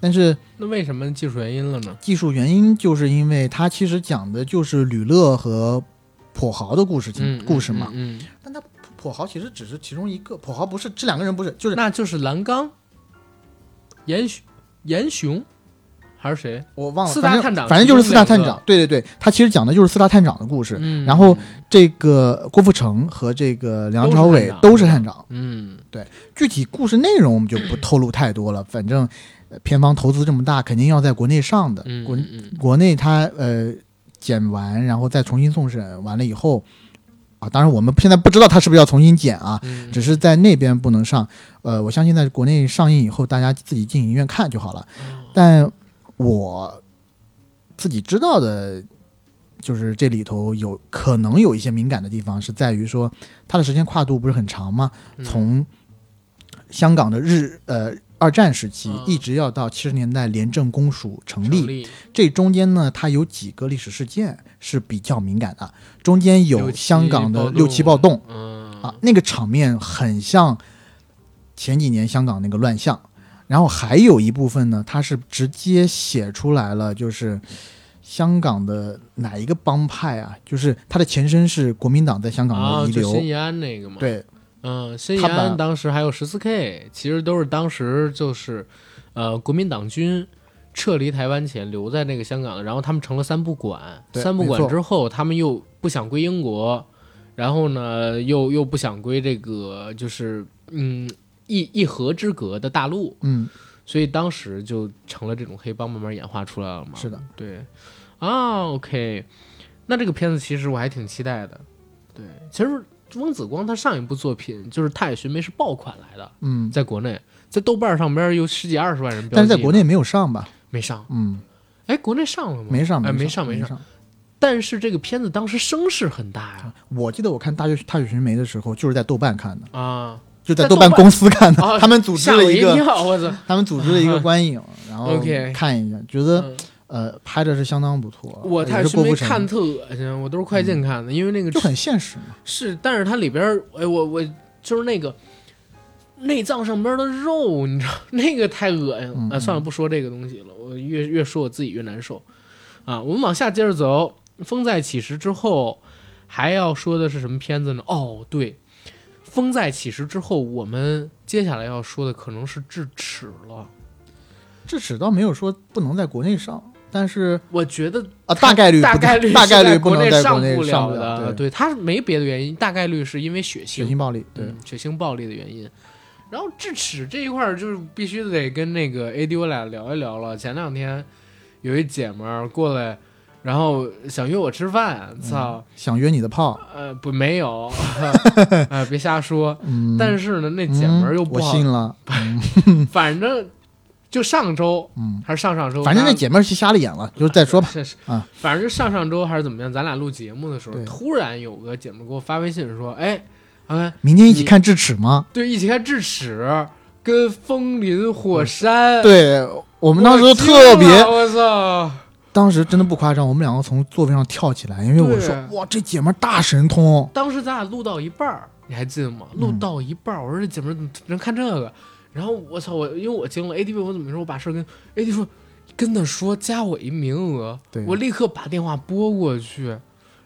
C: 但是
B: 那为什么技术原因了呢？
C: 技术原因就是因为它其实讲的就是吕乐和跛豪的故事情、
B: 嗯，
C: 故事嘛，
B: 嗯，嗯
C: 但他跛豪其实只是其中一个，跛豪不是这两个人不是就
B: 嗯
C: 是
B: 那就是蓝刚、严雄、严雄还是谁？
C: 我忘了，
B: 四大
C: 反正
B: 探长
C: 反正就是
B: 其
C: 四
B: 中两
C: 大
B: 个
C: 探长，对对对，他其实讲的就是四大探长的故事。
B: 嗯，
C: 然后这个郭富城和这个梁朝伟
B: 都
C: 都
B: 是
C: 是
B: 探
C: 探长，
B: 嗯，
C: 具体故事内容我们就不透露太多了。反正呃片方投资这么大，肯定要在国内上的。
B: 嗯
C: 国
B: 嗯
C: 国内他呃剪完，然后再重新送审完了以后，啊，当然我们现在不知道他是不是要重新剪啊，
B: 嗯，
C: 只是在那边不能上。呃，我相信在国内上映以后，大家自己进影院看就好了。
B: 哦
C: 但我自己知道的，就是这里头有可能有一些敏感的地方，是在于说它的时间跨度不是很长吗？
B: 嗯
C: 从香港的日呃二战时期
B: 嗯，
C: 一直要到七十年代廉政公署成立，
B: 立
C: 这中间呢，它有几个历史事件是比较敏感的，中间有香港的六七暴动。
B: 嗯
C: 啊，那个场面很像前几年香港那个乱象。然后还有一部分呢，它是直接写出来了，就是香港的哪一个帮派啊，就是它的前身是国民党在香港
B: 啊，
C: 的遗
B: 就
C: 留。
B: 新义安那个嘛，，
C: 对，
B: 嗯，新义
C: 他把
B: 安当时还有十四 K，其实都是当时就是呃国民党军。撤离台湾前留在那个香港的，然后他们成了三不管。
C: 对
B: 三不管
C: 没错
B: 之后，他们又不想归英国，然后呢，又又不想归这个就是嗯一一河之隔的大陆，
C: 嗯，
B: 所以当时就成了这种黑帮慢慢演化出来了嘛。
C: 是的，
B: 对，啊，OK，那这个片子其实我还挺期待的。对，其实翁子光他上一部作品就是《踏雪寻梅》是爆款来的，
C: 嗯，
B: 在国内，在豆瓣上边有十几二十万人标记
C: 但
B: 呢，
C: 是在国内没有上吧？
B: 没上。
C: 嗯，
B: 哎，国内上了吗？
C: 没上，
B: 哎，没
C: 没
B: 上，
C: 没
B: 上。。但是这个片子当时声势很大呀，
C: 我记得我看《大学踏雪寻梅》的时候，就是在豆瓣看的，
B: 啊，
C: 就
B: 在
C: 在
B: 豆
C: 豆瓣
B: 瓣
C: 公司看的。
B: 啊
C: 他们组织
B: 吓我
C: 了一
B: 一
C: 个，
B: 跳，我操！
C: 他们组织了一个观影，然后
B: OK
C: 看一下，觉得
B: 嗯
C: 呃，拍的是相当不错。
B: 我
C: 也
B: 太
C: 是
B: 寻
C: 郭
B: 梅
C: 富城
B: 看特恶心，我都是快进看的，因为那个
C: 就很现实嘛。
B: 是，但是它里边儿，哎，我我就是那个内脏上边儿的肉，你知道， 那个太恶心了。
C: 嗯
B: 啊，算了，不说这个东西了，我越越说我自己越难受。啊，我们往下接着走，《风再起时》之后还要说的是什么片子呢？哦，对，《风再起时》之后，我们接下来要说的可能是《智齿》了。
C: 智齿倒没有说不能在国内上，但是
B: 我觉得
C: 啊，大概率
B: 大
C: 不
B: 概率
C: 大
B: 是
C: 概
B: 在
C: 率不能在
B: 上
C: 国内
B: 不
C: 上
B: 了的，
C: 对，
B: 对，它是没别的原因，大概率是因为血
C: 血
B: 腥。
C: 腥暴力，对
B: 嗯，血腥暴力的原因。然后智齿这一块儿就是必须得跟那个 AD 我俩聊一聊了。前两天有一姐们儿过来，然后想约我吃饭，操，
C: 想约你的炮，
B: 呃，不没 有，呃，别瞎说。
C: 嗯，
B: 但
C: 是
B: 是呢，那姐们儿又不
C: 嗯我
B: 好，
C: 信了，
B: 反正就上周
C: 嗯，
B: 还是上上周，
C: 反正那
B: 她
C: 姐妹儿是瞎了眼了，就再说吧，
B: 是是
C: 啊，
B: 反正就上上周还是怎么样，咱俩录节目的时候，
C: 对
B: 突然有个姐们儿给我发微信说，哎，哎，
C: 明天一起看智齿 吗？
B: 对，一起看智齿跟风林火山。
C: 对我
B: 我
C: 们当时
B: 惊
C: 特
B: 了
C: 别，
B: 我操！
C: 当时真的不夸张，我们两个从座位上跳起来，因为我
B: 对
C: 说哇，这姐们儿大神通，
B: 当时咱俩录到一半儿，你还记得吗？录到一半儿，我说这姐们儿怎么能看这个？然后我操，我因为我惊了，AD 问我怎么没说，我把事儿跟 AD 说，跟他说加我一名额
C: 对，
B: 我立刻把电话拨过去，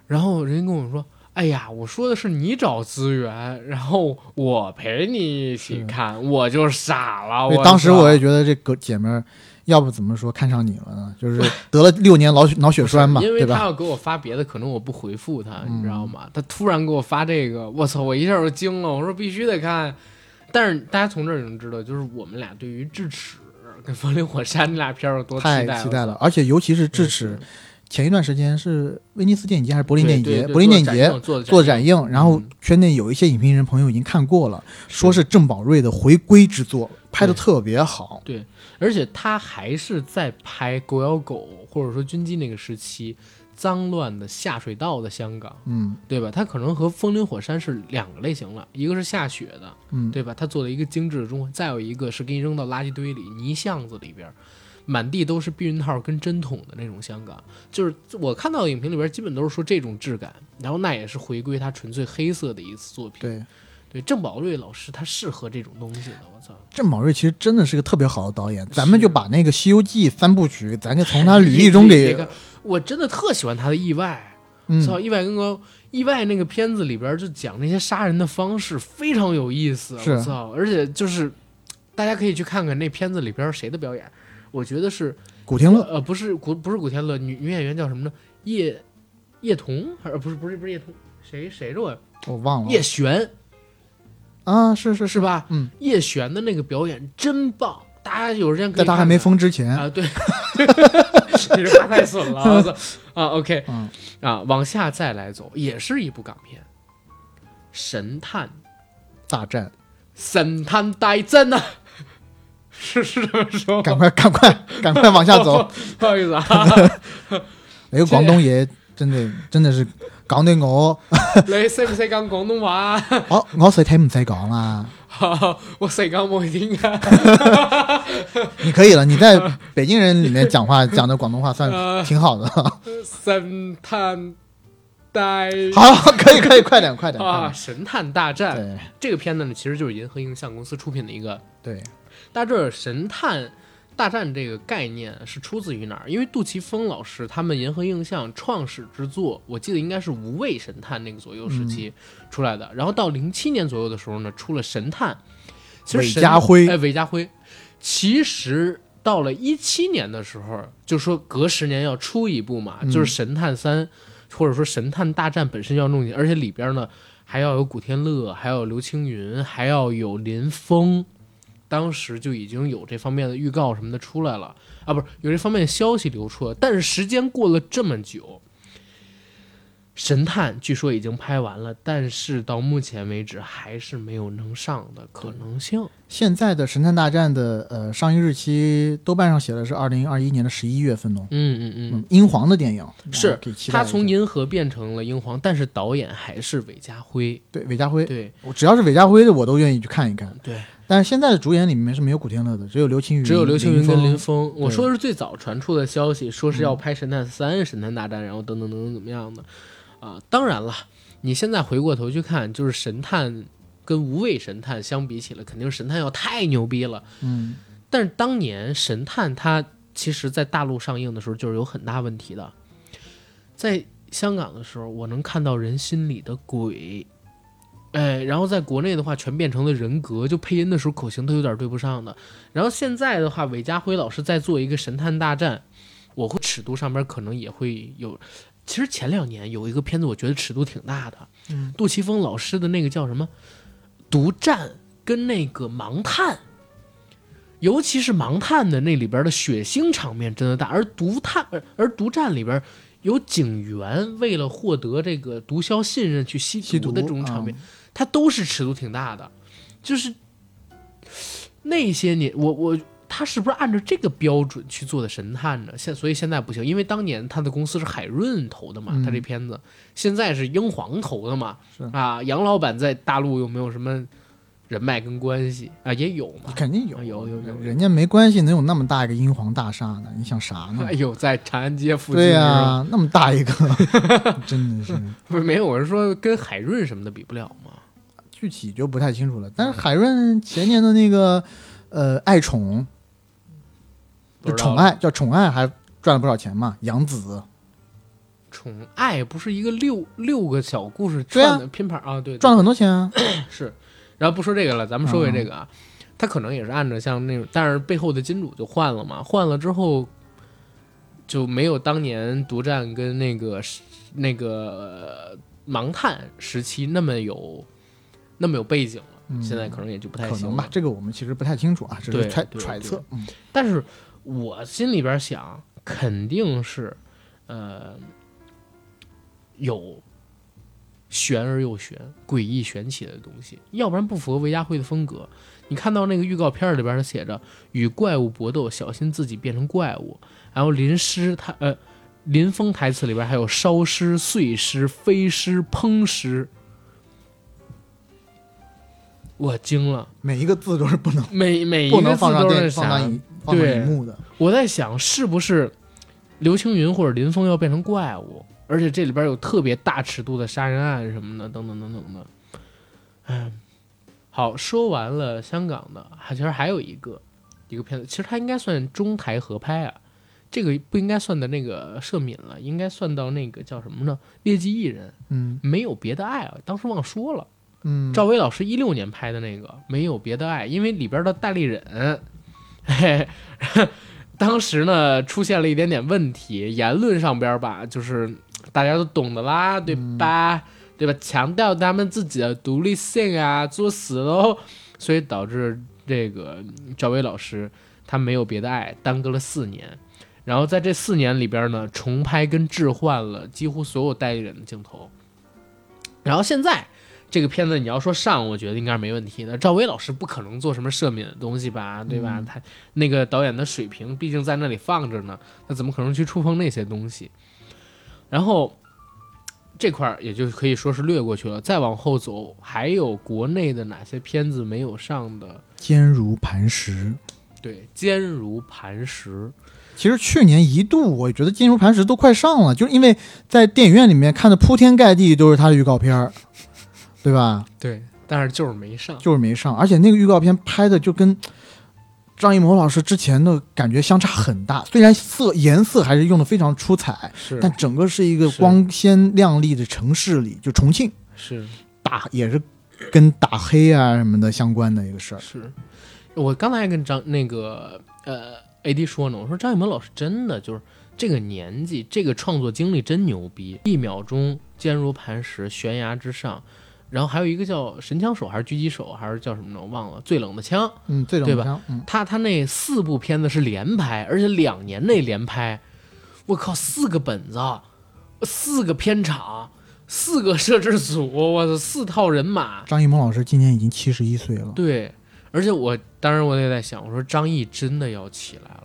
B: 然后人家跟我说，哎呀，我说的是你找资源，然后我陪你一起看，我就傻了。
C: 对，
B: 我
C: 当时
B: 操
C: 我也觉得这个姐们儿，要不怎么说看上你了呢？就是得了六年脑血脑血栓嘛，
B: 因为
C: 对
B: 他
C: 吧？
B: 要给我发别的，可能我不回复他，
C: 嗯
B: 你知道吗？他突然给我发这个，我操！我一下就惊了，我说必须得看。但是大家从这儿就能知道，就是我们俩对于《智齿》跟《风林火山》这俩片儿有多期
C: 太
B: 待了。
C: 期待了，而且尤其是智齿
B: 是，
C: 前一段时间是威尼斯电影节还是柏林电影
B: 对
C: 节？
B: 对
C: 柏林电影节
B: 做的
C: 做
B: 展
C: 展映，然后
B: 嗯
C: 圈内有一些影评人朋友已经看过了，说是郑宝瑞的回归之作，拍的特别好。
B: 而且他还是在拍《狗咬狗》或者说军机那个时期脏乱的下水道的香港，
C: 嗯
B: 对吧？他可能和《风林火山》是两个类型了，一个是下雪的，
C: 嗯，
B: 对吧？他做了一个精致的中环，再有一个是给你扔到垃圾堆里、泥巷子里边儿，满地都是避孕套跟针筒的那种香港，就是我看到的影评里边儿基本都是说这种质感，然后那也是回归他纯粹黑色的一次作品。
C: 对，
B: 对，郑宝瑞老师他适合这种东西的，我操！
C: 郑宝瑞其实真的是个特别好的导演，咱们就把那个《西游记》三部曲，咱就从他履历中
B: 你
C: 给
B: 看，我真的特喜欢他的意外。
C: 嗯
B: 操！意外跟哥，意外那个片子里边就讲那些杀人的方式非常有意思，
C: 是
B: 我操！而且就是大家可以去看看那片子里边谁的表演，我觉得是
C: 古天乐，
B: 呃不是古不是古天乐，女女演员叫什么呢？叶叶童还是呃不是不是不是叶童谁谁着我
C: 我忘了
B: 叶璇
C: 啊，是是
B: 是
C: 是，
B: 吧？
C: 嗯，
B: 叶璇的那个表演真棒，大家有时间可以
C: 在他还
B: 看
C: 没
B: 看
C: 疯之前，
B: 啊，对， 你这话太损了，我操啊，OK，
C: 嗯
B: 啊，往下再来走，也是一部港片，《神探
C: 大战，
B: 神探大战》呢， 是是这么说吗？
C: 赶快 赶快赶快往下 走，，
B: 不好意思啊，
C: 哎呦，广东爷真的真的是講到我，
B: 你識唔識講廣東話啊？
C: 我我識睇唔使啊講啦，
B: 我識講冇聽啊。
C: 你可以了，你在北京人里面讲话讲的广东话算
B: 呃
C: 挺好的，
B: 神探大
C: 好，可以可以，快点快点，
B: 啊，神探大
C: 快
B: 战
C: 点
B: 这个片子呢，其实就是银河映像公司出品的一个
C: 对对，
B: 大致神探大战这个概念是出自于哪儿？因为杜琪峰老师他们银河映像创始之作，我记得应该是《无畏神探》那个左右时期
C: 嗯
B: 出来的。然后到零七年左右的时候呢，出了《神探》，其实神
C: 韦家辉
B: 哎，韦家辉，其实。到了一七年的时候，就说隔十年要出一部嘛，
C: 嗯
B: 就是《神探三》，或者说《神探大战》本身要弄进，而且里边呢还要有古天乐，还要有刘青云，还要有林峰，当时就已经有这方面的预告什么的出来了啊，不是有这方面的消息流出了，但是时间过了这么久，神探据说已经拍完了，但是到目前为止还是没有能上的可能性。
C: 现在的《神探大战》的呃上映日期，豆瓣上写的是二零二一年的十一月份哦。
B: 嗯嗯嗯，
C: 嗯，英皇的电影
B: 是
C: 可以期待一
B: 他
C: 下。
B: 从银河变成了英皇，但是导演还是韦家辉。
C: 对韦家辉，
B: 对
C: 我只要是韦家辉的，我都愿意去看一看。
B: 对，
C: 但是现在的主演里面是没有古天乐的，只有刘青云，
B: 只有刘青云跟林
C: 林
B: 峰。
C: 峰。
B: 我
C: 对嗯
B: 说的是最早传出的消息，说是要拍《神探三》《神探大战》，然后等等等等怎么样的啊、当然了，你现在回过头去看，就是神探跟无畏神探相比起来，肯定神探要太牛逼了。
C: 嗯，
B: 但是当年神探它其实在大陆上映的时候就是有很大问题的，在香港的时候，我能看到人心里的鬼。哎，然后在国内的话，全变成了人格，就配音的时候口型都有点对不上的。然后现在的话，韦家辉老师在做一个《神探大战》，我会尺度上边可能也会有。其实前两年有一个片子，我觉得尺度挺大的，
C: 嗯
B: 杜琪峰老师的那个叫什么《独占》跟那个《盲探》，尤其是《盲探》的那里边的血腥场面真的大，而《独探》而而《独占》里边有警员为了获得这个毒枭信任去吸
C: 吸
B: 毒
C: 毒
B: 的这种场面，
C: 嗯
B: 它都是尺度挺大的，就是那些年我我他是不是按照这个标准去做的神探呢？现所以现在不行，因为当年他的公司是海润投的嘛，
C: 嗯
B: 他这片子现在是英皇投的嘛
C: 是，
B: 啊，杨老板在大陆有没有什么人脉跟关系啊？也有嘛，
C: 肯定有
B: 啊有有有
C: 人家没关系，能有那么大一个英皇大厦呢？你想啥呢
B: 哎？ 呦，在长安街附近
C: 对呀、
B: 是
C: 啊
B: 吧
C: 那么大一个， 真的是
B: 不是没有人说跟海润什么的比不了嘛？
C: 具体就不太清楚了。但是海润前年的那个呃爱宠，
B: 不
C: 就
B: 知道
C: 宠爱叫宠爱还赚了不少钱嘛，杨紫
B: 宠爱不是一个六六个小故事
C: 对啊
B: 串的拼盘啊？对，对
C: 赚了很多钱啊。
B: 是。然后不说这个了，咱们说回这个啊，
C: 嗯
B: 他可能也是按照像那种，但是背后的金主就换了嘛，换了之后就没有当年独占跟那个那个呃盲探时期那么有那么有背景了。
C: 嗯
B: 现在可能也就不太
C: 可
B: 行
C: 能吧
B: 了，。
C: 这个我们其实不太清楚啊，只
B: 对
C: 是揣
B: 对
C: 揣测。嗯，
B: 但是我心里边想，肯定是，呃，有玄而又玄、诡异玄奇的东西，要不然不符合维嘉慧的风格。你看到那个预告片里边，它写着“与怪物搏斗，小心自己变成怪物”，然后淋湿他呃。林峰台词里边还有烧尸、碎尸、飞尸、烹尸，我惊了，
C: 每一个字都是不能
B: 每每一
C: 不
B: 个
C: 能
B: 字
C: 放上
B: 都是
C: 电
B: 那
C: 放上
B: 啥，
C: 荧放上
B: 对
C: 荧幕的。
B: 我在想，是不是刘青云或者林峰要变成怪物？而且这里边有特别大尺度的杀人案什么的，等等等等的。哎，好，说完了香港的，还其实还有一个一个片子，其实它应该算中台合拍啊，这个不应该算的那个赦敏了，应该算到那个叫什么呢？劣迹艺人，
C: 嗯
B: 没有别的爱啊，当时忘说了。
C: 嗯，
B: 赵薇老师一六年拍的那个《没有别的爱》，因为里边的戴立忍， 嘿， 当时呢出现了一点点问题，言论上边吧，就是大家都懂的啦，对吧？对吧？强调他们自己的独立性啊，作死喽，所以导致这个赵薇老师她没有别的爱，耽搁了四年。然后在这四年里边呢，重拍跟置换了几乎所有代理人的镜头。然后现在这个片子你要说上，我觉得应该是没问题的。赵薇老师不可能做什么赦免的东西吧，对吧？他那个导演的水平毕竟在那里放着呢，他怎么可能去触碰那些东西？然后这块儿也就可以说是略过去了。再往后走，还有国内的哪些片子没有上的？
C: 坚如磐石。
B: 对，坚如磐石，
C: 其实去年一度，我觉得《坚如磐石》都快上了，就是因为在电影院里面看的铺天盖地都是他的预告片儿，对吧？
B: 对，但是就是没上。
C: 就是没上，而且那个预告片拍的就跟张艺谋老师之前的感觉相差很大。虽然色颜色还是用的非常出彩，
B: 是
C: 但整个是一个
B: 是
C: 光鲜亮丽的城市里，就重庆
B: 是
C: 打也是跟打黑啊什么的相关的一个事儿。
B: 是，我刚才还跟张那个呃 AD 说呢，我说张艺谋老师真的就是这个年纪，这个创作经历真牛逼，一秒钟坚如磐石，悬崖之上。然后还有一个叫神枪手还是狙击手还是叫什么呢？我忘了。最冷的枪，
C: 嗯，这种
B: 对吧
C: 像嗯，
B: 他他那四部片子是连拍，而且两年内连拍，我靠，四个本子，四个片场，四个摄制组，我操，四套人马，
C: 张艺谋老师今年已经七十一岁了，
B: 对，而且我当时我也在想，我说张译真的要起来了，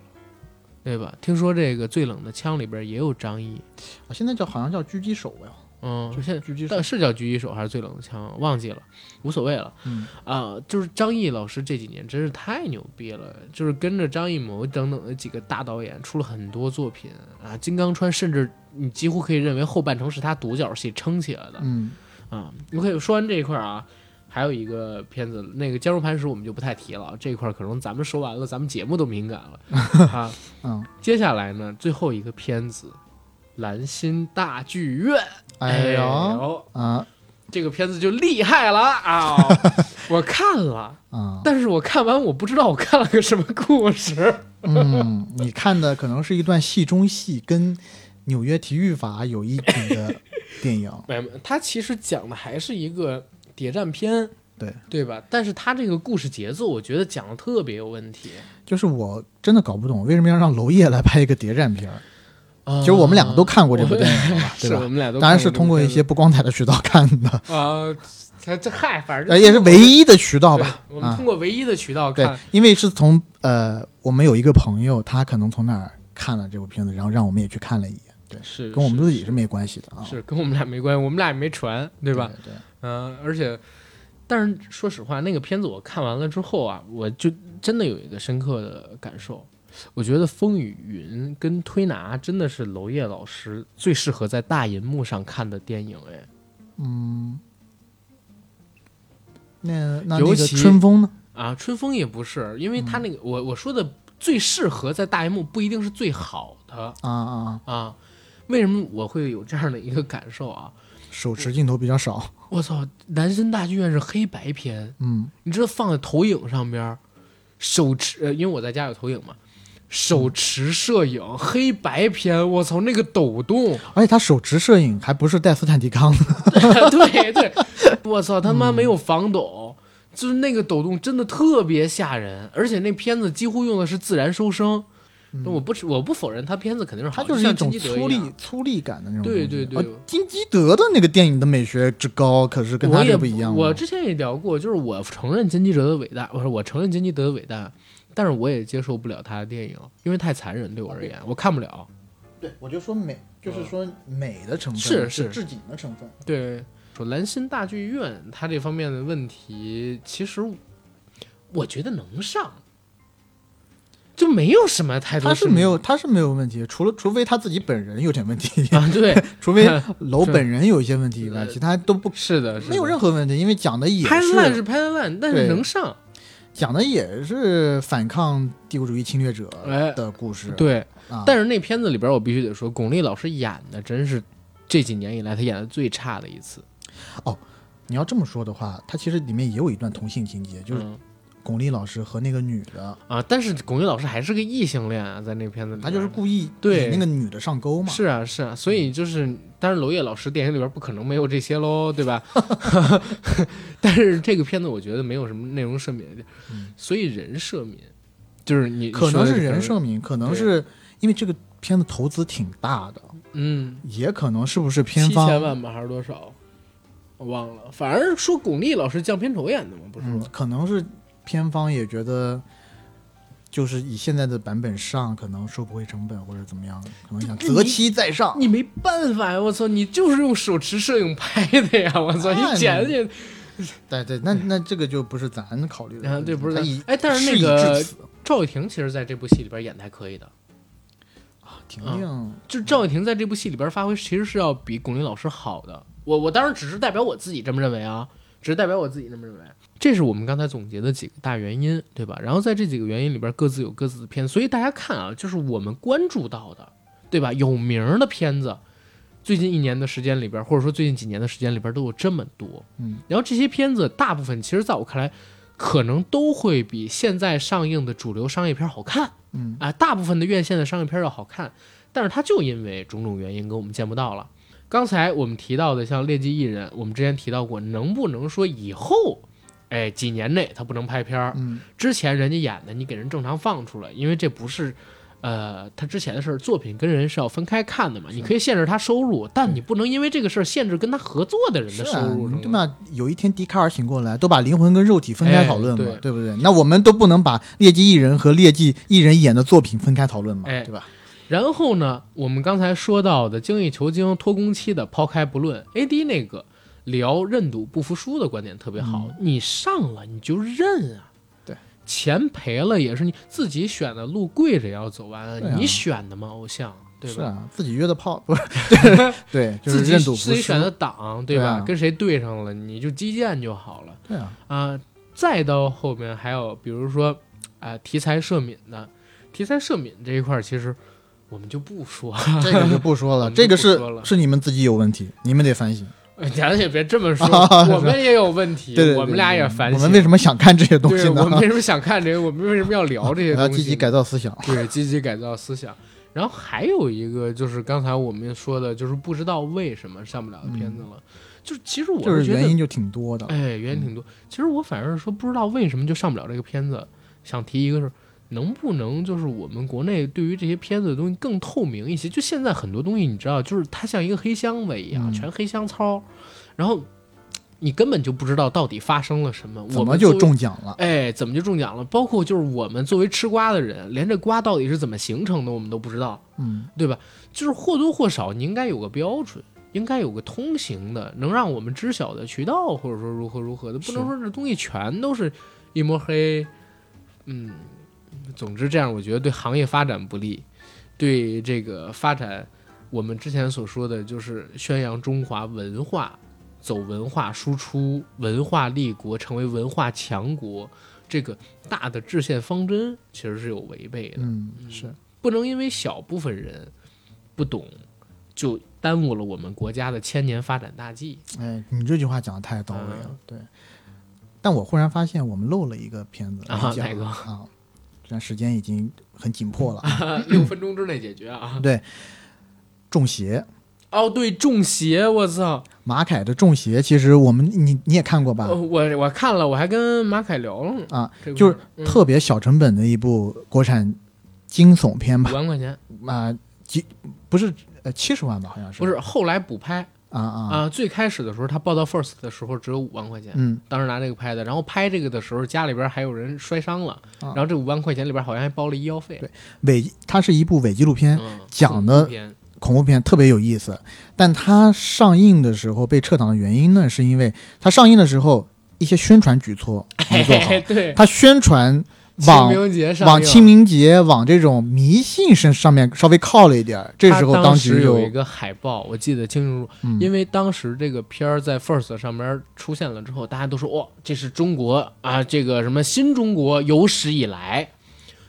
B: 对吧？听说这个《最冷的枪》里边也有张译，
C: 啊现在叫好像叫狙击手呀，
B: 嗯，现在
C: 狙击
B: 但是叫狙击手还是最冷的枪，忘记了，无所谓了。
C: 嗯
B: 啊、就是张译老师这几年真是太牛逼了，就是跟着张艺谋等等的几个大导演出了很多作品啊，《金刚川》甚至你几乎可以认为后半程是他独角戏撑起来的。
C: 嗯。
B: 啊、o k 说完这一块儿啊，还有一个片子，那个《坚如磐石》我们就不太提了，这一块儿可能咱们说完了，咱们节目都敏感了 啊。
C: 嗯，
B: 接下来呢，最后一个片子，《兰心大剧院》。
C: 哎呦
B: 呦
C: 啊
B: 这个片子就厉害了 啊！我看了，
C: 啊，
B: 但是我看完我不知道我看了个什么故事。。
C: 嗯，你看的可能是一段戏中戏，跟纽约体育法有一拼的电影
B: 没有，没有它其实讲的还是一个谍战片，
C: 对
B: 对吧？但是它这个故事节奏，我觉得讲的特别有问题。
C: 就是我真的搞不懂，为什么要让娄烨来拍一个谍战片儿？
B: 啊
C: 其实我们两个都看过这部电 影了吧，
B: 是
C: 对
B: 我
C: 吧？
B: 们俩都
C: 当然
B: 看过
C: 是通过
B: 这部
C: 一
B: 片
C: 些不光彩的渠道看 的，
B: 子啊，这这嗨，反正
C: 呃，也是唯一的渠道
B: 好
C: 吧。
B: 我们
C: 啊
B: 通，过唯一的渠道
C: 对
B: 看，，
C: 因为是从呃，我们有一个朋友，他可能从哪儿看了这部片子，然后让我们也去看了一眼，
B: 是
C: 跟我们
B: 是
C: 自己是没关系的啊，
B: 是跟我们俩没关系，我们俩也没传，对
C: 对
B: 吧？？
C: 对，
B: 嗯，而且，但是说实话，那个片子我看完了之后啊，我就真的有一个深刻的感受，我觉得《风雨云》跟《推拿》真的是娄烨老师最适合在大银幕上看的电影，哎，
C: 嗯，那那那
B: 尤
C: 个
B: 其
C: 春风呢？
B: 啊，春风也不是，因为他
C: 嗯
B: 那个、我我说的最适合在大银幕不一定是最好的
C: 啊啊，啊
B: 啊，为什么我会有这样的一个感受啊？
C: 手持镜头比较少，
B: 我操，南森大剧院是黑白片，
C: 嗯，
B: 你知道放在投影上边儿，手持，呃因为我在家有投影嘛，手持摄影、黑白片，我操，那个抖动，
C: 而且他手持摄影还不是带斯坦迪康的，
B: 对对，我操，他妈没有防抖，就是那个抖动真的特别吓人，而且那片子几乎用的是自然收声。那我不是我不否认他片子肯定是好的，
C: 他嗯就是
B: 像
C: 一种
B: 金基德
C: 粗
B: 样
C: 粝粗粝感的那种东
B: 对
C: 西。
B: 对对
C: 啊金基德的那个电影的美学之高，可是跟他
B: 我也
C: 这不一样了。
B: 我之前也聊过，就是我承认金基德的伟大，我说我承认金基德的伟大，但是我也接受不了他的电影，因为太残忍对我而言，我看不了。
C: 对我就说美，就是说美的成分
B: 是是
C: 置景的成分。
B: 对，说兰心大剧院，它这方面的问题，其实我觉得能上，就没有什么太多。
C: 他是没有，他是没有问题，除了除非他自己本人有点问题，
B: 啊， 对，
C: 除非
B: 是
C: 楼本人有一些问题以外，
B: 是
C: 其他都不
B: 是的，是的
C: 没有任何问题，因为讲的也
B: 拍得烂
C: 是
B: 是拍的烂，但是
C: 对
B: 能上，
C: 讲的也是反抗帝国主义侵略者
B: 哎
C: 的故事，
B: 对。
C: 啊，
B: 但是那片子里边，我必须得说，巩俐老师演的真是这几年以来她演的最差的一次。
C: 你要这么说的话，它其实里面也有一段同性情节，就是
B: 嗯
C: 巩俐老师和那个女的，
B: 啊，但是巩俐老师还是个异性恋啊，在那片子里边，
C: 她就是故意
B: 对
C: 引那个女的上钩嘛，
B: 是啊是啊，所以就是，
C: 嗯
B: 当然娄烨老师电影里边不可能没有这些喽，对 吧？ 但是这个片子我觉得没有什么内容赦免的地儿
C: 嗯，
B: 所以人赦免就是你
C: 可能是人，
B: 你说的
C: 设名，可能
B: 对
C: 是因为这个片子投资挺大的，
B: 嗯，
C: 也可能是不是片
B: 七
C: 方
B: 千万吧还是多少？我忘了，反正说巩俐老师降片酬演的嘛，不是
C: 嗯
B: 吗？，
C: 可能是片方也觉得，就是以现在的版本上，可能收不回成本或者怎么样，可能想
B: 这你
C: 择期再上。
B: 你没办法呀，我操，你就是用手持摄影拍的呀，我操，
C: 那
B: 你剪去，
C: 对对，那那这个就不是咱考虑的
B: 啊
C: 问题，
B: 对不是
C: 他
B: 咱
C: 以
B: 哎但是那
C: 事已
B: 个
C: 至此
B: 赵又廷其实在这部戏里边演的还可以的，
C: 婷
B: 嗯
C: 婷
B: 就是赵又廷在这部戏里边发挥其实是要比巩俐老师好的。我我当然只是代表我自己这么认为啊，只是代表我自己这么认为。这是我们刚才总结的几个大原因，对吧？然后在这几个原因里边各自有各自的片子，所以大家看啊，就是我们关注到的，对吧？有名儿的片子，最近一年的时间里边，或者说最近几年的时间里边都有这么多。
C: 嗯，
B: 然后这些片子大部分其实在我看来，可能都会比现在上映的主流商业片好看。
C: 嗯，
B: 啊，大部分的院线的商业片要好看，但是它就因为种种原因跟我们见不到了。刚才我们提到的像《劣迹艺人》，我们之前提到过，能不能说以后，哎，几年内他不能拍片儿？
C: 嗯，
B: 之前人家演的，你给人正常放出来，因为这不是，呃，他之前的事儿，作品跟人是要分开看的嘛。你可以限制他收入，但你不能因为这个事儿限制跟他合作的人
C: 是
B: 的收
C: 啊，
B: 入，
C: 你对？吧？有一天笛卡尔醒过来，都把灵魂跟肉体分开
B: 哎
C: 讨论嘛，
B: 对
C: 对不对？那我们都不能把劣迹艺人和劣迹艺人演的作品分开讨论嘛，
B: 哎
C: 对吧？
B: 然后呢，我们刚才说到的精益求精、拖工期的抛开不论，AD 那个聊认赌不服输的观点特别好，你上了你就认啊，
C: 嗯对，
B: 钱赔了也是你自己选的路，跪着也要走完，
C: 对啊
B: 你选的吗？偶像，对
C: 是
B: 吧？
C: 啊，自己约的炮 不是？对，就是
B: 自己
C: 认赌
B: 自
C: 服
B: 己
C: 输
B: 选。的党，对
C: 对
B: 吧？
C: 啊
B: 跟谁对上了，你就击剑就好了。
C: 对啊，
B: 啊、再到后面还有比如说啊、题材赦免的，题材赦免这一块儿其实我们就不说
C: 这个就不说
B: 我
C: 了，
B: 们嗯就
C: 这个
B: 不
C: 是
B: 说了
C: 是你们自己有问题，你们得反省。，
B: 咱也别这么说 我们也有问题，
C: 对对对，
B: 我们俩也
C: 对
B: 反
C: 我
B: 省。
C: 们为什么想看这些东西
B: 对，
C: 呢
B: 我？们为什么想看这个？我们为什么要聊这些
C: 我要
B: 东西？
C: 积极改，造思想。
B: 对，积极改造思想。然后还有一个就是刚才我们说的，就是不知道为什么上不了的片子了。就是其实我
C: 嗯就是
B: 觉得
C: 原因就挺多的，
B: 哎，原因挺多。其实我反而是说不知道为什么就上不了这个片子，想提一个是能不能就是我们国内对于这些片子的东西更透明一些？就现在很多东西你知道，就是它像一个黑箱子一样，
C: 嗯
B: 全黑箱操，然后你根本就不知道到底发生了什么。
C: 怎
B: 我
C: 么
B: 们
C: 就
B: 作为
C: 中奖了？
B: 哎，怎么就中奖了？包括就是我们作为吃瓜的人，连这瓜到底是怎么形成的，我们都不知道。
C: 嗯，
B: 对吧？就是或多或少你应该有个标准，应该有个通行的，能让我们知晓的渠道，或者说如何如何的，不能
C: 是
B: 说这东西全都是一摸黑。嗯，总之这样，我觉得对行业发展不利，对这个发展，我们之前所说的就是宣扬中华文化，走文化输出、文化立国，成为文化强国。这个大的制宪方针其实是有违背的，
C: 嗯，是
B: 不能因为小部分人不懂，就耽误了我们国家的千年发展大计。
C: 哎，你这句话讲的太到位了，
B: 嗯
C: 对。但我忽然发现我们漏了一个片子
B: 啊
C: 没讲
B: 哪个
C: 啊？虽然时间已经很紧迫了，
B: 六分钟之内解决啊！
C: 对，《中邪》
B: 哦，对，中邪，我操！
C: 马凯的《中邪》，其实我们你你也看过吧？
B: 呃我我看了，我还跟马凯聊了呢。
C: 啊，
B: 这个
C: 就是
B: 故事
C: 特别小成本的一部国产惊悚片
B: 嗯
C: 吧
B: 五？万块钱，
C: 啊，几不是呃七十万吧？好像是
B: 不是后来补拍
C: 啊啊
B: 啊、最开始的时候，他报到 First 的时候只有五万块钱，
C: 嗯
B: 当时拿这个拍的。然后拍这个的时候，家里边还有人摔伤了，
C: 啊
B: 然后这五万块钱里边好像还包了医药费。
C: 对伪，它是一部伪纪录片，
B: 嗯，
C: 讲的
B: 恐怖片，
C: 恐怖片特别有意思，但它上映的时候被撤档的原因呢，是因为它上映的时候一些宣传举措没做好
B: 对，
C: 它宣传
B: 清
C: 往
B: 明节上
C: 往
B: 映
C: 清明节往这种迷信身上面稍微靠了一点儿，这时候
B: 他
C: 当
B: 当
C: 局
B: 时
C: 就
B: 有一个海报，我记得清清楚楚，
C: 嗯
B: 因为当时这个片儿在 First 上面出现了之后，大家都说哇、这是中国啊，这个什么新中国有史以来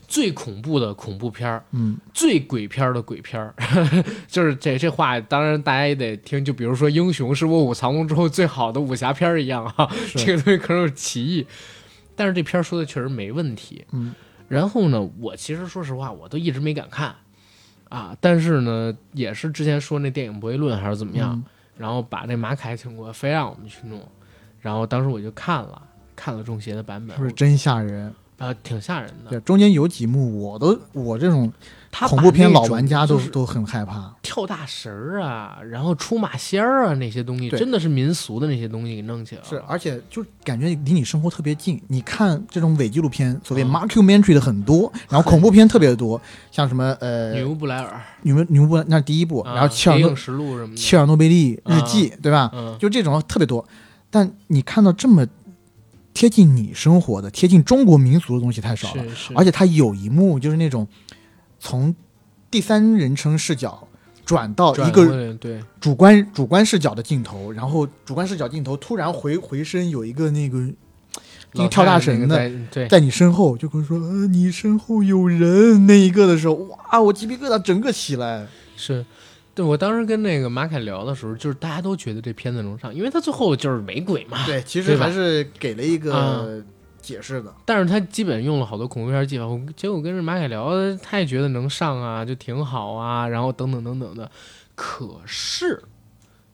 B: 最恐怖的恐怖片儿，
C: 嗯
B: 最鬼片儿的鬼片儿， 就是这这话，当然大家也得听。就比如说《英雄》是卧虎藏龙之后最好的武侠片儿一样啊，这个东西可能有歧义，但是这片儿说的确实没问题。
C: 嗯，
B: 然后呢，我其实说实话，我都一直没敢看啊，但是呢，也是之前说那电影不会论还是怎么样，
C: 嗯
B: 然后把那马凯请过来，非让我们去弄，然后当时我就看了看了中邪的版本，
C: 是嗯不是真吓人？
B: 啊，挺吓人的。
C: 对，中间有几幕我都我这种
B: 他
C: 恐
B: 把
C: 怖片
B: 那
C: 老
B: 种
C: 玩家
B: 就
C: 都
B: 是
C: 都很害怕。
B: 跳大神儿啊，然后出马仙儿啊那些东西，
C: 对
B: 真的是民俗的那些东西给弄起来了。
C: 是，而且就感觉离你生活特别近。你看这种伪纪录片，所谓
B: 嗯
C: mockumentary 的很多，然后恐怖片特别多，像什么呃
B: 女巫布莱尔，
C: 你们你们问那是第一部，
B: 啊
C: 然后切尔
B: 谍
C: 诺
B: 影实录什么的，
C: 切尔诺贝利日记，对吧？
B: 嗯，
C: 就这种特别多，但你看到这么贴近你生活的、贴近中国民俗的东西太少了。
B: 是是，
C: 而且它有一幕就是那种从第三人称视角转到
B: 转
C: 一个
B: 过来对
C: 主观主观视角的镜头，然后主观视角镜头突然回回身有一个那个那个跳大神的
B: 老太太那个在，对，
C: 在你身后，就跟说呃你身后有人那一个的时候，哇，我鸡皮疙瘩整个起来。
B: 是。对，我当时跟那个马凯聊的时候，就是大家都觉得这片子能上，因为他最后就是没鬼嘛。
C: 对，其
B: 对
C: 实
B: 吧
C: 还是给了一个
B: 嗯
C: 解释的。
B: 但是他基本用了好多恐怖片技法，我结果跟这马凯聊，他也觉得能上啊，就挺好啊，然后等等等等的。可是，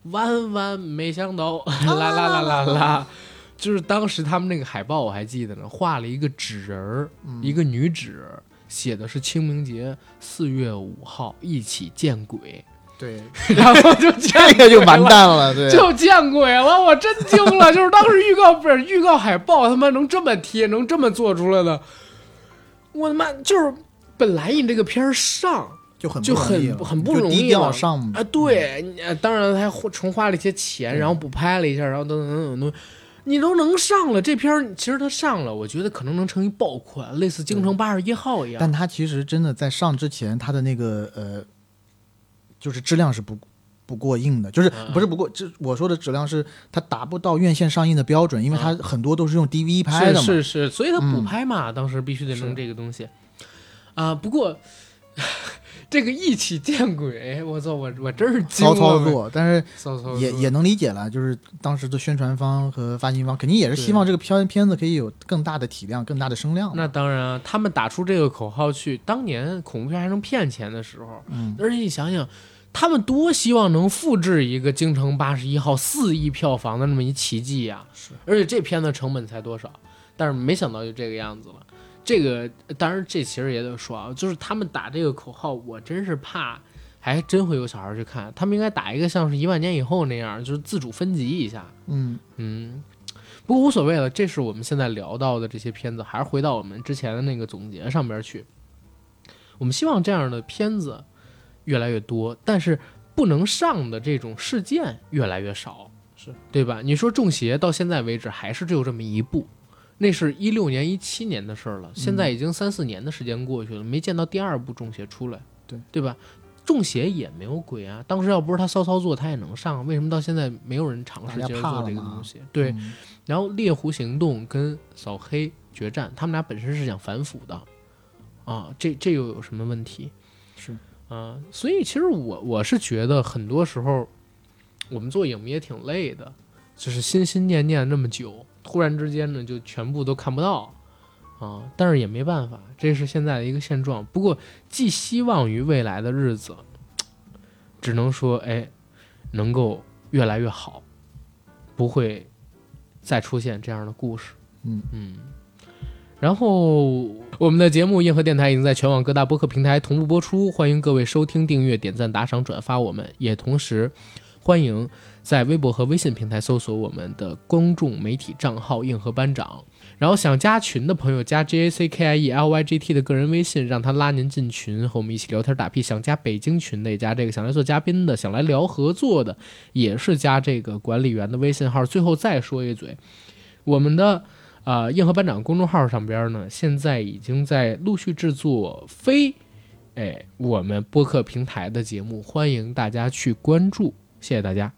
B: 万万没想到，
C: 啊
B: 啦啦啦啦啦，就是当时他们那个海报我还记得呢，画了一个纸人儿，
C: 嗯
B: 一个女纸人儿，写的是清明节四月五号一起见 鬼，
C: 对，
B: 然后就见
C: 这个就完
B: 了。
C: 蛋了。对，
B: 嗯 就见鬼了！我真惊了，就是当时预告不是预告海报，他妈能这么贴，能这么做出来的，我他妈就是本来你这个片儿上
C: 就很
B: 就
C: 不容易
B: 很
C: 了
B: 很不容易
C: 就低调
B: 了
C: 上嘛
B: 啊，对，你呃当然他还重花了一些钱，然后补拍了一下，然后等等等等东西。你都能上了这片儿，其实它上了，我觉得可能能成一爆款，类似《京城八十一号》一样
C: 但。它其实真的在上之前，它的那个呃，就是质量是不不过硬的，就是
B: 嗯
C: 不是不过，这我说的质量是它达不到院线上映的标准，因为它很多都是用 DV 拍的嘛。
B: 嗯是是是，所以他补
C: 嗯
B: 拍嘛，当时必须得弄
C: 是
B: 这个东西。啊，不过这个一起见鬼，我操，我我真是惊
C: 骚
B: 了，
C: 操作，但是
B: 骚操作
C: 也也能理解了，就是当时的宣传方和发行方肯定也是
B: 对
C: 希望这个片片子可以有更大的体量、更大的声量嘛。
B: 那当然啊，他们打出这个口号去，当年恐怖片还能骗钱的时候，
C: 嗯，
B: 而且你想想，他们多希望能复制一个《京城八十一号》四亿票房的那么一奇迹呀、
C: 是，
B: 而且这片子成本才多少？但是没想到就这个样子了。这个当然，这其实也得说啊，就是他们打这个口号，我真是怕，还真会有小孩去看。他们应该打一个像是一万年以后那样，就是自主分级一下。
C: 嗯，
B: 嗯，不过无所谓了，这是我们现在聊到的这些片子，还是回到我们之前的那个总结上边去。我们希望这样的片子越来越多，但是不能上的这种事件越来越少，
C: 是
B: 对吧？你说《中邪》到现在为止还是只有这么一部，那是一六年、一七年的事儿了，现
C: 嗯
B: 在已经三四年的时间过去了，没见到第二部《中邪》出来，
C: 对
B: 对吧？中邪也没有鬼啊！当时要不是他骚操作，他也能上。为什么到现在没有人尝试
C: 大家
B: 接着
C: 怕
B: 做
C: 了
B: 这个
C: 嘛
B: 东西？对，
C: 嗯
B: 然后猎狐行动跟扫黑决战，他们俩本身是想反腐的，啊，这这又有什么问题？
C: 是
B: 啊，所以其实我我是觉得很多时候我们做影迷也挺累的，就是心心念念那么久，突然之间呢就全部都看不到啊，但是也没办法，这是现在的一个现状。不过寄希望于未来的日子，只能说哎，能够越来越好，不会再出现这样的故事。
C: 嗯
B: 嗯。然后我们的节目《硬核电台》已经在全网各大播客平台同步播出，欢迎各位收听、订阅、点赞、打赏、转发。我们也同时欢迎在微博和微信平台搜索我们的公众媒体账号“硬核班长”。然后想加群的朋友加 J A C K I E L Y G T 的个人微信，让他拉您进群，和我们一起聊天打屁。想加北京群的也加这个，想来做嘉宾的，想来聊合作的也是加这个管理员的微信号。最后再说一嘴，我们的。呃，硬核班长公众号上边呢，现在已经在陆续制作非，哎，我们播客平台的节目，欢迎大家去关注，谢谢大家，